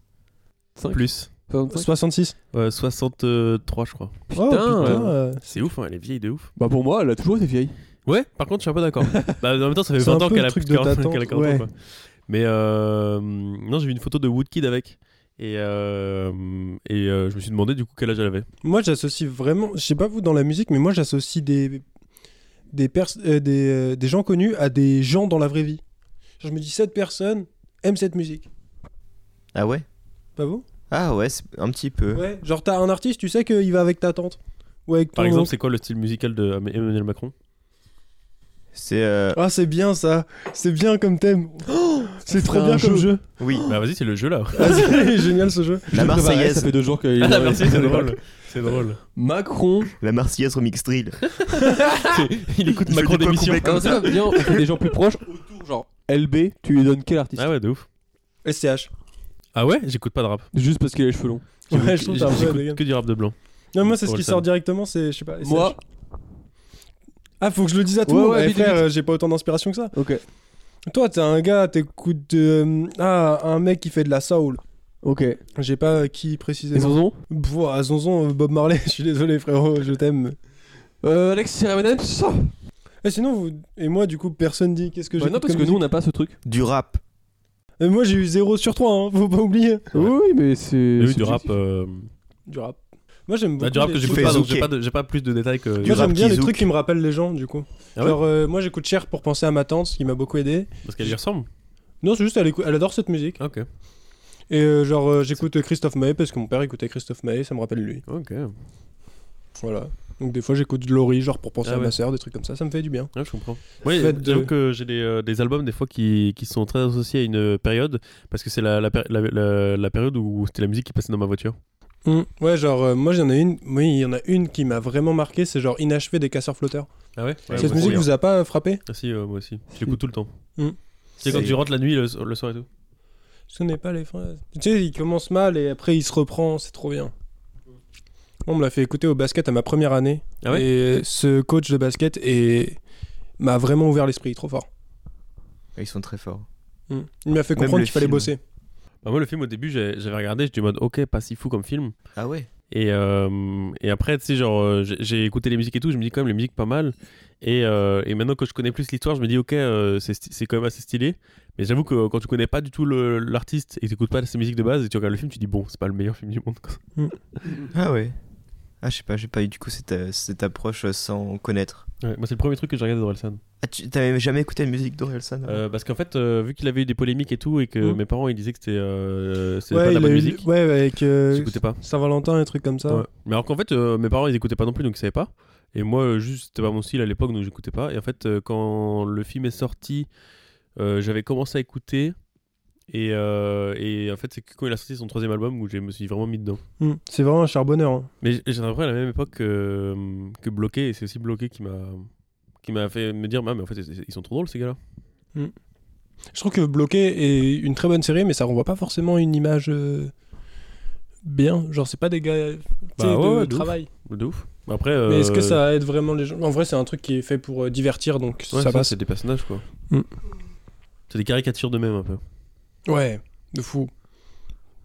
[SPEAKER 1] Plus.
[SPEAKER 2] 65.
[SPEAKER 4] 66.
[SPEAKER 1] Euh, 63, je crois.
[SPEAKER 4] Oh,
[SPEAKER 2] Putain.
[SPEAKER 4] putain. euh,
[SPEAKER 1] C'est ouf, hein, elle est vieille de ouf.
[SPEAKER 2] Bah pour moi, elle a toujours été vieille.
[SPEAKER 1] Ouais, par contre, je suis un peu d'accord. bah, en même temps, ça fait
[SPEAKER 4] C'est un
[SPEAKER 1] 20 ans
[SPEAKER 4] peu
[SPEAKER 1] qu'elle
[SPEAKER 4] le
[SPEAKER 1] a
[SPEAKER 4] truc
[SPEAKER 1] plus de
[SPEAKER 4] de
[SPEAKER 1] 40
[SPEAKER 4] ta tante,
[SPEAKER 1] qu'elle a 40 ans,
[SPEAKER 2] ouais.
[SPEAKER 1] quoi. Mais euh, non, j'ai vu une photo de Woodkid avec. Et, euh, et euh, je me suis demandé du coup quel âge elle avait.
[SPEAKER 4] Moi, j'associe vraiment, je sais pas vous dans la musique, mais moi, j'associe des des, pers- euh, des, euh, des gens connus à des gens dans la vraie vie. Genre, je me dis, cette personne aime cette musique.
[SPEAKER 3] Ah ouais
[SPEAKER 4] Pas vous
[SPEAKER 3] Ah ouais, c'est un petit peu.
[SPEAKER 4] Ouais. Genre, t'as un artiste, tu sais qu'il va avec ta tante. Ou avec ton
[SPEAKER 1] Par exemple,
[SPEAKER 4] oncle.
[SPEAKER 1] c'est quoi le style musical de euh, Emmanuel Macron
[SPEAKER 3] C'est euh,
[SPEAKER 4] Ah, c'est bien ça. C'est bien comme thème. Oh, c'est trop
[SPEAKER 2] un
[SPEAKER 4] bien comme
[SPEAKER 2] jeu.
[SPEAKER 4] jeu.
[SPEAKER 3] oui,
[SPEAKER 1] Bah, vas-y, c'est le jeu là.
[SPEAKER 4] Vas-y, génial ce jeu.
[SPEAKER 3] la
[SPEAKER 2] Je préparais, Ça
[SPEAKER 3] Marseillaise,
[SPEAKER 2] fait deux jours qu'elle
[SPEAKER 1] Ah, la version, c'est drôle. C'est drôle.
[SPEAKER 2] Macron.
[SPEAKER 3] la Marseillaise remix drill.
[SPEAKER 1] Il écoute
[SPEAKER 3] Il fait
[SPEAKER 1] Macron
[SPEAKER 3] des quoi
[SPEAKER 1] d'émission.
[SPEAKER 3] complètement-
[SPEAKER 2] Comme ça, bien, on fait des gens plus proches autour, genre LB, tu lui donnes quel artiste
[SPEAKER 1] Ah ouais, de ouf.
[SPEAKER 4] SCH.
[SPEAKER 1] Ah ouais, j'écoute pas de rap.
[SPEAKER 2] Juste parce qu'il a les cheveux longs.
[SPEAKER 4] Ouais, je trouve que t'as un peu
[SPEAKER 1] J'écoute
[SPEAKER 4] dégueu.
[SPEAKER 1] que du rap de blanc.
[SPEAKER 4] Non, moi, c'est ce
[SPEAKER 1] Orelsan.
[SPEAKER 4] qui sort directement, c'est, je sais pas. SCH.
[SPEAKER 2] Moi,
[SPEAKER 4] Ah, faut que je le dise à tout
[SPEAKER 2] Ouais,
[SPEAKER 4] le monde.
[SPEAKER 2] ouais,
[SPEAKER 4] Eh,
[SPEAKER 2] vite,
[SPEAKER 4] frère,
[SPEAKER 2] vite.
[SPEAKER 4] euh, j'ai pas autant d'inspiration que ça.
[SPEAKER 2] ok.
[SPEAKER 4] Toi, t'es un gars, t'écoutes euh, ah, un mec qui fait de la soul.
[SPEAKER 2] Ok.
[SPEAKER 4] J'ai pas qui
[SPEAKER 2] Et
[SPEAKER 4] précisément.
[SPEAKER 2] Zonzon
[SPEAKER 4] Pouah, Zonzon, euh, Bob Marley, je suis désolé frérot, je t'aime.
[SPEAKER 2] euh, Alex Siremanems
[SPEAKER 4] Et sinon, vous... et moi, du coup, personne dit qu'est-ce que
[SPEAKER 1] Bah
[SPEAKER 4] j'ai.
[SPEAKER 2] Non, parce que nous, on n'a pas ce truc.
[SPEAKER 6] Du rap.
[SPEAKER 4] Moi, j'ai eu 0 sur 3, hein, faut pas oublier.
[SPEAKER 2] Oui, oui, mais c'est.
[SPEAKER 1] Oui,
[SPEAKER 2] c'est
[SPEAKER 1] du rap.
[SPEAKER 2] subjectif.
[SPEAKER 1] euh,
[SPEAKER 4] Du rap. Moi, j'aime beaucoup.
[SPEAKER 1] bah, du rap
[SPEAKER 4] les
[SPEAKER 1] que j'écoute
[SPEAKER 4] trucs-
[SPEAKER 1] pas, donc
[SPEAKER 6] zouk.
[SPEAKER 1] j'ai pas, de- j'ai pas plus de détails que.
[SPEAKER 4] Moi,
[SPEAKER 6] rap
[SPEAKER 4] j'aime bien
[SPEAKER 6] qui
[SPEAKER 4] les
[SPEAKER 6] zouk.
[SPEAKER 4] trucs qui me rappellent les gens, du coup.
[SPEAKER 1] Ah ouais
[SPEAKER 4] Genre, euh, moi, j'écoute Cher pour penser à ma tante, qui m'a beaucoup aidé.
[SPEAKER 1] Parce qu'elle y ressemble.
[SPEAKER 4] Non, c'est juste, elle, écou- elle adore cette musique.
[SPEAKER 1] Ok.
[SPEAKER 4] Et euh, genre, euh, j'écoute Christophe Maé parce que mon père écoutait Christophe Maé, ça me rappelle lui.
[SPEAKER 1] Ok.
[SPEAKER 4] Voilà. Donc des fois j'écoute Laurie, genre pour penser
[SPEAKER 1] Ah
[SPEAKER 4] à ma
[SPEAKER 1] ouais.
[SPEAKER 4] sœur, des trucs comme ça, ça me fait du bien.
[SPEAKER 1] Ouais, je comprends. Oui,
[SPEAKER 4] Faites de-
[SPEAKER 1] j'avoue que j'ai des, euh, des albums des fois qui, qui sont très associés à une période parce que c'est la, la, péri- la- la- la période où c'était la musique qui passait dans ma voiture.
[SPEAKER 4] Ouais, genre euh, moi j'en ai une, oui, il y en a une qui m'a vraiment marqué, c'est genre Inachevé des casseurs flotteurs.
[SPEAKER 1] Ah ouais,
[SPEAKER 4] Cette musique vous a pas euh, frappé
[SPEAKER 1] Ah si, euh, moi aussi. Je l'écoute tout le temps.
[SPEAKER 4] Hmm.
[SPEAKER 1] C'est quand
[SPEAKER 6] C'est-
[SPEAKER 1] tu rentres la nuit, le, le soir et tout.
[SPEAKER 4] Ce n'est pas les phrases. Tu sais, il commence mal et après il se reprend, c'est trop bien. On me l'a fait écouter au basket à ma première année.
[SPEAKER 1] Ah ouais
[SPEAKER 4] et ce coach de basket est... m'a vraiment ouvert l'esprit, trop fort.
[SPEAKER 6] Ils sont très forts.
[SPEAKER 4] Mm. Il m'a fait
[SPEAKER 3] Même
[SPEAKER 4] comprendre
[SPEAKER 3] le
[SPEAKER 4] qu'il fallait
[SPEAKER 3] film.
[SPEAKER 4] bosser.
[SPEAKER 1] Bah, moi, le film, au début, j'ai- j'avais regardé, j'étais en mode, ok, pas si fou comme film.
[SPEAKER 6] Ah ouais
[SPEAKER 1] Et, euh, et après, tu sais, genre, euh, j'ai- j'ai écouté les musiques et tout, je me dis quand même, les musiques pas mal. Et, euh, et maintenant que je connais plus l'histoire, je me dis, ok, euh, c'est sti- c'est quand même assez stylé. Mais j'avoue que quand tu connais pas du tout le- l'artiste et que t'écoutes pas ses musiques de base et que tu regardes le film, tu dis, bon, c'est pas le meilleur film du monde. quoi.
[SPEAKER 6] Ah ouais. Ah, je sais pas, j'ai pas eu du coup cette, euh, cette approche euh, sans connaître.
[SPEAKER 1] Ouais, moi, c'est le premier truc que j'ai regardé d'Orelsan.
[SPEAKER 6] Ah, tu t'avais jamais écouté la musique d'Orelsan avant
[SPEAKER 1] Euh, parce qu'en fait, euh, vu qu'il avait eu des polémiques et tout, et que
[SPEAKER 4] Mhm.
[SPEAKER 1] mes parents ils disaient que c'était euh, c'était
[SPEAKER 4] Ouais,
[SPEAKER 1] pas de la
[SPEAKER 4] il a
[SPEAKER 1] bonne
[SPEAKER 4] eu-
[SPEAKER 1] musique,
[SPEAKER 4] ouais, avec euh,
[SPEAKER 1] j'écoutais pas.
[SPEAKER 4] Saint-Valentin, un truc comme ça.
[SPEAKER 1] Ouais. Mais alors qu'en fait, euh, mes parents ils écoutaient pas non plus, donc ils savaient pas. Et moi, euh, juste, c'était pas mon style à l'époque, donc j'écoutais pas. Et en fait, euh, quand le film est sorti, euh, j'avais commencé à écouter. Et, euh, et en fait, c'est que quand il a sorti son troisième album où je me suis vraiment mis dedans.
[SPEAKER 4] Mm. C'est vraiment un charbonneur. hein.
[SPEAKER 1] Mais j'ai j'ai l'impression à la même époque que, que Bloqué, et c'est aussi Bloqué qui m'a qui m'a fait me dire, Ah, mais en fait, c'est- c'est- ils sont trop drôles ces gars-là.
[SPEAKER 4] Je trouve que Bloqué est une très bonne série, mais ça renvoie pas forcément une image euh, bien. Genre, c'est pas des gars tu sais,
[SPEAKER 1] Bah ouais,
[SPEAKER 4] de
[SPEAKER 1] ouais, de
[SPEAKER 4] travail.
[SPEAKER 1] De ouf. Après,
[SPEAKER 4] Mais est-ce que
[SPEAKER 1] euh,
[SPEAKER 4] ça aide vraiment les gens En vrai, c'est un truc qui est fait pour euh, divertir, donc
[SPEAKER 1] Ouais,
[SPEAKER 4] ça
[SPEAKER 1] ça,
[SPEAKER 4] passe.
[SPEAKER 1] c'est des personnages quoi.
[SPEAKER 4] Mm.
[SPEAKER 1] C'est des caricatures d'eux-mêmes un peu.
[SPEAKER 4] Ouais, de fou.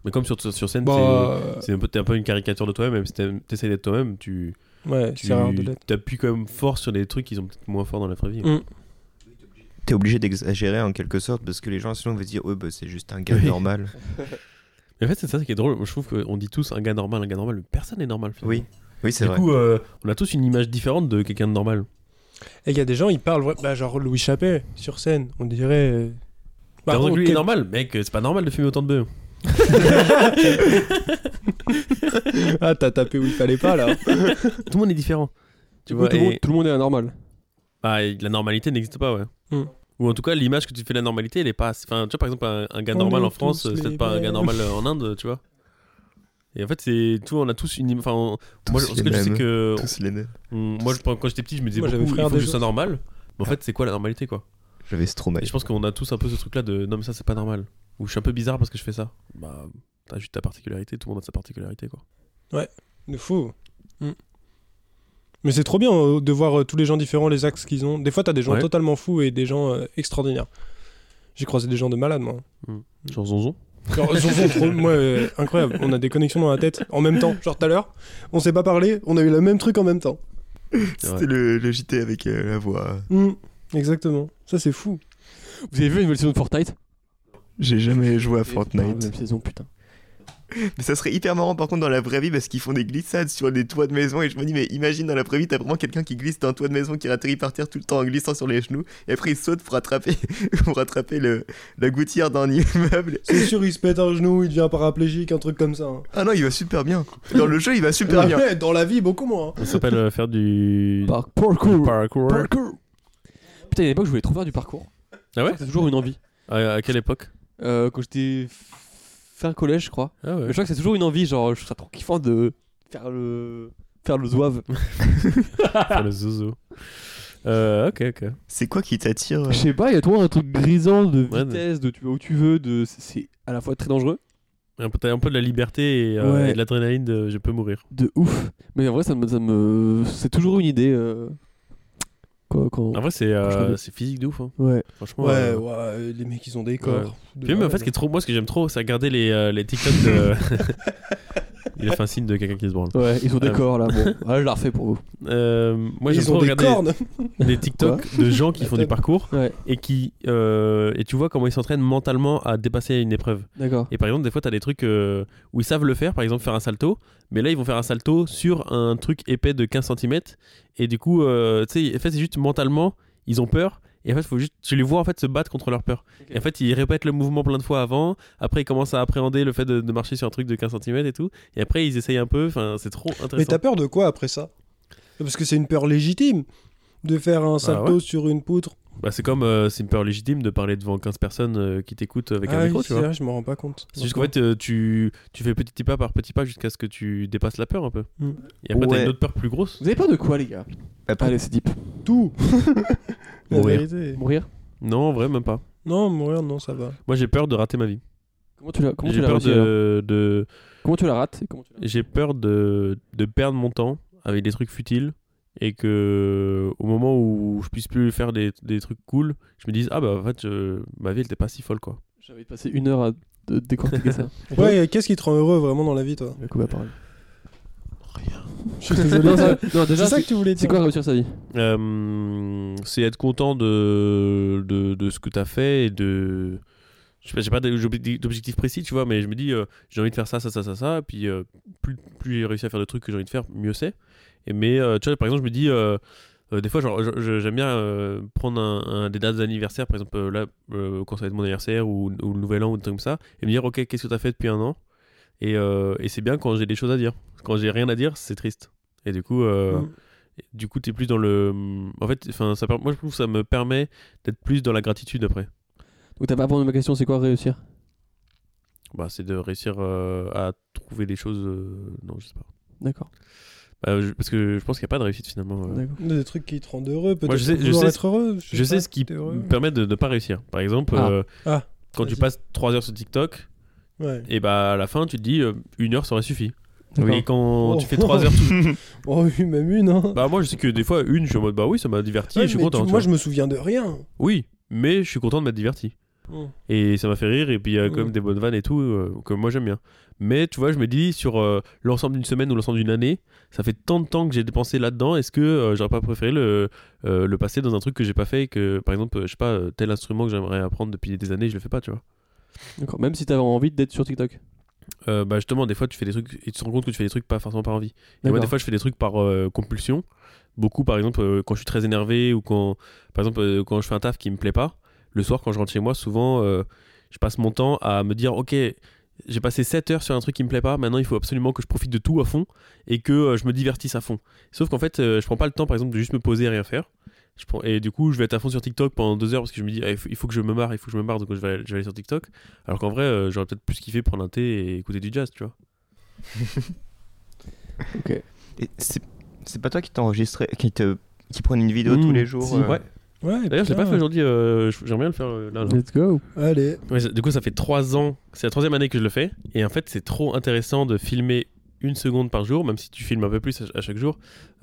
[SPEAKER 1] Mais comme sur, sur scène,
[SPEAKER 4] Bon,
[SPEAKER 1] t'es-
[SPEAKER 4] euh,
[SPEAKER 1] c'est un peu, t'es un peu une caricature de toi-même. Même si t'aimes- t'essayes d'être toi-même, tu,
[SPEAKER 4] ouais,
[SPEAKER 1] tu
[SPEAKER 4] c'est rare de l'être.
[SPEAKER 1] t'appuies quand même fort sur des trucs qui sont peut-être moins forts dans la vraie vie.
[SPEAKER 4] Mm.
[SPEAKER 6] T'es obligé d'exagérer en quelque sorte parce que les gens sinon vont se dire ouais bah c'est juste un gars
[SPEAKER 1] Oui.
[SPEAKER 6] normal.
[SPEAKER 1] Mais en fait, c'est ça qui est drôle. Je trouve qu'on dit tous un gars normal, un gars normal, mais personne n'est normal. finalement.
[SPEAKER 6] Oui, oui c'est
[SPEAKER 1] Du
[SPEAKER 6] vrai.
[SPEAKER 1] coup, euh, on a tous une image différente de quelqu'un de
[SPEAKER 4] Bah,
[SPEAKER 1] normal.
[SPEAKER 4] Et il y a des gens, ils parlent, vra- bah, genre Louis Chappé, sur scène, on dirait. euh, par
[SPEAKER 1] Par
[SPEAKER 4] contre,
[SPEAKER 1] lui est
[SPEAKER 4] quel-
[SPEAKER 1] normal, mec, euh, c'est pas normal de fumer autant de bœufs.
[SPEAKER 4] Ah, t'as tapé où il fallait pas là.
[SPEAKER 1] Tout le monde est différent. Tu
[SPEAKER 2] Du coup,
[SPEAKER 1] vois,
[SPEAKER 2] tout, le
[SPEAKER 1] et-
[SPEAKER 2] monde, tout le monde est anormal.
[SPEAKER 1] Bah, et la normalité n'existe pas, ouais.
[SPEAKER 4] Mm.
[SPEAKER 1] Ou en tout cas, l'image que tu fais de la normalité, elle est pas. assez- Enfin, tu vois, par exemple, un, un gars
[SPEAKER 4] On
[SPEAKER 1] normal
[SPEAKER 4] est
[SPEAKER 1] en France,
[SPEAKER 4] tous
[SPEAKER 1] c'est peut-être
[SPEAKER 4] les
[SPEAKER 1] pas un gars
[SPEAKER 4] mêmes.
[SPEAKER 1] normal euh, en Inde, tu vois. Et en fait, c'est tout, on a tous une. im- Enfin, on-
[SPEAKER 6] Tous
[SPEAKER 1] moi, je- en tout
[SPEAKER 6] les
[SPEAKER 1] cas, je sais
[SPEAKER 6] mêmes.
[SPEAKER 1] que.
[SPEAKER 6] Tous les mêmes.
[SPEAKER 1] on- Mm, moi, je- quand j'étais petit, je me disais
[SPEAKER 4] Moi,
[SPEAKER 1] beaucoup,
[SPEAKER 4] j'avais
[SPEAKER 1] il
[SPEAKER 4] frère
[SPEAKER 1] faut que
[SPEAKER 4] des
[SPEAKER 1] je sois
[SPEAKER 4] autres.
[SPEAKER 1] normal. Mais en fait, c'est quoi la normalité, quoi
[SPEAKER 6] J'avais Stromae.
[SPEAKER 1] Et je pense qu'on a tous un peu ce truc-là de non, mais ça, c'est pas normal. Ou je suis un peu bizarre parce que je fais ça. Bah, t'as juste ta particularité, tout le monde a sa particularité, quoi.
[SPEAKER 4] De fou. Mm. Mais c'est trop bien euh, de voir euh, tous les gens différents, les axes qu'ils ont. Des fois, t'as des gens
[SPEAKER 1] Ouais.
[SPEAKER 4] totalement fous et des gens euh, extraordinaires. J'ai croisé des gens de malades, moi.
[SPEAKER 1] Mm. Genre zonzon.
[SPEAKER 4] Genre, Zonzon, trop- moi, euh, incroyable. On a des connexions dans la tête en même temps. Genre, tout à l'heure, on s'est pas parlé, on a eu le même truc en même temps.
[SPEAKER 1] C'est vrai.
[SPEAKER 6] C'était le, le JT avec euh, la voix.
[SPEAKER 4] Hmm, Exactement. Ça, c'est fou.
[SPEAKER 2] Vous avez vu la nouvelle saison de Fortnite
[SPEAKER 6] J'ai jamais joué à
[SPEAKER 2] Ah, la
[SPEAKER 6] Fortnite.
[SPEAKER 2] même saison, putain.
[SPEAKER 6] Mais ça serait hyper marrant par contre dans la vraie vie parce qu'ils font des glissades sur des toits de maison et je me dis mais imagine dans la vraie vie t'as vraiment quelqu'un qui glisse d'un toit de maison qui atterrit par terre tout le temps en glissant sur les genoux et après il saute pour attraper pour attraper le la gouttière d'un immeuble.
[SPEAKER 4] C'est sûr, il se pète un genou, il devient paraplégique, un truc comme ça. hein.
[SPEAKER 6] Ah non il va super bien. Dans le jeu il va super bien.
[SPEAKER 4] Ouais, dans la vie, beaucoup moins. hein.
[SPEAKER 1] Ça s'appelle euh, faire du.
[SPEAKER 2] Par parkour.
[SPEAKER 1] Parkour.
[SPEAKER 2] Parkour. Putain, à l'époque, je voulais trop faire du parcours.
[SPEAKER 1] Ah ouais
[SPEAKER 2] C'est toujours une envie.
[SPEAKER 1] À, à quelle époque
[SPEAKER 2] Euh, quand j'étais f- fin collège, je crois.
[SPEAKER 1] Ah
[SPEAKER 2] Mais Je crois que c'est toujours une envie, genre, je trouve ça trop kiffant de faire le. faire le zouave.
[SPEAKER 1] Faire le zozo. Euh, ok, ok.
[SPEAKER 6] C'est quoi qui t'attire euh
[SPEAKER 2] Je sais pas, il y a toujours un truc grisant de
[SPEAKER 1] Ouais,
[SPEAKER 2] vitesse, de tu vas où tu veux, de. c'est- C'est à la fois très dangereux,
[SPEAKER 1] Un peu, t'as un peu de la liberté et, euh,
[SPEAKER 2] Ouais.
[SPEAKER 1] et de l'adrénaline de je peux mourir.
[SPEAKER 2] de ouf. Mais en vrai, ça me. Ça me c'est toujours une idée. euh, quoi. Quand...
[SPEAKER 1] En vrai, c'est euh,
[SPEAKER 2] Je l'avais.
[SPEAKER 1] c'est physique de ouf. hein.
[SPEAKER 2] Ouais.
[SPEAKER 1] Franchement.
[SPEAKER 4] Ouais,
[SPEAKER 1] euh,
[SPEAKER 4] ouais, les mecs ils ont des corps.
[SPEAKER 1] Ouais. Puis même, en fait, ce qui est trop, moi, ce que j'aime trop, c'est regarder les, euh, les TikTok de. Il a fait un signe de quelqu'un qui se branle.
[SPEAKER 2] ouais, ils ont des
[SPEAKER 1] Euh,
[SPEAKER 2] corps là. Bon, Ah, je la refais pour vous.
[SPEAKER 1] Euh, moi, j'aime
[SPEAKER 4] ils
[SPEAKER 1] trop
[SPEAKER 4] ont des
[SPEAKER 1] regarder
[SPEAKER 4] cornes.
[SPEAKER 1] des TikTok de gens qui font du
[SPEAKER 4] Attends.
[SPEAKER 1] parcours
[SPEAKER 2] Ouais,
[SPEAKER 1] et qui. euh, et tu vois comment ils s'entraînent mentalement à dépasser une épreuve.
[SPEAKER 2] d'accord.
[SPEAKER 1] Et par exemple, des fois, t'as des trucs euh, où ils savent le faire, par exemple, faire un salto, mais là, ils vont faire un salto sur un truc épais de 15 cm. Et du coup, euh, tu sais, en fait, c'est juste mentalement, ils ont peur. Et en fait, faut juste, tu les vois en fait se battre contre leur peur. Et en fait, ils répètent le mouvement plein de fois avant. Après, ils commencent à appréhender le fait de, de marcher sur un truc de 15 cm et tout. Et après, ils essayent un peu. Enfin, c'est trop intéressant.
[SPEAKER 4] Mais t'as peur de quoi après ça Parce que c'est une peur légitime de faire un salto
[SPEAKER 1] Bah ouais.
[SPEAKER 4] sur une poutre.
[SPEAKER 1] Bah, c'est comme, euh, c'est une peur légitime de parler devant 15 personnes euh, qui t'écoutent avec un
[SPEAKER 4] Ah
[SPEAKER 1] micro,
[SPEAKER 4] oui,
[SPEAKER 1] tu
[SPEAKER 4] c'est
[SPEAKER 1] vois.
[SPEAKER 4] vrai, je m'en rends pas compte.
[SPEAKER 1] C'est juste qu'en fait, euh, tu, tu fais petit pas par petit pas jusqu'à ce que tu dépasses la peur un peu.
[SPEAKER 4] Mm.
[SPEAKER 1] Et après, t'as
[SPEAKER 3] Ouais.
[SPEAKER 1] une autre peur plus grosse.
[SPEAKER 2] Vous avez peur de quoi, les gars
[SPEAKER 1] Bah,
[SPEAKER 3] Après-
[SPEAKER 2] Allez, c'est deep.
[SPEAKER 4] Tout La
[SPEAKER 1] Mourir.
[SPEAKER 4] vérité.
[SPEAKER 2] Mourir
[SPEAKER 1] Non, en vrai, même pas.
[SPEAKER 4] Non, mourir, non, ça va.
[SPEAKER 1] Moi, j'ai peur de rater ma vie.
[SPEAKER 2] Comment tu la, comment tu
[SPEAKER 1] J'ai
[SPEAKER 2] la
[SPEAKER 1] peur
[SPEAKER 2] réussis, alors
[SPEAKER 1] de, de-
[SPEAKER 2] Comment tu la rates et comment tu la-
[SPEAKER 1] j'ai peur de, de perdre mon temps avec des trucs futiles et que au moment où je puisse plus faire des, des trucs cool, je me dise ah bah en fait je- ma vie elle était pas si folle quoi.
[SPEAKER 2] J'avais passé une heure à de- décortiquer ça.
[SPEAKER 4] Ouais, et qu'est-ce qui te rend heureux vraiment dans la vie, toi
[SPEAKER 2] Le coup à Bah, parole.
[SPEAKER 4] Je suis
[SPEAKER 2] Non,
[SPEAKER 4] désolé.
[SPEAKER 2] ça- non,
[SPEAKER 4] C'est
[SPEAKER 2] déjà,
[SPEAKER 4] ça
[SPEAKER 2] c'est
[SPEAKER 4] que tu voulais
[SPEAKER 2] c'est
[SPEAKER 4] dire.
[SPEAKER 2] quoi réussir sa vie
[SPEAKER 1] Euh, c'est être content de de, de ce que t'as fait et de je sais pas, j'ai pas d'obje- d'objectif précis, tu vois, mais je me dis, euh, j'ai envie de faire ça, ça, ça, ça, ça, puis euh, plus, plus j'ai réussi à faire de trucs que j'ai envie de faire, mieux c'est. Et mais, euh, tu vois, par exemple, je me dis, euh, euh, des fois, genre, je- je- j'aime bien euh, prendre un, un- des dates d'anniversaire, par exemple, euh, là, euh, quand ça va être mon anniversaire ou, ou le nouvel an ou des trucs comme ça, et me dire, ok, qu'est-ce que t'as fait depuis un an Et, euh, et c'est bien quand j'ai des choses à dire. Quand j'ai rien à dire, c'est triste. Et du coup, euh,
[SPEAKER 4] Mm.
[SPEAKER 1] du coup, t'es plus dans le. En fait, enfin, ça, per- moi, je trouve que ça me permet d'être plus dans la gratitude après.
[SPEAKER 2] Donc t'as pas répondu à ma question, c'est quoi réussir
[SPEAKER 1] Bah, c'est de réussir euh, à trouver des choses. euh, Non, je sais pas.
[SPEAKER 2] D'accord.
[SPEAKER 1] Bah, je- Parce que je pense qu'il n'y a pas de réussite finalement. euh.
[SPEAKER 2] D'accord.
[SPEAKER 4] Mm. Des trucs qui te rendent heureux, peut-être.
[SPEAKER 1] je sais- je
[SPEAKER 4] vouloir
[SPEAKER 1] sais-
[SPEAKER 4] être heureux.
[SPEAKER 1] Je sais
[SPEAKER 4] pas,
[SPEAKER 1] ce qui
[SPEAKER 4] t'es heureux.
[SPEAKER 1] me permet de ne pas réussir. Par exemple,
[SPEAKER 2] Ah.
[SPEAKER 1] euh,
[SPEAKER 4] Ah,
[SPEAKER 1] quand tu
[SPEAKER 4] vas-y.
[SPEAKER 1] passes 3 heures sur TikTok,
[SPEAKER 4] Ouais.
[SPEAKER 1] et bah à la fin, tu te dis euh, une heure, ça aurait suffi.
[SPEAKER 2] D'accord.
[SPEAKER 1] Et quand
[SPEAKER 4] Oh.
[SPEAKER 1] tu fais 3 heures. tout-
[SPEAKER 4] Oh, oui, même une, hein.
[SPEAKER 1] bah, moi, je sais que des fois, une, je suis en mode bah oui, ça m'a diverti
[SPEAKER 4] Ouais,
[SPEAKER 1] et je suis
[SPEAKER 4] mais
[SPEAKER 1] content.
[SPEAKER 4] tu-
[SPEAKER 1] tu
[SPEAKER 4] moi,
[SPEAKER 1] vois.
[SPEAKER 4] je me souviens de rien.
[SPEAKER 1] Oui, mais je suis content de m'être diverti. et ça m'a fait rire et puis il y a quand même
[SPEAKER 4] Mm.
[SPEAKER 1] des bonnes vannes et tout euh, que moi j'aime bien mais tu vois je me dis sur euh, l'ensemble d'une semaine ou l'ensemble d'une année ça fait tant de temps que j'ai dépensé là-dedans est-ce que euh, j'aurais pas préféré le, euh, le passer dans un truc que j'ai pas fait et que par exemple euh, je sais pas euh, tel instrument que j'aimerais apprendre depuis des années je le fais pas tu vois
[SPEAKER 2] D'accord. Même si t'avais envie d'être sur TikTok.
[SPEAKER 1] Euh, bah justement des fois tu fais des trucs et tu te rends compte que tu fais des trucs pas forcément par envie et moi,
[SPEAKER 2] D'accord.
[SPEAKER 1] des fois, je fais des trucs par euh, compulsion. Beaucoup, par exemple, euh, quand je suis très énervé ou quand, par exemple, euh, quand je fais un taf qui me plaît pas, le soir, quand je rentre chez moi, souvent, euh, je passe mon temps à me dire, ok, j'ai passé 7 heures sur un truc qui me plaît pas, maintenant il faut absolument que je profite de tout à fond et que euh, je me divertisse à fond. Sauf qu'en fait, euh, je prends pas le temps, par exemple, de juste me poser et rien faire. Je prends, et du coup, je vais être à fond sur TikTok pendant 2 heures parce que je me dis, Ah, il, faut, il faut que je me marre, il faut que je me marre, donc je vais, aller- je vais aller sur TikTok. Alors qu'en vrai, euh, j'aurais peut-être plus kiffé prendre un thé et écouter du jazz, tu vois.
[SPEAKER 6] euh Et C'est c'est pas toi qui t'enregistrais, qui te qui prennent une vidéo tous
[SPEAKER 2] Mmh,
[SPEAKER 6] les jours
[SPEAKER 2] si.
[SPEAKER 6] euh,
[SPEAKER 1] Ouais. D'ailleurs, je
[SPEAKER 4] Ouais,
[SPEAKER 1] l'ai
[SPEAKER 4] putain.
[SPEAKER 1] pas fait aujourd'hui, euh, j'aimerais bien le faire euh, là. là.
[SPEAKER 2] Let's go.
[SPEAKER 4] Allez.
[SPEAKER 1] Ouais, ça- du coup, ça fait trois ans, c'est la troisième année que je le fais, et en fait, c'est trop intéressant de filmer une seconde par jour, même si tu filmes un peu plus à, à chaque jour.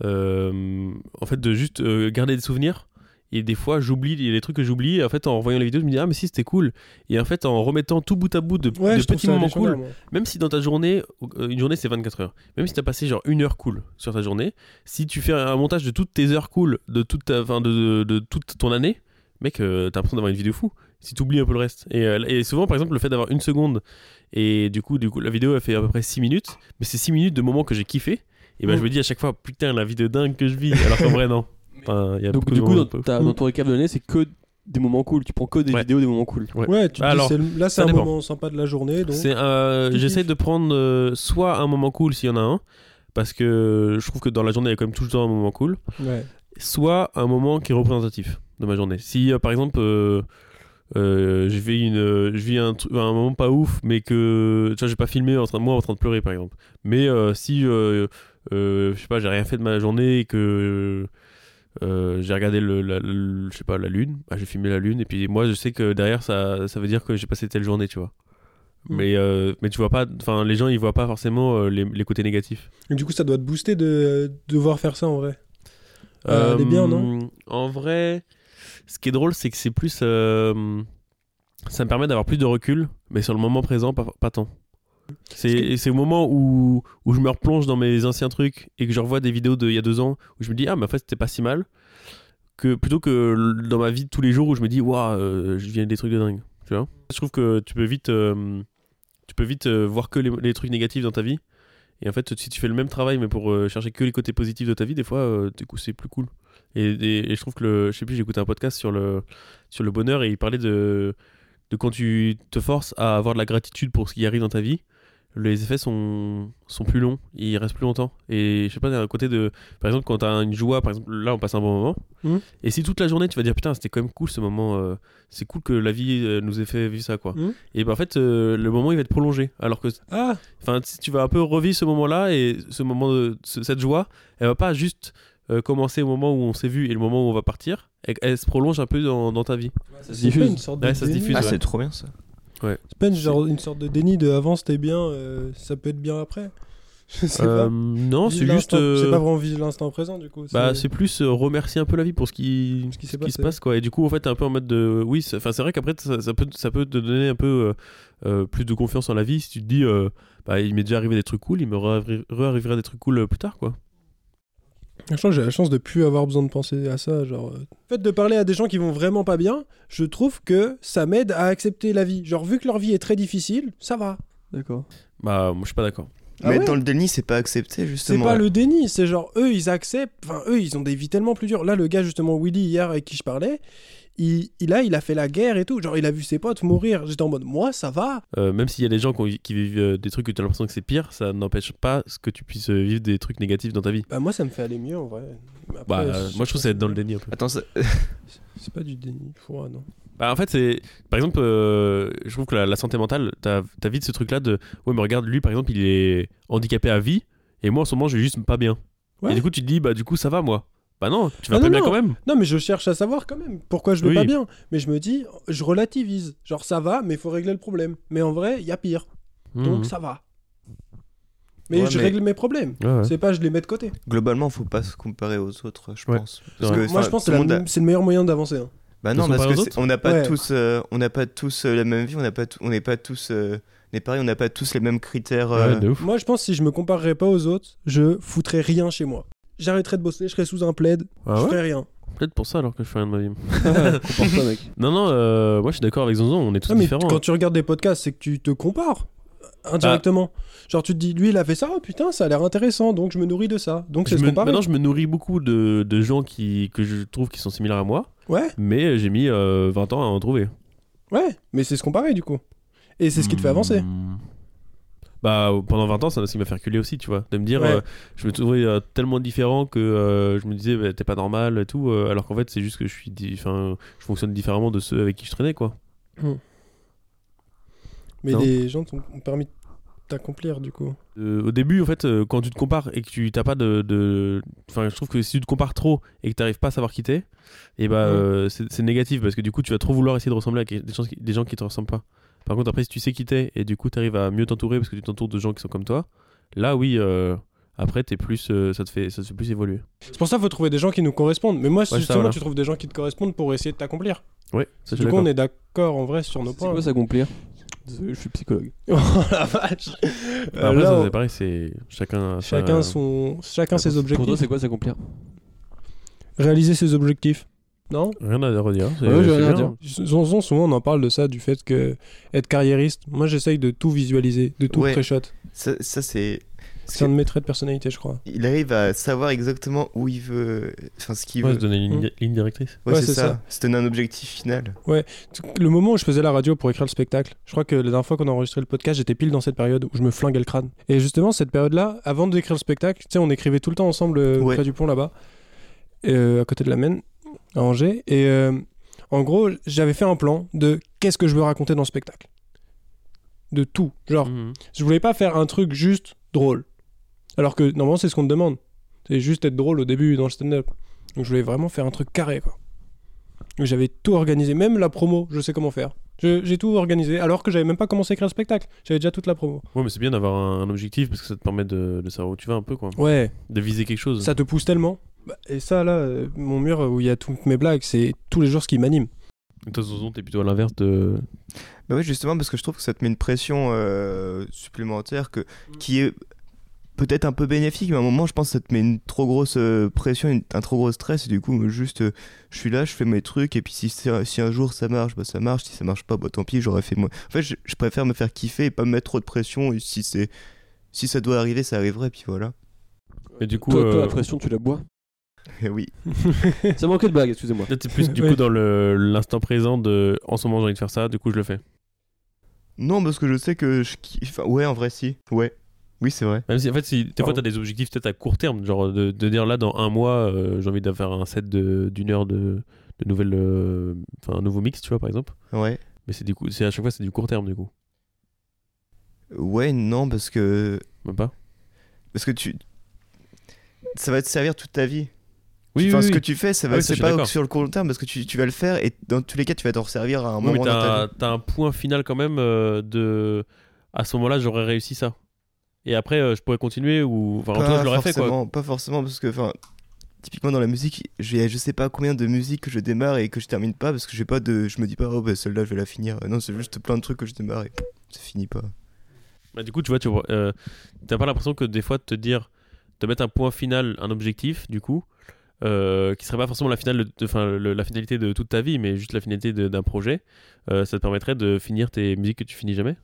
[SPEAKER 1] Euh, en fait, de juste euh, garder des souvenirs. Et des fois, j'oublie, il y a des trucs que j'oublie. et En fait, en voyant les vidéos, je me dis, ah, mais si, c'était cool. Et en fait, en remettant tout bout à bout de,
[SPEAKER 4] Ouais,
[SPEAKER 1] de
[SPEAKER 4] je trouve
[SPEAKER 1] petits
[SPEAKER 4] ça hein.
[SPEAKER 1] moments
[SPEAKER 4] légendaire,
[SPEAKER 1] cool,
[SPEAKER 4] moi.
[SPEAKER 1] même si dans ta journée, euh, une journée c'est 24 heures, même si t'as passé genre une heure cool sur ta journée, si tu fais un montage de toutes tes heures cool, de toute, ta, enfin, de, de- de toute ton année, mec, euh, t'as l'impression d'avoir une vidéo fou. Si t'oublies un peu le reste. Et, euh, et souvent, par exemple, le fait d'avoir une seconde, et du coup, du coup, la vidéo elle fait à peu près 6 minutes, mais c'est 6 minutes de moments que j'ai kiffé, et ben
[SPEAKER 4] Mm.
[SPEAKER 1] je me dis à chaque fois, putain, la vie de dingue que je vis, alors qu'en vrai, non. Enfin, y a
[SPEAKER 2] Donc
[SPEAKER 1] beaucoup de
[SPEAKER 2] du coup,
[SPEAKER 1] moments
[SPEAKER 2] dans,
[SPEAKER 1] un peu
[SPEAKER 2] ta-
[SPEAKER 1] fous.
[SPEAKER 2] dans ton récap de l'année, c'est que des moments cool. Tu prends que des
[SPEAKER 1] Ouais. Bah
[SPEAKER 2] vidéos, des moments cool.
[SPEAKER 4] Ouais, tu te dis,
[SPEAKER 1] Alors,
[SPEAKER 4] c'est le- là, c'est
[SPEAKER 1] ça
[SPEAKER 4] un
[SPEAKER 1] dépend.
[SPEAKER 4] moment sympa de la journée. Donc...
[SPEAKER 1] C'est euh,
[SPEAKER 4] Tu
[SPEAKER 1] j'essaie
[SPEAKER 4] kiffes.
[SPEAKER 1] de prendre euh, soit un moment cool s'il y en a un, parce que je trouve que dans la journée il y a quand même tout le temps un moment cool,
[SPEAKER 4] Ouais.
[SPEAKER 1] soit un moment qui est représentatif de ma journée. Si euh, par exemple euh, euh, je vis une euh, je vis un, tru- un moment pas ouf, mais que tu vois j'ai pas filmé en train de moi en train de pleurer par exemple. Mais euh, si euh, euh, je sais pas j'ai rien fait de ma journée et que euh, j'ai regardé le, la, le- je sais pas la lune, bah, j'ai filmé la lune et puis moi je sais que derrière ça ça veut dire que j'ai passé telle journée tu vois.
[SPEAKER 4] Mm.
[SPEAKER 1] Mais, euh, mais tu vois pas, enfin les gens ils voient pas forcément euh, les, les côtés négatifs.
[SPEAKER 4] Et Du coup, ça doit te booster de de devoir faire ça en vrai. Euh, elle est bien, non
[SPEAKER 1] En vrai, ce qui est drôle, c'est que c'est plus. euh, ça me permet d'avoir plus de recul, mais sur le moment présent, pas, pas tant. C'est et c'est au moment où, où je me replonge dans mes anciens trucs et que je revois des vidéos d'il y a deux ans où je me dis, ah, mais en fait, c'était pas si mal. Que plutôt que l- dans ma vie de tous les jours où je me dis, waouh, euh, je viens des trucs de dingue. Tu vois Je trouve que tu peux vite, euh, tu peux vite euh, voir que les, les trucs négatifs dans ta vie. Et en fait, si tu fais le même travail, mais pour euh, chercher que les côtés positifs de ta vie, des fois, euh, du coup, c'est plus cool. Et, et- et je trouve que le, je sais plus, j'ai écouté un podcast sur le, sur le bonheur et il parlait de, de quand tu te forces à avoir de la gratitude pour ce qui arrive dans ta vie, les effets sont, sont plus longs, ils restent plus longtemps. Et je sais pas, d'un côté de. Par exemple, quand t'as une joie, par exemple, là, on passe un bon moment.
[SPEAKER 4] Mhm.
[SPEAKER 1] Et si toute la journée, tu vas dire putain, c'était quand même cool ce moment, euh, c'est cool que la vie euh, nous ait fait vivre ça, quoi.
[SPEAKER 4] Mhm.
[SPEAKER 1] Et bah, en fait, euh, le moment, il va être prolongé. Alors que
[SPEAKER 4] Ah
[SPEAKER 1] Enfin, tu tu vas un peu revivre ce moment-là et ce moment de ce- cette joie, elle va pas juste euh, commencer au moment où on s'est vu et le moment où on va partir. Elle, elle se prolonge un peu dans, dans ta vie.
[SPEAKER 4] Ça
[SPEAKER 2] se diffuse.
[SPEAKER 4] Une sorte de
[SPEAKER 1] Ouais, ça se
[SPEAKER 4] déni.
[SPEAKER 1] diffuse,
[SPEAKER 6] Ah,
[SPEAKER 1] ouais.
[SPEAKER 6] c'est trop bien ça.
[SPEAKER 4] C'est pas une, genre- une sorte de déni de avant c'était bien, euh, ça peut être bien après. Je sais
[SPEAKER 1] Euh,
[SPEAKER 4] pas.
[SPEAKER 1] non,
[SPEAKER 4] Vive
[SPEAKER 1] c'est juste.
[SPEAKER 4] l'instant-
[SPEAKER 1] euh,
[SPEAKER 4] C'est pas vraiment vivre l'instant présent du coup.
[SPEAKER 1] bah, c'est plus euh, remercier un peu la vie pour ce qui,
[SPEAKER 4] Ce qui s'est
[SPEAKER 1] ce qui se
[SPEAKER 4] passé.
[SPEAKER 1] passe quoi. Et du coup, en fait, t'es un peu en mode de oui. c'est- Enfin, c'est vrai qu'après, ça, ça peut, ça peut te donner un peu euh, euh, plus de confiance en la vie si tu te dis, euh, bah, il m'est déjà arrivé des trucs cool, il me re- re-arrivera des trucs cool euh, plus tard quoi.
[SPEAKER 4] Je crois que j'ai la chance de plus avoir besoin de penser à ça. Genre, euh. le fait de parler à des gens qui vont vraiment pas bien, je trouve que ça m'aide à accepter la vie. Genre, vu que leur vie est très difficile, ça va.
[SPEAKER 2] D'accord.
[SPEAKER 1] Bah, moi, je suis pas d'accord.
[SPEAKER 4] Ah
[SPEAKER 6] mais
[SPEAKER 4] ouais
[SPEAKER 6] dans le déni, c'est pas accepté
[SPEAKER 4] C'est
[SPEAKER 6] justement.
[SPEAKER 4] pas le déni, c'est genre eux ils acceptent, enfin eux ils ont des vies tellement plus dures. Là le gars justement Willy hier avec qui je parlais, il, il a il a fait la guerre et tout, genre il a vu ses potes mourir. J'étais en mode moi ça va.
[SPEAKER 1] Euh, même s'il y a des gens qui, ont- qui vivent euh, des trucs que tu as l'impression que c'est pire, ça n'empêche pas ce que tu puisses euh, vivre des trucs négatifs dans ta vie.
[SPEAKER 4] Bah moi ça me fait aller mieux en vrai. Mais après,
[SPEAKER 1] Bah, euh,
[SPEAKER 4] c'est-
[SPEAKER 1] moi je trouve que c'est être dans le déni un peu.
[SPEAKER 6] Attends, ça-
[SPEAKER 4] C'est pas du déni, Ouah, non.
[SPEAKER 1] Bah, en fait, c'est. Par exemple, euh, je trouve que la, la santé mentale, t'as as vite ce truc-là de. Ouais, mais regarde, lui par exemple, il est handicapé à vie, et moi en ce moment, je vais juste pas bien.
[SPEAKER 4] Ouais.
[SPEAKER 1] Et du coup, tu te dis, bah, du coup, ça va moi. Bah non, tu vas
[SPEAKER 4] Ah
[SPEAKER 1] pas
[SPEAKER 4] non,
[SPEAKER 1] bien
[SPEAKER 4] non.
[SPEAKER 1] quand même.
[SPEAKER 4] Non mais je cherche à savoir quand même pourquoi je vais
[SPEAKER 1] Oui.
[SPEAKER 4] pas bien. Mais je me dis je relativise, genre ça va mais faut régler le problème. Mais en vrai il y a pire, donc
[SPEAKER 1] Mhm.
[SPEAKER 4] ça va. Mais
[SPEAKER 6] Ouais,
[SPEAKER 4] je
[SPEAKER 6] mais-
[SPEAKER 4] règle mes problèmes.
[SPEAKER 1] Ouais, ouais.
[SPEAKER 4] C'est pas je les mets de côté.
[SPEAKER 6] globalement, faut pas se comparer aux autres, je
[SPEAKER 1] Ouais.
[SPEAKER 6] pense.
[SPEAKER 1] Ouais.
[SPEAKER 4] Moi
[SPEAKER 6] enfin,
[SPEAKER 4] je pense
[SPEAKER 6] tout le
[SPEAKER 4] que c'est
[SPEAKER 6] monde a-
[SPEAKER 4] la- c'est le meilleur moyen d'avancer. hein.
[SPEAKER 6] Bah
[SPEAKER 1] De
[SPEAKER 6] non,
[SPEAKER 1] se
[SPEAKER 6] parce
[SPEAKER 1] comparer
[SPEAKER 6] que
[SPEAKER 1] aux
[SPEAKER 6] c'est- on n'a pas
[SPEAKER 4] Ouais.
[SPEAKER 6] tous, euh, on n'a pas tous euh, la même vie, on n'a pas, t- on n'est pas tous, euh, on est pareil, on n'a pas tous les mêmes critères. euh,
[SPEAKER 1] Ouais, de ouf.
[SPEAKER 4] Moi, je pense que si je me comparerais pas aux autres, je foutrais rien chez moi. J'arrêterais de bosser, je serais sous un plaid,
[SPEAKER 1] Ah
[SPEAKER 4] je
[SPEAKER 1] ouais
[SPEAKER 4] ferais rien.
[SPEAKER 1] Peut-être pour ça alors que je fais rien de ma vie.
[SPEAKER 2] Comporte-toi, mec.
[SPEAKER 1] Non, non, euh, moi je suis d'accord avec Zonzon, on est tous
[SPEAKER 4] Ah, mais
[SPEAKER 1] différents.
[SPEAKER 4] quand tu regardes des podcasts, c'est que tu te compares euh, indirectement. Genre, tu te dis, lui, il a fait ça, oh putain, ça a l'air intéressant, donc je me nourris de ça. Donc
[SPEAKER 1] Je
[SPEAKER 4] c'est se
[SPEAKER 1] me-
[SPEAKER 4] comparer.
[SPEAKER 1] maintenant, je me nourris beaucoup de, de gens qui, que je trouve qui sont similaires à moi.
[SPEAKER 4] Ouais,
[SPEAKER 1] mais euh, j'ai mis euh, 20 ans à en trouver.
[SPEAKER 4] ouais, mais c'est se comparer du coup. Et c'est ce qui te fait avancer.
[SPEAKER 1] Mmh. Bah, pendant 20 ans, ça ce qui m'a fait reculer aussi, tu vois. De me dire,
[SPEAKER 4] Ouais.
[SPEAKER 1] euh, je me trouvais euh, tellement différent que euh, je me disais, bah, t'es pas normal et tout, euh, alors qu'en fait, c'est juste que je suis. di- Enfin, je fonctionne différemment de ceux avec qui je traînais, quoi.
[SPEAKER 4] Mais
[SPEAKER 1] Non.
[SPEAKER 4] les gens t'ont ont permis de t'accomplir du coup.
[SPEAKER 1] Euh, au début, en fait, euh, quand tu te compares et que tu t'as pas de, de- Enfin, je trouve que si tu te compares trop et que t'arrives pas à savoir qui t'es, et bah,
[SPEAKER 4] Mhm.
[SPEAKER 1] euh, c'est c'est négatif parce que du coup, tu vas trop vouloir essayer de ressembler à que- des gens, qui- des gens qui te ressemblent pas. Par contre, après, si tu sais qui t'es et du coup, t'arrives à mieux t'entourer parce que tu t'entoures de gens qui sont comme toi, là, oui, euh, après, t'es plus. euh, ça, te fait, ça te fait plus évoluer.
[SPEAKER 4] C'est pour ça qu'il faut trouver des gens qui nous correspondent. Mais moi,
[SPEAKER 1] ça,
[SPEAKER 4] justement,
[SPEAKER 1] voilà.
[SPEAKER 4] tu trouves des gens qui te correspondent pour essayer de t'accomplir.
[SPEAKER 1] Ouais, ça, je suis
[SPEAKER 4] Du coup, on
[SPEAKER 1] d'accord.
[SPEAKER 4] est d'accord en vrai sur nos
[SPEAKER 2] C'est
[SPEAKER 4] points.
[SPEAKER 2] quoi s'accomplir Désolé, je suis psychologue.
[SPEAKER 4] oh la vache
[SPEAKER 1] Bah,
[SPEAKER 4] Euh,
[SPEAKER 1] après,
[SPEAKER 4] là,
[SPEAKER 1] ça,
[SPEAKER 4] on-
[SPEAKER 1] c'est pareil, c'est. Chacun. a sa-
[SPEAKER 4] Chacun, son... Chacun ses
[SPEAKER 2] euh, bah, Pour toi,
[SPEAKER 4] objectifs.
[SPEAKER 2] c'est quoi s'accomplir
[SPEAKER 4] Réaliser ses objectifs. Non
[SPEAKER 1] Rien à redire. c'est-
[SPEAKER 2] Ouais, j'ai
[SPEAKER 1] c'est
[SPEAKER 2] rien à
[SPEAKER 1] bien.
[SPEAKER 2] dire.
[SPEAKER 4] Zonzon, souvent on en parle de ça, du fait que être carriériste, moi j'essaye de tout visualiser, de tout
[SPEAKER 6] Ouais.
[SPEAKER 4] pré-shot.
[SPEAKER 6] Ça, ça, c'est.
[SPEAKER 4] C'est un de mes traits de personnalité, je crois.
[SPEAKER 6] Il arrive à savoir exactement où il veut, enfin ce qu'il
[SPEAKER 1] Ouais,
[SPEAKER 6] veut.
[SPEAKER 1] se donner une
[SPEAKER 4] Mm.
[SPEAKER 1] ligne- ligne directrice.
[SPEAKER 6] Ouais,
[SPEAKER 4] Ouais,
[SPEAKER 6] c'est
[SPEAKER 4] c'est
[SPEAKER 6] ça.
[SPEAKER 4] ça.
[SPEAKER 6] Se donner un objectif final.
[SPEAKER 4] Le moment où je faisais la radio pour écrire le spectacle, je crois que la dernière fois qu'on a enregistré le podcast, j'étais pile dans cette période où je me flinguais le crâne. Et justement, cette période-là, avant d'écrire le spectacle, tu sais, on écrivait tout le temps ensemble euh,
[SPEAKER 6] Ouais.
[SPEAKER 4] près du pont là-bas, euh, à côté de la Maine, à Angers. Et euh, en gros, j'avais fait un plan de qu'est-ce que je veux raconter dans le spectacle. De tout. Genre,
[SPEAKER 1] Mhm.
[SPEAKER 4] Je voulais pas faire un truc juste drôle. Alors que normalement, c'est ce qu'on te demande. C'est juste être drôle au début dans le stand-up. Donc je voulais vraiment faire un truc carré, quoi. Donc, J'avais tout organisé, même la promo, je sais comment faire. Je- J'ai tout organisé, alors que j'avais même pas commencé à écrire le spectacle. J'avais déjà toute la promo.
[SPEAKER 1] Ouais, mais c'est bien d'avoir un, un objectif parce que ça te permet de, de savoir où tu vas un peu, quoi.
[SPEAKER 4] Ouais,
[SPEAKER 1] De viser quelque chose.
[SPEAKER 4] ça te pousse tellement. Bah, Et ça, là, euh, mon mur où il y a toutes mes blagues, c'est tous les jours ce qui m'anime.
[SPEAKER 1] Toi, Zonzon, t'es plutôt à l'inverse de.
[SPEAKER 3] Bah oui, justement, parce que je trouve que ça te met une pression euh, supplémentaire que, qui est peut-être un peu bénéfique, mais à un moment, je pense que ça te met une trop grosse euh, pression, une- un trop gros stress. Et du coup, moi, juste, euh, je suis là, je fais mes trucs, et puis si, c'est- si un jour ça marche, bah ça marche. Si ça marche pas, bah tant pis, j'aurais fait moi. En fait, je, je préfère me faire kiffer et pas me mettre trop de pression. Et si, c'est, si ça doit arriver, ça arriverait, puis voilà.
[SPEAKER 1] Mais du coup.
[SPEAKER 2] Toi, toi,
[SPEAKER 1] euh,
[SPEAKER 2] la pression, tu la bois.
[SPEAKER 3] Et Eh oui.
[SPEAKER 2] Ça manquait de blague, excusez-moi.
[SPEAKER 1] Là, t'es plus du
[SPEAKER 4] Oui.
[SPEAKER 1] coup dans le- l'instant présent de en ce moment j'ai envie de faire ça, du coup je le fais.
[SPEAKER 3] Non, parce que je sais que je kiffe. enfin, ouais, en vrai, si. Ouais. Oui, c'est vrai.
[SPEAKER 1] Même si en fait, si, des fois t'as des objectifs peut-être à court terme, genre de, de dire là dans un mois euh, j'ai envie de faire un set de- d'une heure de, de nouvelles. euh, Enfin, un nouveau mix, tu vois, par exemple.
[SPEAKER 3] Ouais.
[SPEAKER 1] Mais c'est du coup, c'est à chaque fois c'est du court terme du coup,
[SPEAKER 3] Ouais, non, parce que.
[SPEAKER 1] même pas.
[SPEAKER 3] Parce que tu. Ça va te servir toute ta vie.
[SPEAKER 1] Oui,
[SPEAKER 3] Enfin,
[SPEAKER 1] oui,
[SPEAKER 3] ce
[SPEAKER 1] oui.
[SPEAKER 3] que tu fais, ça va,
[SPEAKER 1] Ah oui, ça, je suis
[SPEAKER 3] c'est pas
[SPEAKER 1] d'accord.
[SPEAKER 3] sur le court terme parce que tu, tu vas le faire et dans tous les cas, tu vas t'en servir à un
[SPEAKER 1] Oui,
[SPEAKER 3] moment
[SPEAKER 1] mais
[SPEAKER 3] dans
[SPEAKER 1] t'as
[SPEAKER 3] ta
[SPEAKER 1] t'as un point final quand même euh, de. À ce moment-là, j'aurais réussi ça. Et après, euh, je pourrais continuer ou. Enfin, en tout cas, je l'aurais fait quoi.
[SPEAKER 3] forcément- Pas forcément parce que, enfin, typiquement dans la musique, j'ai je sais pas combien de musique que je démarre et que je termine pas parce que j'ai pas de. Je me dis pas, oh bah celle-là, je vais la finir. Non, c'est juste plein de trucs que je démarre et pff, ça finit pas.
[SPEAKER 1] Bah, du coup, tu vois, tu vois, euh, t'as pas l'impression que des fois de te dire, de mettre un point final, un objectif, du coup, euh, qui serait pas forcément la finale, de, de- enfin, le- la finalité de toute ta vie, mais juste la finalité de- d'un projet, euh, ça te permettrait de finir tes musiques que tu finis jamais.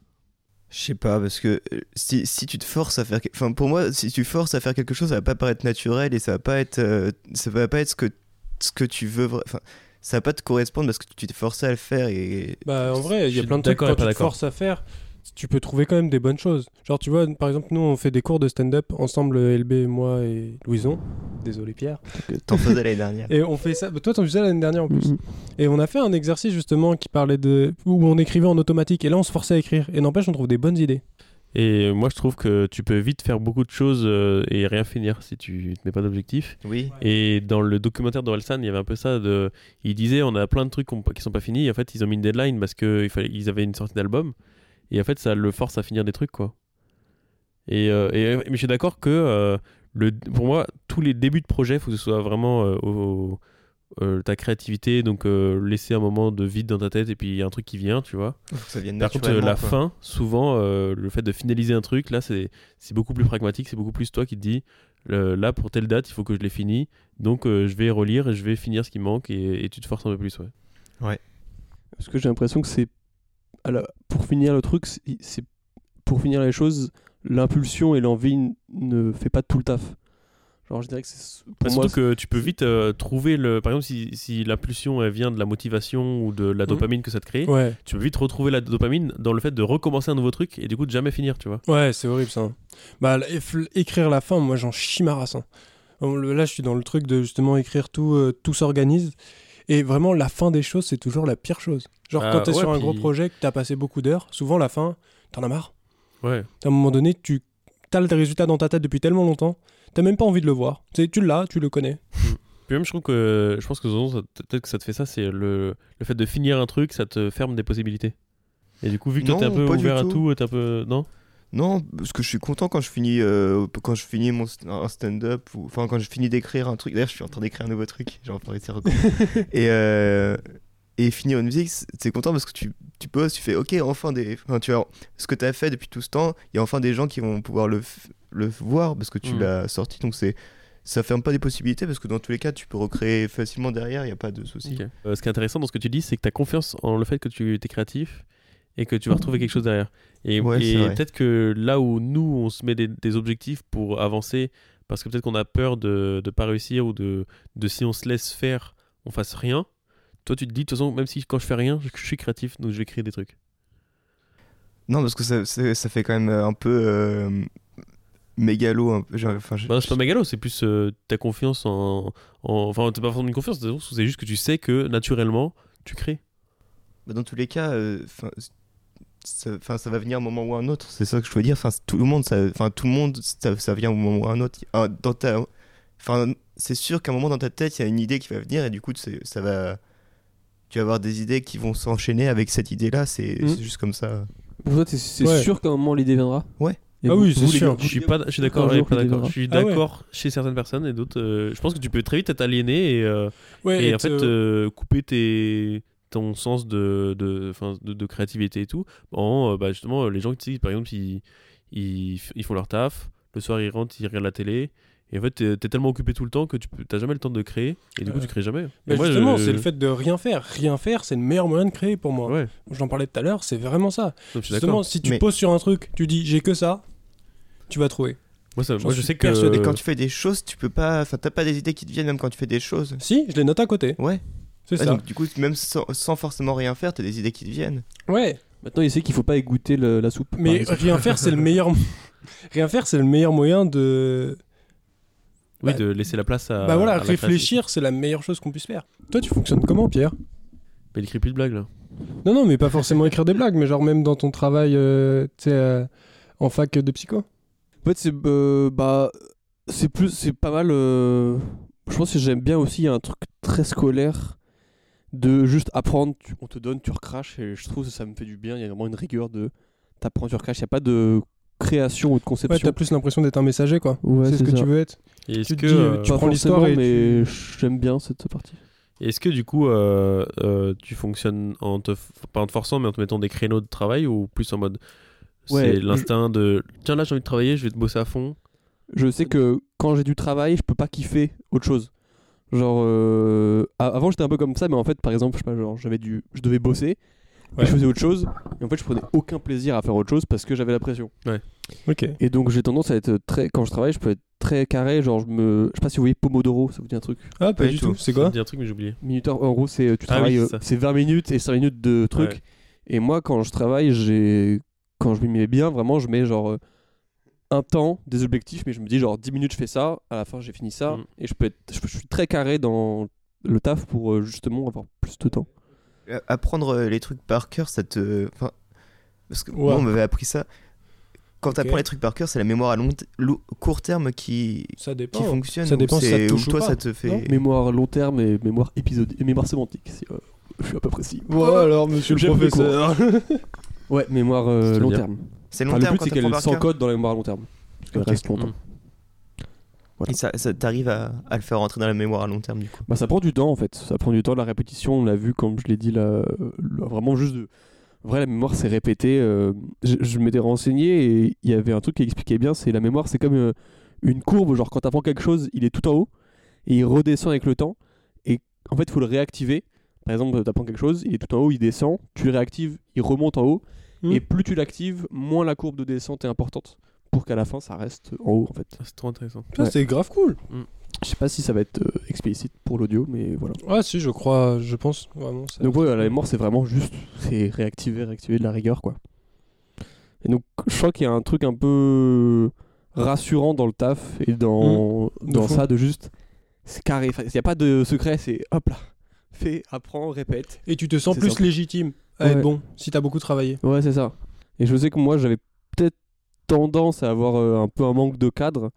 [SPEAKER 3] Je sais pas, parce que euh, si, si tu te forces à faire. que- Enfin, pour moi, si tu forces à faire quelque chose, ça va pas paraître naturel et ça va pas être. euh, ça va pas être ce que, ce que tu veux. vra- Enfin, ça va pas te correspondre parce que tu t'es forcé à le faire et.
[SPEAKER 4] Bah, en vrai, il y
[SPEAKER 1] Je
[SPEAKER 4] a
[SPEAKER 1] suis
[SPEAKER 4] plein de trucs
[SPEAKER 1] d'accord et
[SPEAKER 4] quand
[SPEAKER 1] pas
[SPEAKER 4] tu te
[SPEAKER 1] d'accord.
[SPEAKER 4] forces à faire, tu peux trouver quand même des bonnes choses. Genre, tu vois, par exemple, nous, on fait des cours de stand-up ensemble, LB, moi et Louison. Désolé, Pierre.
[SPEAKER 3] T'en faisais l'année dernière.
[SPEAKER 4] Et on fait ça. Toi, t'en faisais l'année dernière en plus.
[SPEAKER 2] Mm-hmm.
[SPEAKER 4] Et on a fait un exercice justement qui parlait de. où on écrivait en automatique. Et là, on se forçait à écrire. Et n'empêche, on trouve des bonnes idées.
[SPEAKER 1] Et moi, je trouve que tu peux vite faire beaucoup de choses euh, et rien finir si tu te mets pas d'objectif.
[SPEAKER 3] Oui.
[SPEAKER 1] Et dans le documentaire d'Orelsan, il y avait un peu ça. De... Il disait on a plein de trucs qu'on- qui sont pas finis. Et en fait, ils ont mis une deadline parce qu'ils fallait... ils avaient une sortie d'album. Et en fait, ça le force à finir des trucs, quoi. Et, euh, et- mais je suis d'accord que euh, le... pour moi, tous les débuts de projet, il faut que ce soit vraiment euh, au- au- euh, ta créativité. Donc, euh, laisser un moment de vide dans ta tête et puis il y a un truc qui vient, tu vois.
[SPEAKER 3] Faut que ça vienne
[SPEAKER 1] Par contre, euh, la
[SPEAKER 3] naturellement. quoi.
[SPEAKER 1] fin, souvent, euh, le fait de finaliser un truc, là, c'est c'est beaucoup plus pragmatique, c'est beaucoup plus toi qui te dis, euh, là, pour telle date, il faut que je l'ai fini, donc euh, je vais relire et je vais finir ce qui manque, et, et tu te forces un peu plus, ouais.
[SPEAKER 2] Parce que j'ai l'impression que c'est. à la- Pour finir le truc, c'est- c'est. Pour finir les choses, l'impulsion et l'envie n- ne fait pas tout le taf. Genre, je dirais que c'est. Pour
[SPEAKER 1] Bah,
[SPEAKER 2] moi,
[SPEAKER 1] surtout que tu peux vite euh, trouver, le, par exemple, si, si l'impulsion elle vient de la motivation ou de la dopamine que ça te crée,
[SPEAKER 4] Ouais.
[SPEAKER 1] tu peux vite retrouver la dopamine dans le fait de recommencer un nouveau truc, et du coup de jamais finir, tu vois.
[SPEAKER 4] Ouais, c'est horrible ça. Bah, l- eff- écrire la fin, moi j'en chie ma race, hein. Bon, le- Là, je suis dans le truc de justement écrire tout, euh, tout s'organise. Et vraiment, la fin des choses, c'est toujours la pire chose. Genre,
[SPEAKER 1] Bah,
[SPEAKER 4] quand t'es
[SPEAKER 1] ouais,
[SPEAKER 4] sur un gros
[SPEAKER 1] puis-
[SPEAKER 4] projet, que t'as passé beaucoup d'heures, souvent la fin, t'en as marre.
[SPEAKER 1] Ouais.
[SPEAKER 4] À un moment donné, tu t'as le résultat dans ta tête depuis tellement longtemps, t'as même pas envie de le voir. Tu sais, tu l'as, tu le connais.
[SPEAKER 1] Puis même, je trouve que, je pense que Zonzon, ça- peut-être que ça te fait ça, c'est le, le fait de finir un truc, ça te ferme des possibilités. Et du coup, vu que toi,
[SPEAKER 3] Non,
[SPEAKER 1] t'es un peu
[SPEAKER 3] pas du
[SPEAKER 1] ouvert à
[SPEAKER 3] tout.
[SPEAKER 1] tout, t'es un peu. Non
[SPEAKER 3] Non, parce que je suis content quand je finis, euh, quand je finis mon st- un stand-up, ou enfin quand je finis d'écrire un truc. D'ailleurs, je suis en train d'écrire un nouveau truc, j'ai envie de dire quoi. et, euh, et finir une musique, c'est- c'est content parce que tu, tu poses, tu fais OK, enfin, des, enfin, tu as, ce que tu as fait depuis tout ce temps, il y a enfin des gens qui vont pouvoir le, f- le voir parce que tu
[SPEAKER 1] Mm.
[SPEAKER 3] l'as sorti. Donc c'est ça ferme pas des possibilités parce que dans tous les cas, tu peux recréer facilement derrière, il n'y a pas de souci.
[SPEAKER 1] Euh, ce qui est intéressant dans ce que tu dis, c'est que tu as confiance en le fait que tu es créatif et que tu vas retrouver quelque chose derrière. Et,
[SPEAKER 3] Ouais,
[SPEAKER 1] et
[SPEAKER 3] c'est vrai.
[SPEAKER 1] peut-être que là où nous, on se met des, des objectifs pour avancer, parce que peut-être qu'on a peur de ne pas réussir ou de, de si on se laisse faire, on fasse rien. Toi, tu te dis, de toute façon, même si quand je fais rien, je, je suis créatif, donc je vais créer des trucs.
[SPEAKER 3] Non, parce que ça, ça- ça fait quand même euh, un peu euh, mégalo. un peu- j'ai- enfin, je-
[SPEAKER 1] Bah, non, c'est pas mégalo, c'est plus euh, ta confiance en. en- Enfin, t'as pas forcément une confiance, c'est c'est juste que tu sais que naturellement, tu crées.
[SPEAKER 3] Bah, dans tous les cas, euh, 'fin, c- ça, 'fin, ça va venir un moment ou un autre. C'est ça que je veux dire. Enfin, tout le monde, ça, 'fin, tout le monde, ça, ça vient un moment ou un autre. Ah, Dans ta, enfin, c'est sûr qu'à un moment dans ta tête, il y a une idée qui va venir et du coup, c'est- ça va. Tu vas avoir des idées qui vont s'enchaîner avec cette idée-là. C'est
[SPEAKER 4] Mhm.
[SPEAKER 3] c'est juste comme ça.
[SPEAKER 2] Pour toi, t'es- c'est
[SPEAKER 4] Ouais.
[SPEAKER 2] sûr qu'à un moment l'idée viendra
[SPEAKER 3] Ouais.
[SPEAKER 2] Et
[SPEAKER 4] Ah
[SPEAKER 2] vous-
[SPEAKER 4] oui, c'est
[SPEAKER 2] vous, les
[SPEAKER 4] sûr.
[SPEAKER 2] gars,
[SPEAKER 1] Je
[SPEAKER 2] vous-
[SPEAKER 1] suis pas, je suis d'accord,
[SPEAKER 2] Un
[SPEAKER 1] ouais,
[SPEAKER 2] jour,
[SPEAKER 1] pas
[SPEAKER 2] il
[SPEAKER 1] d'accord.
[SPEAKER 2] deviendra.
[SPEAKER 1] Je suis
[SPEAKER 4] Ah ouais.
[SPEAKER 1] d'accord chez certaines personnes et d'autres. euh, je pense que tu peux très vite être aliéné et, euh,
[SPEAKER 4] Ouais,
[SPEAKER 1] et en
[SPEAKER 4] être,
[SPEAKER 1] fait
[SPEAKER 4] euh,
[SPEAKER 1] euh, couper tes ton sens de de, 'fin, de de créativité et tout en euh, bah, justement euh, les gens qui par exemple ils, ils, f- ils font leur taf le soir ils rentrent ils regardent la télé et en fait t'es t'es tellement occupé tout le temps que tu peux- t'as jamais le temps de créer et du coup
[SPEAKER 4] Ouais.
[SPEAKER 1] tu crées jamais Et
[SPEAKER 4] bah
[SPEAKER 1] moi,
[SPEAKER 4] justement,
[SPEAKER 1] je-
[SPEAKER 4] c'est le fait de rien faire. Rien faire, c'est le meilleur moyen de créer pour moi.
[SPEAKER 1] ouais
[SPEAKER 4] J'en parlais tout à l'heure, c'est vraiment ça.
[SPEAKER 1] non, je suis
[SPEAKER 4] Justement,
[SPEAKER 1] d'accord
[SPEAKER 4] si tu
[SPEAKER 3] Mais-
[SPEAKER 4] poses sur un truc, tu dis j'ai que ça, tu vas trouver.
[SPEAKER 1] moi, ça-
[SPEAKER 4] j'en
[SPEAKER 1] moi, je
[SPEAKER 4] suis
[SPEAKER 1] sais que
[SPEAKER 4] persuadé
[SPEAKER 3] Et quand tu fais des choses, tu peux pas. Enfin, t'as pas des idées qui te viennent même quand tu fais des choses.
[SPEAKER 4] Si, je les note à côté.
[SPEAKER 3] Ouais.
[SPEAKER 4] C'est
[SPEAKER 3] Ouais,
[SPEAKER 4] ça.
[SPEAKER 3] donc, du coup, même sans, sans forcément rien faire, t'as des idées qui te viennent.
[SPEAKER 4] Ouais.
[SPEAKER 2] Maintenant, il sait qu'il faut pas égoutter le- la soupe. par
[SPEAKER 4] Mais
[SPEAKER 2] exemple.
[SPEAKER 4] rien faire, c'est le meilleur. rien faire, c'est le meilleur moyen de.
[SPEAKER 1] oui
[SPEAKER 4] bah-
[SPEAKER 1] de laisser la place à
[SPEAKER 4] bah
[SPEAKER 1] Euh, à
[SPEAKER 4] voilà,
[SPEAKER 1] la créativité.
[SPEAKER 4] réfléchir, c'est la meilleure chose qu'on puisse faire. Toi, tu fonctionnes comment, Pierre
[SPEAKER 1] mais il écrit plus de blagues là
[SPEAKER 4] Non, non, mais pas forcément écrire des blagues, mais genre même dans ton travail, euh, tu sais, euh, en fac de psycho.
[SPEAKER 2] En fait, c'est euh, bah c'est plus c'est pas mal. euh, Je pense que j'aime bien aussi il y a un truc très scolaire de juste apprendre. tu- on te donne, tu recraches et je trouve que ça me fait du bien. Il y a vraiment une rigueur de t'apprends, tu recraches. Il n'y a pas de création ou de
[SPEAKER 4] Ouais, t'as
[SPEAKER 2] conception.
[SPEAKER 4] plus l'impression d'être un messager, quoi.
[SPEAKER 2] Ouais,
[SPEAKER 4] c'est ce que
[SPEAKER 2] ça.
[SPEAKER 4] tu veux être.
[SPEAKER 1] Et est-ce
[SPEAKER 4] Tu te
[SPEAKER 1] que
[SPEAKER 4] dis,
[SPEAKER 1] euh,
[SPEAKER 4] tu
[SPEAKER 2] Pas
[SPEAKER 4] prends l'histoire
[SPEAKER 2] forcément,
[SPEAKER 4] et
[SPEAKER 2] mais j'aime bien cette partie.
[SPEAKER 1] Est-ce que du coup, euh, euh, tu fonctionnes en te, f- pas en te forçant, mais en te mettant des créneaux de travail ou plus en mode
[SPEAKER 2] Ouais,
[SPEAKER 1] c'est l'instinct de tiens là j'ai envie de travailler, je vais te bosser à fond.
[SPEAKER 2] je sais que quand j'ai du travail, je peux pas kiffer autre chose. Genre, euh, a- avant j'étais un peu comme ça, mais en fait, par exemple, je sais pas, genre, j'avais du, je devais bosser, et
[SPEAKER 4] Ouais.
[SPEAKER 2] je faisais autre chose, et en fait, je prenais aucun plaisir à faire autre chose parce que j'avais la pression.
[SPEAKER 4] Ok.
[SPEAKER 2] Et donc, j'ai tendance à être très, quand je travaille, je peux être très carré, genre, je me, je sais pas si vous voyez Pomodoro, ça vous dit un truc.
[SPEAKER 4] Ah, pas
[SPEAKER 3] Pas
[SPEAKER 4] du
[SPEAKER 3] du
[SPEAKER 4] tout.
[SPEAKER 3] tout.
[SPEAKER 4] C'est
[SPEAKER 1] Ça me
[SPEAKER 4] quoi
[SPEAKER 1] dit un truc mais j'ai oublié.
[SPEAKER 2] Minuteur, en gros, c'est, tu
[SPEAKER 1] Ah oui,
[SPEAKER 2] travailles,
[SPEAKER 1] c'est
[SPEAKER 2] euh,
[SPEAKER 1] ça.
[SPEAKER 2] c'est 20 minutes et 5 minutes de trucs.
[SPEAKER 1] Ouais.
[SPEAKER 2] Et moi, quand je travaille, j'ai, quand je m'y mets bien, vraiment, je mets genre euh, un temps, des objectifs, mais je me dis genre 10 minutes, je fais ça, à la fin, j'ai fini ça,
[SPEAKER 1] Mm.
[SPEAKER 2] et je peux être, je, je suis très carré dans le taf pour euh, justement avoir plus de temps.
[SPEAKER 3] Euh, Apprendre euh, les trucs par cœur, ça te. Enfin, parce que
[SPEAKER 4] Ouais.
[SPEAKER 3] moi, on m'avait appris ça. Quand t'apprends
[SPEAKER 4] Ok.
[SPEAKER 3] les trucs par cœur, c'est la mémoire à long t- lo- court terme qui,
[SPEAKER 4] Ça
[SPEAKER 3] qui
[SPEAKER 4] dépend.
[SPEAKER 3] fonctionne.
[SPEAKER 4] ça
[SPEAKER 3] ou
[SPEAKER 4] dépend si ça
[SPEAKER 3] c'est-
[SPEAKER 4] te
[SPEAKER 3] ou
[SPEAKER 4] touche ou
[SPEAKER 3] toi,
[SPEAKER 4] pas,
[SPEAKER 3] ça te
[SPEAKER 4] non
[SPEAKER 3] fait.
[SPEAKER 2] Mémoire long terme et mémoire épisodique, et mémoire sémantique. Si, euh, je suis à peu précis.
[SPEAKER 4] Bon, alors, monsieur le
[SPEAKER 2] J'ai pris
[SPEAKER 4] professeur.
[SPEAKER 2] Ouais, mémoire euh,
[SPEAKER 1] C'est-à-dire
[SPEAKER 2] long terme.
[SPEAKER 3] C'est
[SPEAKER 2] Enfin,
[SPEAKER 3] long
[SPEAKER 2] le
[SPEAKER 3] terme
[SPEAKER 2] but
[SPEAKER 3] quand
[SPEAKER 2] c'est
[SPEAKER 3] t'apprends
[SPEAKER 2] qu'elle
[SPEAKER 3] par cœur.
[SPEAKER 2] s'encode dans la mémoire à long terme, parce qu'elle
[SPEAKER 3] Ok.
[SPEAKER 2] reste longtemps.
[SPEAKER 1] Mm.
[SPEAKER 2] code.
[SPEAKER 3] Et ça, ça t'arrive à, à le faire rentrer dans la mémoire à long terme, du coup.
[SPEAKER 2] Bah ça prend du temps en fait, ça prend du temps la répétition, on l'a vu comme je l'ai dit là, euh, là, vraiment juste de... En vrai la mémoire c'est répété, euh, je, je m'étais renseigné et il y avait un truc qui expliquait bien, c'est la mémoire c'est comme euh, une courbe, genre quand t'apprends quelque chose il est tout en haut et il redescend avec le temps et en fait il faut le réactiver, par exemple t'apprends quelque chose, il est tout en haut, il descend, tu le réactives, il remonte en haut
[SPEAKER 4] Hmm.
[SPEAKER 2] et plus tu l'actives, moins la courbe de descente est importante pour qu'à la fin ça reste en haut en fait.
[SPEAKER 1] Ah, C'est trop intéressant.
[SPEAKER 4] Ça, c'est grave cool.
[SPEAKER 2] Je sais pas si ça va être euh, explicite pour l'audio mais voilà.
[SPEAKER 4] Ouais, si, je crois, je pense vraiment. ça-
[SPEAKER 2] Donc ouais, la mémoire c'est vraiment juste, c'est réactiver, réactiver de la rigueur quoi. Et donc je crois qu'il y a un truc un peu rassurant dans le taf et dans,
[SPEAKER 4] de
[SPEAKER 2] dans
[SPEAKER 4] fou.
[SPEAKER 2] ça Mmh. de juste, c'est carré, il n'y a pas de secret, c'est hop là, fais, apprends, répète.
[SPEAKER 4] Et tu te sens
[SPEAKER 2] C'est
[SPEAKER 4] plus
[SPEAKER 2] simple.
[SPEAKER 4] légitime à
[SPEAKER 2] Ouais.
[SPEAKER 4] être bon si t'as beaucoup travaillé.
[SPEAKER 2] Ouais c'est ça. Et je sais que moi j'avais peut-être tendance à avoir euh, un peu un manque de cadre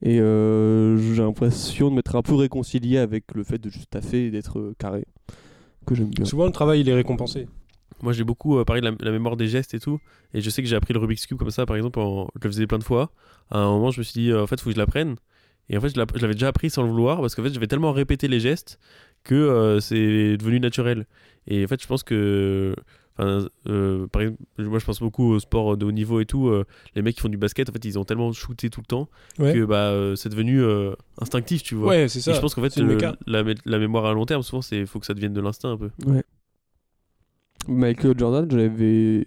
[SPEAKER 2] et euh, j'ai l'impression de m'être un peu réconcilié avec le fait de juste taffer et d'être euh, carré, que j'aime bien.
[SPEAKER 4] Souvent, le travail, il est récompensé.
[SPEAKER 1] Moi j'ai beaucoup euh, parlé de la, la mémoire des gestes et tout, et je sais que j'ai appris le Rubik's Cube comme ça par exemple, en- je le faisais plein de fois. À un moment je me suis dit euh, en fait faut que je l'apprenne, et en fait je l'app- je l'avais déjà appris sans le vouloir parce qu'en fait j'avais tellement répété les gestes que euh, c'est devenu naturel. Et en fait je pense que, enfin, euh, par exemple, moi je pense beaucoup au sport de haut niveau et tout, euh, les mecs qui font du basket en fait ils ont tellement shooté tout le temps
[SPEAKER 4] Ouais.
[SPEAKER 1] que bah, euh, c'est devenu euh, instinctif tu vois.
[SPEAKER 4] Ouais, c'est
[SPEAKER 1] Et
[SPEAKER 4] ça.
[SPEAKER 1] je pense qu'en fait
[SPEAKER 4] c'est une
[SPEAKER 1] le-
[SPEAKER 4] méca.
[SPEAKER 1] la, mé- la mémoire à long terme souvent c'est faut que ça devienne de l'instinct un peu.
[SPEAKER 2] Ouais. Michael Jordan, j'avais vu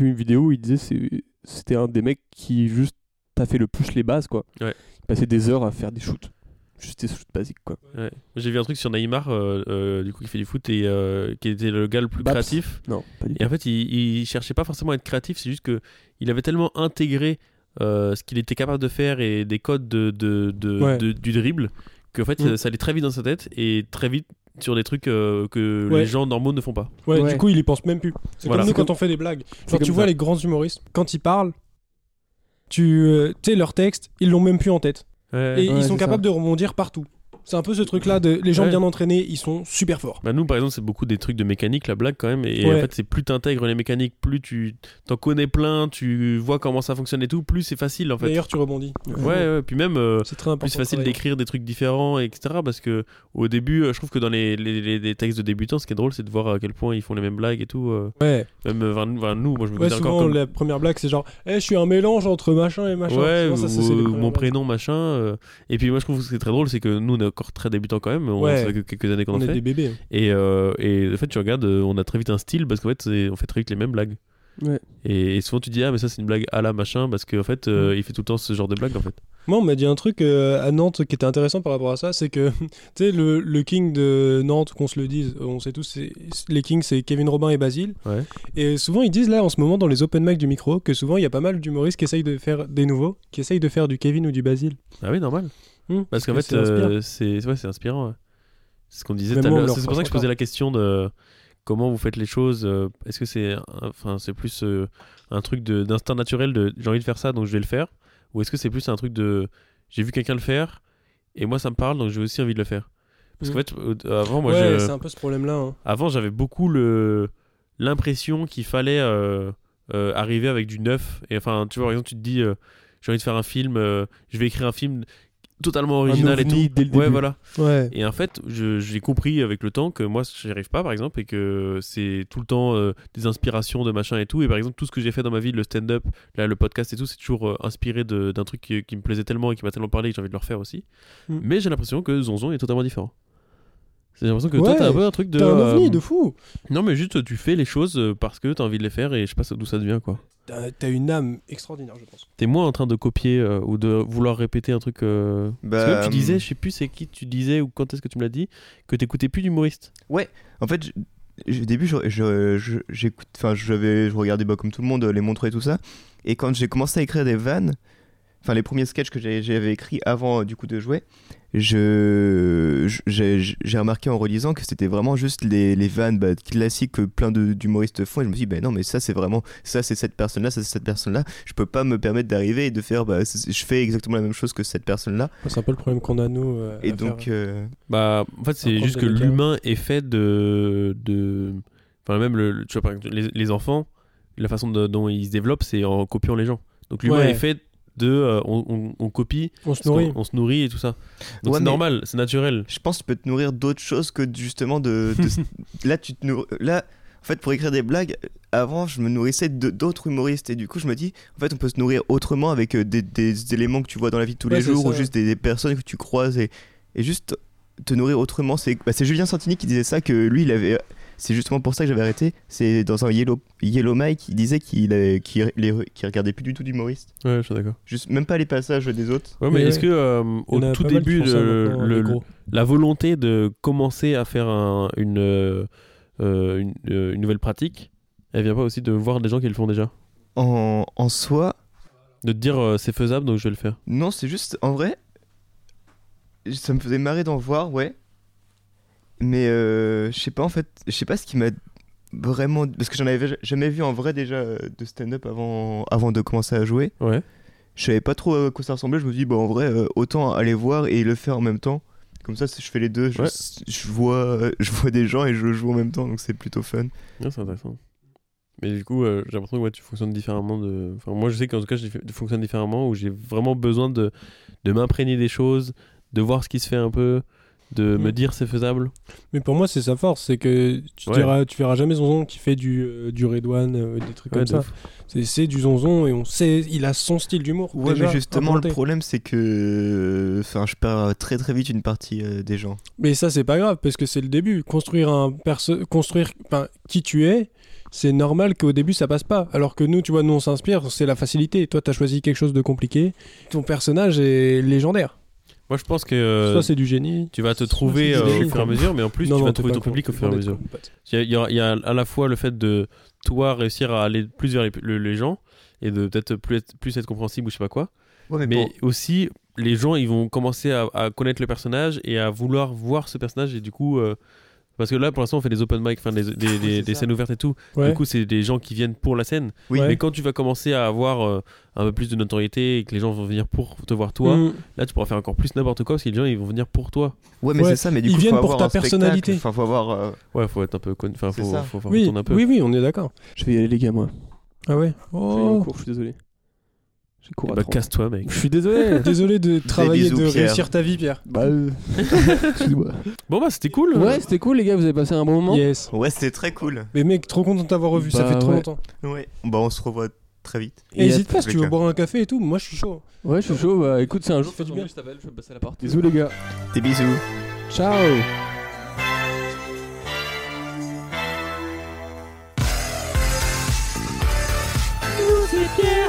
[SPEAKER 2] une vidéo où il disait c'est- c'était un des mecs qui juste t'a fait le plus les bases quoi.
[SPEAKER 1] Ouais.
[SPEAKER 2] Il passait des heures à faire des shoots. Juste des shoots basiques quoi.
[SPEAKER 1] Ouais. J'ai vu un truc sur Neymar, euh, euh, du coup, qui fait du foot et euh, qui était le gars le plus
[SPEAKER 2] Baps.
[SPEAKER 1] créatif.
[SPEAKER 2] Non, pas du tout.
[SPEAKER 1] Et en fait, il, il cherchait pas forcément à être créatif, c'est juste que il avait tellement intégré euh, ce qu'il était capable de faire et des codes de, de- de-
[SPEAKER 4] Ouais.
[SPEAKER 1] de- du dribble qu'en fait,
[SPEAKER 4] Mm.
[SPEAKER 1] ça, ça allait très vite dans sa tête et très vite sur des trucs euh, que
[SPEAKER 4] Ouais.
[SPEAKER 1] les gens normaux ne font pas.
[SPEAKER 4] Ouais,
[SPEAKER 2] Ouais.
[SPEAKER 4] du coup, il y pense même plus. C'est
[SPEAKER 1] Voilà.
[SPEAKER 4] comme nous
[SPEAKER 1] C'est
[SPEAKER 4] quand on fait des blagues. Genre,
[SPEAKER 2] comme
[SPEAKER 4] tu vois
[SPEAKER 2] ça.
[SPEAKER 4] les grands humoristes, quand ils parlent, tu euh, tu sais, leur texte, ils l'ont même plus en tête.
[SPEAKER 1] Ouais.
[SPEAKER 4] Et
[SPEAKER 2] Ouais,
[SPEAKER 4] ils sont
[SPEAKER 2] c'est
[SPEAKER 4] capables de rebondir partout. C'est un peu ce truc-là de les gens
[SPEAKER 1] Ouais.
[SPEAKER 4] bien entraînés, ils sont super forts.
[SPEAKER 1] Bah nous, par exemple, c'est beaucoup des trucs de mécanique, la blague quand même. Et
[SPEAKER 4] Ouais.
[SPEAKER 1] en fait, c'est plus t'intègres les mécaniques, plus tu t'en connais plein, tu vois comment ça fonctionne et tout, plus c'est facile en fait.
[SPEAKER 4] D'ailleurs, tu rebondis.
[SPEAKER 1] Ouais, ouais, puis même euh,
[SPEAKER 4] C'est très important.
[SPEAKER 1] plus facile
[SPEAKER 4] de travailler.
[SPEAKER 1] d'écrire des trucs différents, etc. Parce que au début, euh, je trouve que dans les, les- les- les textes de débutants, ce qui est drôle, c'est de voir à quel point ils font les mêmes blagues et tout. euh,
[SPEAKER 4] Ouais,
[SPEAKER 1] même euh, vers, vers nous, moi je me
[SPEAKER 4] ouais
[SPEAKER 1] considère encore
[SPEAKER 4] souvent
[SPEAKER 1] comme.
[SPEAKER 4] la première blague c'est genre, eh, je suis un mélange entre machin et machin.
[SPEAKER 1] Ouais,
[SPEAKER 4] Souvent, ça, c'est-
[SPEAKER 1] ou-
[SPEAKER 4] c'est les
[SPEAKER 1] ou
[SPEAKER 4] premières
[SPEAKER 1] mon
[SPEAKER 4] blagues.
[SPEAKER 1] prénom, machin. euh, Et puis moi, je trouve que ce qui est très drôle, c'est que nous, on est encore très débutants quand même. On
[SPEAKER 4] Ouais.
[SPEAKER 1] ça fait que quelques années qu'on en
[SPEAKER 4] On est
[SPEAKER 1] fait.
[SPEAKER 4] des bébés. hein.
[SPEAKER 1] Et, euh, et en fait, tu regardes, euh, on a très vite un style parce qu'en fait, c'est- on fait très vite les mêmes blagues.
[SPEAKER 2] Ouais.
[SPEAKER 1] Et, et souvent, tu dis, ah, mais ça, c'est une blague à la machin parce qu'en fait, euh, il fait tout le temps ce genre de blague en fait.
[SPEAKER 4] Moi, on m'a dit un truc euh, à Nantes qui était intéressant par rapport à ça, c'est que, tu sais, le, le king de Nantes, qu'on se le dise, on sait tous, c'est- les kings, c'est Kevin Robin et Basile.
[SPEAKER 1] Ouais.
[SPEAKER 4] Et souvent, ils disent là, en ce moment, dans les open mic du micro, que souvent, il y a pas mal d'humoristes qui essayent de faire des nouveaux, qui essayent de faire du Kevin ou du Basile.
[SPEAKER 1] Ah oui, normal.
[SPEAKER 4] Hmm.
[SPEAKER 1] Parce qu'en
[SPEAKER 4] que
[SPEAKER 1] fait,
[SPEAKER 4] c'est inspirant.
[SPEAKER 1] euh, c'est ouais, c'est inspirant. ouais. C'est ce qu'on disait
[SPEAKER 4] Même
[SPEAKER 1] tout à
[SPEAKER 4] moi, on
[SPEAKER 1] l'heure.
[SPEAKER 4] leur
[SPEAKER 1] C'est c'est pour ça que je
[SPEAKER 4] reproche
[SPEAKER 1] posais la question de comment vous faites les choses. euh, Est-ce que c'est enfin c'est plus euh, un truc de- d'instinct naturel de j'ai envie de faire ça donc je vais le faire ou est-ce que c'est plus un truc de j'ai vu quelqu'un le faire et moi ça me parle donc j'ai aussi envie de le faire. Parce
[SPEAKER 4] Hmm.
[SPEAKER 1] qu'en fait, euh, avant moi
[SPEAKER 4] ouais,
[SPEAKER 1] je-
[SPEAKER 4] c'est un peu ce problème-là. hein.
[SPEAKER 1] avant j'avais beaucoup le l'impression qu'il fallait euh, euh, arriver avec du neuf et enfin tu vois par exemple tu te dis euh, j'ai envie de faire un film euh, je vais écrire un film totalement original et tout
[SPEAKER 2] ovni dès le
[SPEAKER 1] ouais
[SPEAKER 2] début.
[SPEAKER 1] voilà
[SPEAKER 4] Ouais.
[SPEAKER 1] et en fait je- j'ai compris avec le temps que moi j'y arrive pas par exemple et que c'est tout le temps euh, des inspirations de machin et tout et par exemple tout ce que j'ai fait dans ma vie le stand-up là le podcast et tout c'est toujours euh, inspiré de- d'un truc qui, qui me plaisait tellement et qui m'a tellement parlé que j'ai envie de le refaire aussi
[SPEAKER 4] Mm.
[SPEAKER 1] mais j'ai l'impression que Zonzon est totalement différent j'ai l'impression que toi
[SPEAKER 4] Ouais,
[SPEAKER 1] t'as un peu un truc de
[SPEAKER 4] T'es un ovni
[SPEAKER 1] euh,
[SPEAKER 4] de fou
[SPEAKER 1] non, mais juste, tu fais les choses euh, parce que t'as envie de les faire et je sais pas d'où ça devient, quoi.
[SPEAKER 4] T'as t'as une âme extraordinaire, je pense.
[SPEAKER 1] T'es moins en train de copier euh, ou de vouloir répéter un truc. euh, Parce que
[SPEAKER 3] Bah,
[SPEAKER 1] même tu
[SPEAKER 3] hum.
[SPEAKER 1] disais, je sais plus c'est qui, tu disais ou quand est-ce que tu me l'as dit, que t'écoutais plus d'humoriste.
[SPEAKER 3] En fait, je- je- au début, je- je- je- j'écoute, enfin, j'avais, je regardais bah, comme tout le monde euh, les montres et tout ça. Et quand j'ai commencé à écrire des vannes, enfin, les premiers sketchs que j'ai- j'avais écrits avant euh, du coup de jouer, je, je- j'ai j'ai remarqué en relisant que c'était vraiment juste les, les vannes bah, classiques que plein de- d'humoristes font. Et je me suis dit, ben non, mais ça, c'est vraiment, ça, c'est cette personne-là, ça, c'est cette personne-là. Je peux pas me permettre d'arriver et de faire, bah, c'est- je fais exactement la même chose que cette personne-là.
[SPEAKER 4] C'est un peu le problème qu'on a, nous. euh,
[SPEAKER 3] Et
[SPEAKER 4] à
[SPEAKER 3] donc,
[SPEAKER 4] faire.
[SPEAKER 3] euh,
[SPEAKER 1] Bah, en fait, c'est
[SPEAKER 4] Apprendre
[SPEAKER 1] juste
[SPEAKER 4] des
[SPEAKER 1] que
[SPEAKER 4] mécanismes.
[SPEAKER 1] l'humain est fait de. de... Enfin, même, le, le- tu vois, par exemple, les, les enfants, la façon de- dont ils se développent, c'est en copiant les gens. Donc, l'humain
[SPEAKER 4] Ouais.
[SPEAKER 1] est fait de. euh, on, on- on copie,
[SPEAKER 4] on se
[SPEAKER 1] on,
[SPEAKER 4] nourrit.
[SPEAKER 1] on se nourrit et tout ça. Donc,
[SPEAKER 3] Ouais,
[SPEAKER 1] c'est
[SPEAKER 3] mais-
[SPEAKER 1] normal, c'est naturel.
[SPEAKER 3] je pense que tu peux te nourrir d'autres choses que d- justement de, de- là tu te nourris- là en fait pour écrire des blagues euh, avant je me nourrissais de d'autres humoristes et du coup je me dis en fait on peut se nourrir autrement avec euh, des, des éléments que tu vois dans la vie de tous
[SPEAKER 4] Ouais,
[SPEAKER 3] les
[SPEAKER 4] c'est
[SPEAKER 3] jours
[SPEAKER 4] ça,
[SPEAKER 3] ou
[SPEAKER 4] ouais.
[SPEAKER 3] juste des, des personnes que tu croises et, et juste te nourrir autrement c'est bah, c'est Julien Santini qui disait ça que lui il avait c'est justement pour ça que j'avais arrêté c'est dans un Yellow Yellow Mike il disait qu'il avait- qu'il les re- qu'il regardait plus du tout d'humoristes
[SPEAKER 1] Ouais, je suis d'accord.
[SPEAKER 3] juste même pas les passages des autres
[SPEAKER 1] Ouais, mais
[SPEAKER 4] Et
[SPEAKER 1] est-ce
[SPEAKER 4] ouais.
[SPEAKER 1] que euh,
[SPEAKER 4] Il y en
[SPEAKER 1] au
[SPEAKER 4] a
[SPEAKER 1] tout
[SPEAKER 4] pas mal qui
[SPEAKER 1] début,
[SPEAKER 4] font ça
[SPEAKER 1] le-
[SPEAKER 4] maintenant, hein,
[SPEAKER 1] le-
[SPEAKER 4] les gros.
[SPEAKER 1] la volonté de commencer à faire un- une, euh, euh, une, euh, une nouvelle pratique, elle vient pas aussi de voir des gens qui le font déjà
[SPEAKER 3] en, en soi
[SPEAKER 1] De te dire euh, c'est faisable donc je vais le faire.
[SPEAKER 3] Non, c'est juste, en vrai, ça me faisait marrer d'en voir, ouais. Mais euh, je sais pas, en fait, je sais pas ce qui m'a vraiment. Parce que j'en avais ja- jamais vu en vrai déjà euh, de stand-up avant, avant de commencer à jouer.
[SPEAKER 1] Ouais.
[SPEAKER 3] Je savais pas trop à quoi ça ressemblait, je me suis dit, bah en vrai, euh, autant aller voir et le faire en même temps. Comme ça, si je fais les deux, je,
[SPEAKER 1] Ouais.
[SPEAKER 3] je vois, euh, je vois des gens et je joue en même temps, donc c'est plutôt fun.
[SPEAKER 1] Ouais, Ah, c'est intéressant. Mais du coup, euh, j'ai l'impression que ouais, tu fonctionnes différemment. De... Enfin, moi, je sais qu'en tout cas, je dif- fonctionne différemment où j'ai vraiment besoin de, de m'imprégner des choses, de voir ce qui se fait un peu, de me
[SPEAKER 4] Mm.
[SPEAKER 1] dire c'est faisable.
[SPEAKER 4] Mais pour moi, c'est sa force, c'est que tu,
[SPEAKER 1] Ouais.
[SPEAKER 4] diras, tu verras jamais Zonzon qui fait du, euh, du Redouane, euh, des trucs
[SPEAKER 1] Ouais,
[SPEAKER 4] comme
[SPEAKER 1] de
[SPEAKER 4] ça.
[SPEAKER 1] ouf.
[SPEAKER 4] C'est- C'est du Zonzon et on sait, il a son style d'humour.
[SPEAKER 3] Ouais,
[SPEAKER 4] déjà
[SPEAKER 3] mais justement,
[SPEAKER 4] implanté.
[SPEAKER 3] le problème, c'est que. Enfin, je perds très très vite une partie euh, des gens.
[SPEAKER 4] Mais ça, c'est pas grave parce que c'est le début. Construire un perso, construire enfin, qui tu es, c'est normal qu'au début ça passe pas. Alors que nous, tu vois, nous on s'inspire, c'est la facilité. Toi, t'as choisi quelque chose de compliqué. Ton personnage est légendaire.
[SPEAKER 1] Moi, je pense que euh,
[SPEAKER 4] Soit c'est du génie.
[SPEAKER 1] tu vas te
[SPEAKER 4] soit
[SPEAKER 1] trouver
[SPEAKER 4] c'est
[SPEAKER 1] euh,
[SPEAKER 4] du génie,
[SPEAKER 1] au fur et à
[SPEAKER 4] quoi.
[SPEAKER 1] mesure, mais en plus,
[SPEAKER 4] Non,
[SPEAKER 1] tu
[SPEAKER 4] non,
[SPEAKER 1] vas
[SPEAKER 4] t'es
[SPEAKER 1] trouver
[SPEAKER 4] pas
[SPEAKER 1] ton
[SPEAKER 4] con,
[SPEAKER 1] public au
[SPEAKER 4] t'es
[SPEAKER 1] fur et à
[SPEAKER 4] pas
[SPEAKER 1] mesure.
[SPEAKER 4] con, pote.
[SPEAKER 1] Il y, a- il y a- il y a à la fois le fait de toi réussir à aller plus vers les, le- les gens et de peut-être plus être, plus être compréhensible ou je sais pas quoi.
[SPEAKER 3] Ouais,
[SPEAKER 1] Mais aussi, les gens, ils vont commencer à, à connaître le personnage et à vouloir voir ce personnage et du coup, euh, Parce que là, pour l'instant, on fait des open mic, enfin des, des- des-
[SPEAKER 4] Ah, c'est
[SPEAKER 1] des
[SPEAKER 4] ça.
[SPEAKER 1] scènes ouvertes et tout.
[SPEAKER 4] Ouais.
[SPEAKER 1] Du coup, c'est des gens qui viennent pour la scène.
[SPEAKER 4] Oui.
[SPEAKER 1] Mais quand tu vas commencer à avoir euh, un peu plus de notoriété et que les gens vont venir pour te voir toi,
[SPEAKER 4] Mm.
[SPEAKER 1] là, tu pourras faire encore plus n'importe quoi parce que les gens, ils vont venir pour toi.
[SPEAKER 6] Ouais, mais
[SPEAKER 4] Ouais.
[SPEAKER 6] c'est ça, mais du
[SPEAKER 4] Ils
[SPEAKER 6] coup,
[SPEAKER 4] viennent
[SPEAKER 6] faut
[SPEAKER 4] pour
[SPEAKER 6] avoir
[SPEAKER 4] ta
[SPEAKER 6] un spectacle,
[SPEAKER 4] personnalité.
[SPEAKER 6] Enfin, faut avoir. euh,
[SPEAKER 1] Ouais, faut être un peu. con- Enfin,
[SPEAKER 6] C'est
[SPEAKER 1] faut,
[SPEAKER 6] ça.
[SPEAKER 1] faut, faut
[SPEAKER 4] Oui,
[SPEAKER 1] retourner un peu.
[SPEAKER 4] oui, oui, on est d'accord.
[SPEAKER 2] Je vais y aller, les gars, moi.
[SPEAKER 4] Ah ouais.
[SPEAKER 2] Je vais aller en
[SPEAKER 4] Oh.
[SPEAKER 2] cours, je suis désolé. J'ai cours à
[SPEAKER 1] Bah,
[SPEAKER 2] 30.
[SPEAKER 1] casse-toi, mec.
[SPEAKER 2] Je suis désolé.
[SPEAKER 4] Désolé de travailler,
[SPEAKER 6] bisous,
[SPEAKER 4] de
[SPEAKER 6] Pierre.
[SPEAKER 4] réussir ta vie, Pierre.
[SPEAKER 2] bah, euh, excuse-moi.
[SPEAKER 1] Bon, bah, c'était cool.
[SPEAKER 2] Ouais, c'était cool, les gars, vous avez passé un bon moment.
[SPEAKER 4] Yes.
[SPEAKER 6] Ouais, c'était très cool.
[SPEAKER 4] Mais mec, trop content de t'avoir revu, ça
[SPEAKER 2] Bah
[SPEAKER 4] fait trop
[SPEAKER 2] ouais.
[SPEAKER 4] longtemps.
[SPEAKER 6] Ouais. Bah, on se revoit très vite.
[SPEAKER 4] Et
[SPEAKER 2] Yes.
[SPEAKER 4] hésite pas si tu veux
[SPEAKER 6] Avec un-
[SPEAKER 4] boire un café et tout, moi je suis chaud.
[SPEAKER 2] Ouais, je suis chaud. Bah, écoute, c'est un
[SPEAKER 4] Ça
[SPEAKER 2] jour.
[SPEAKER 4] fait du bien.
[SPEAKER 2] je t'appelle, je vais passer à la porte. Désolé, les gars.
[SPEAKER 6] Des bisous.
[SPEAKER 2] Ciao.
[SPEAKER 5] Nous c'est Pierre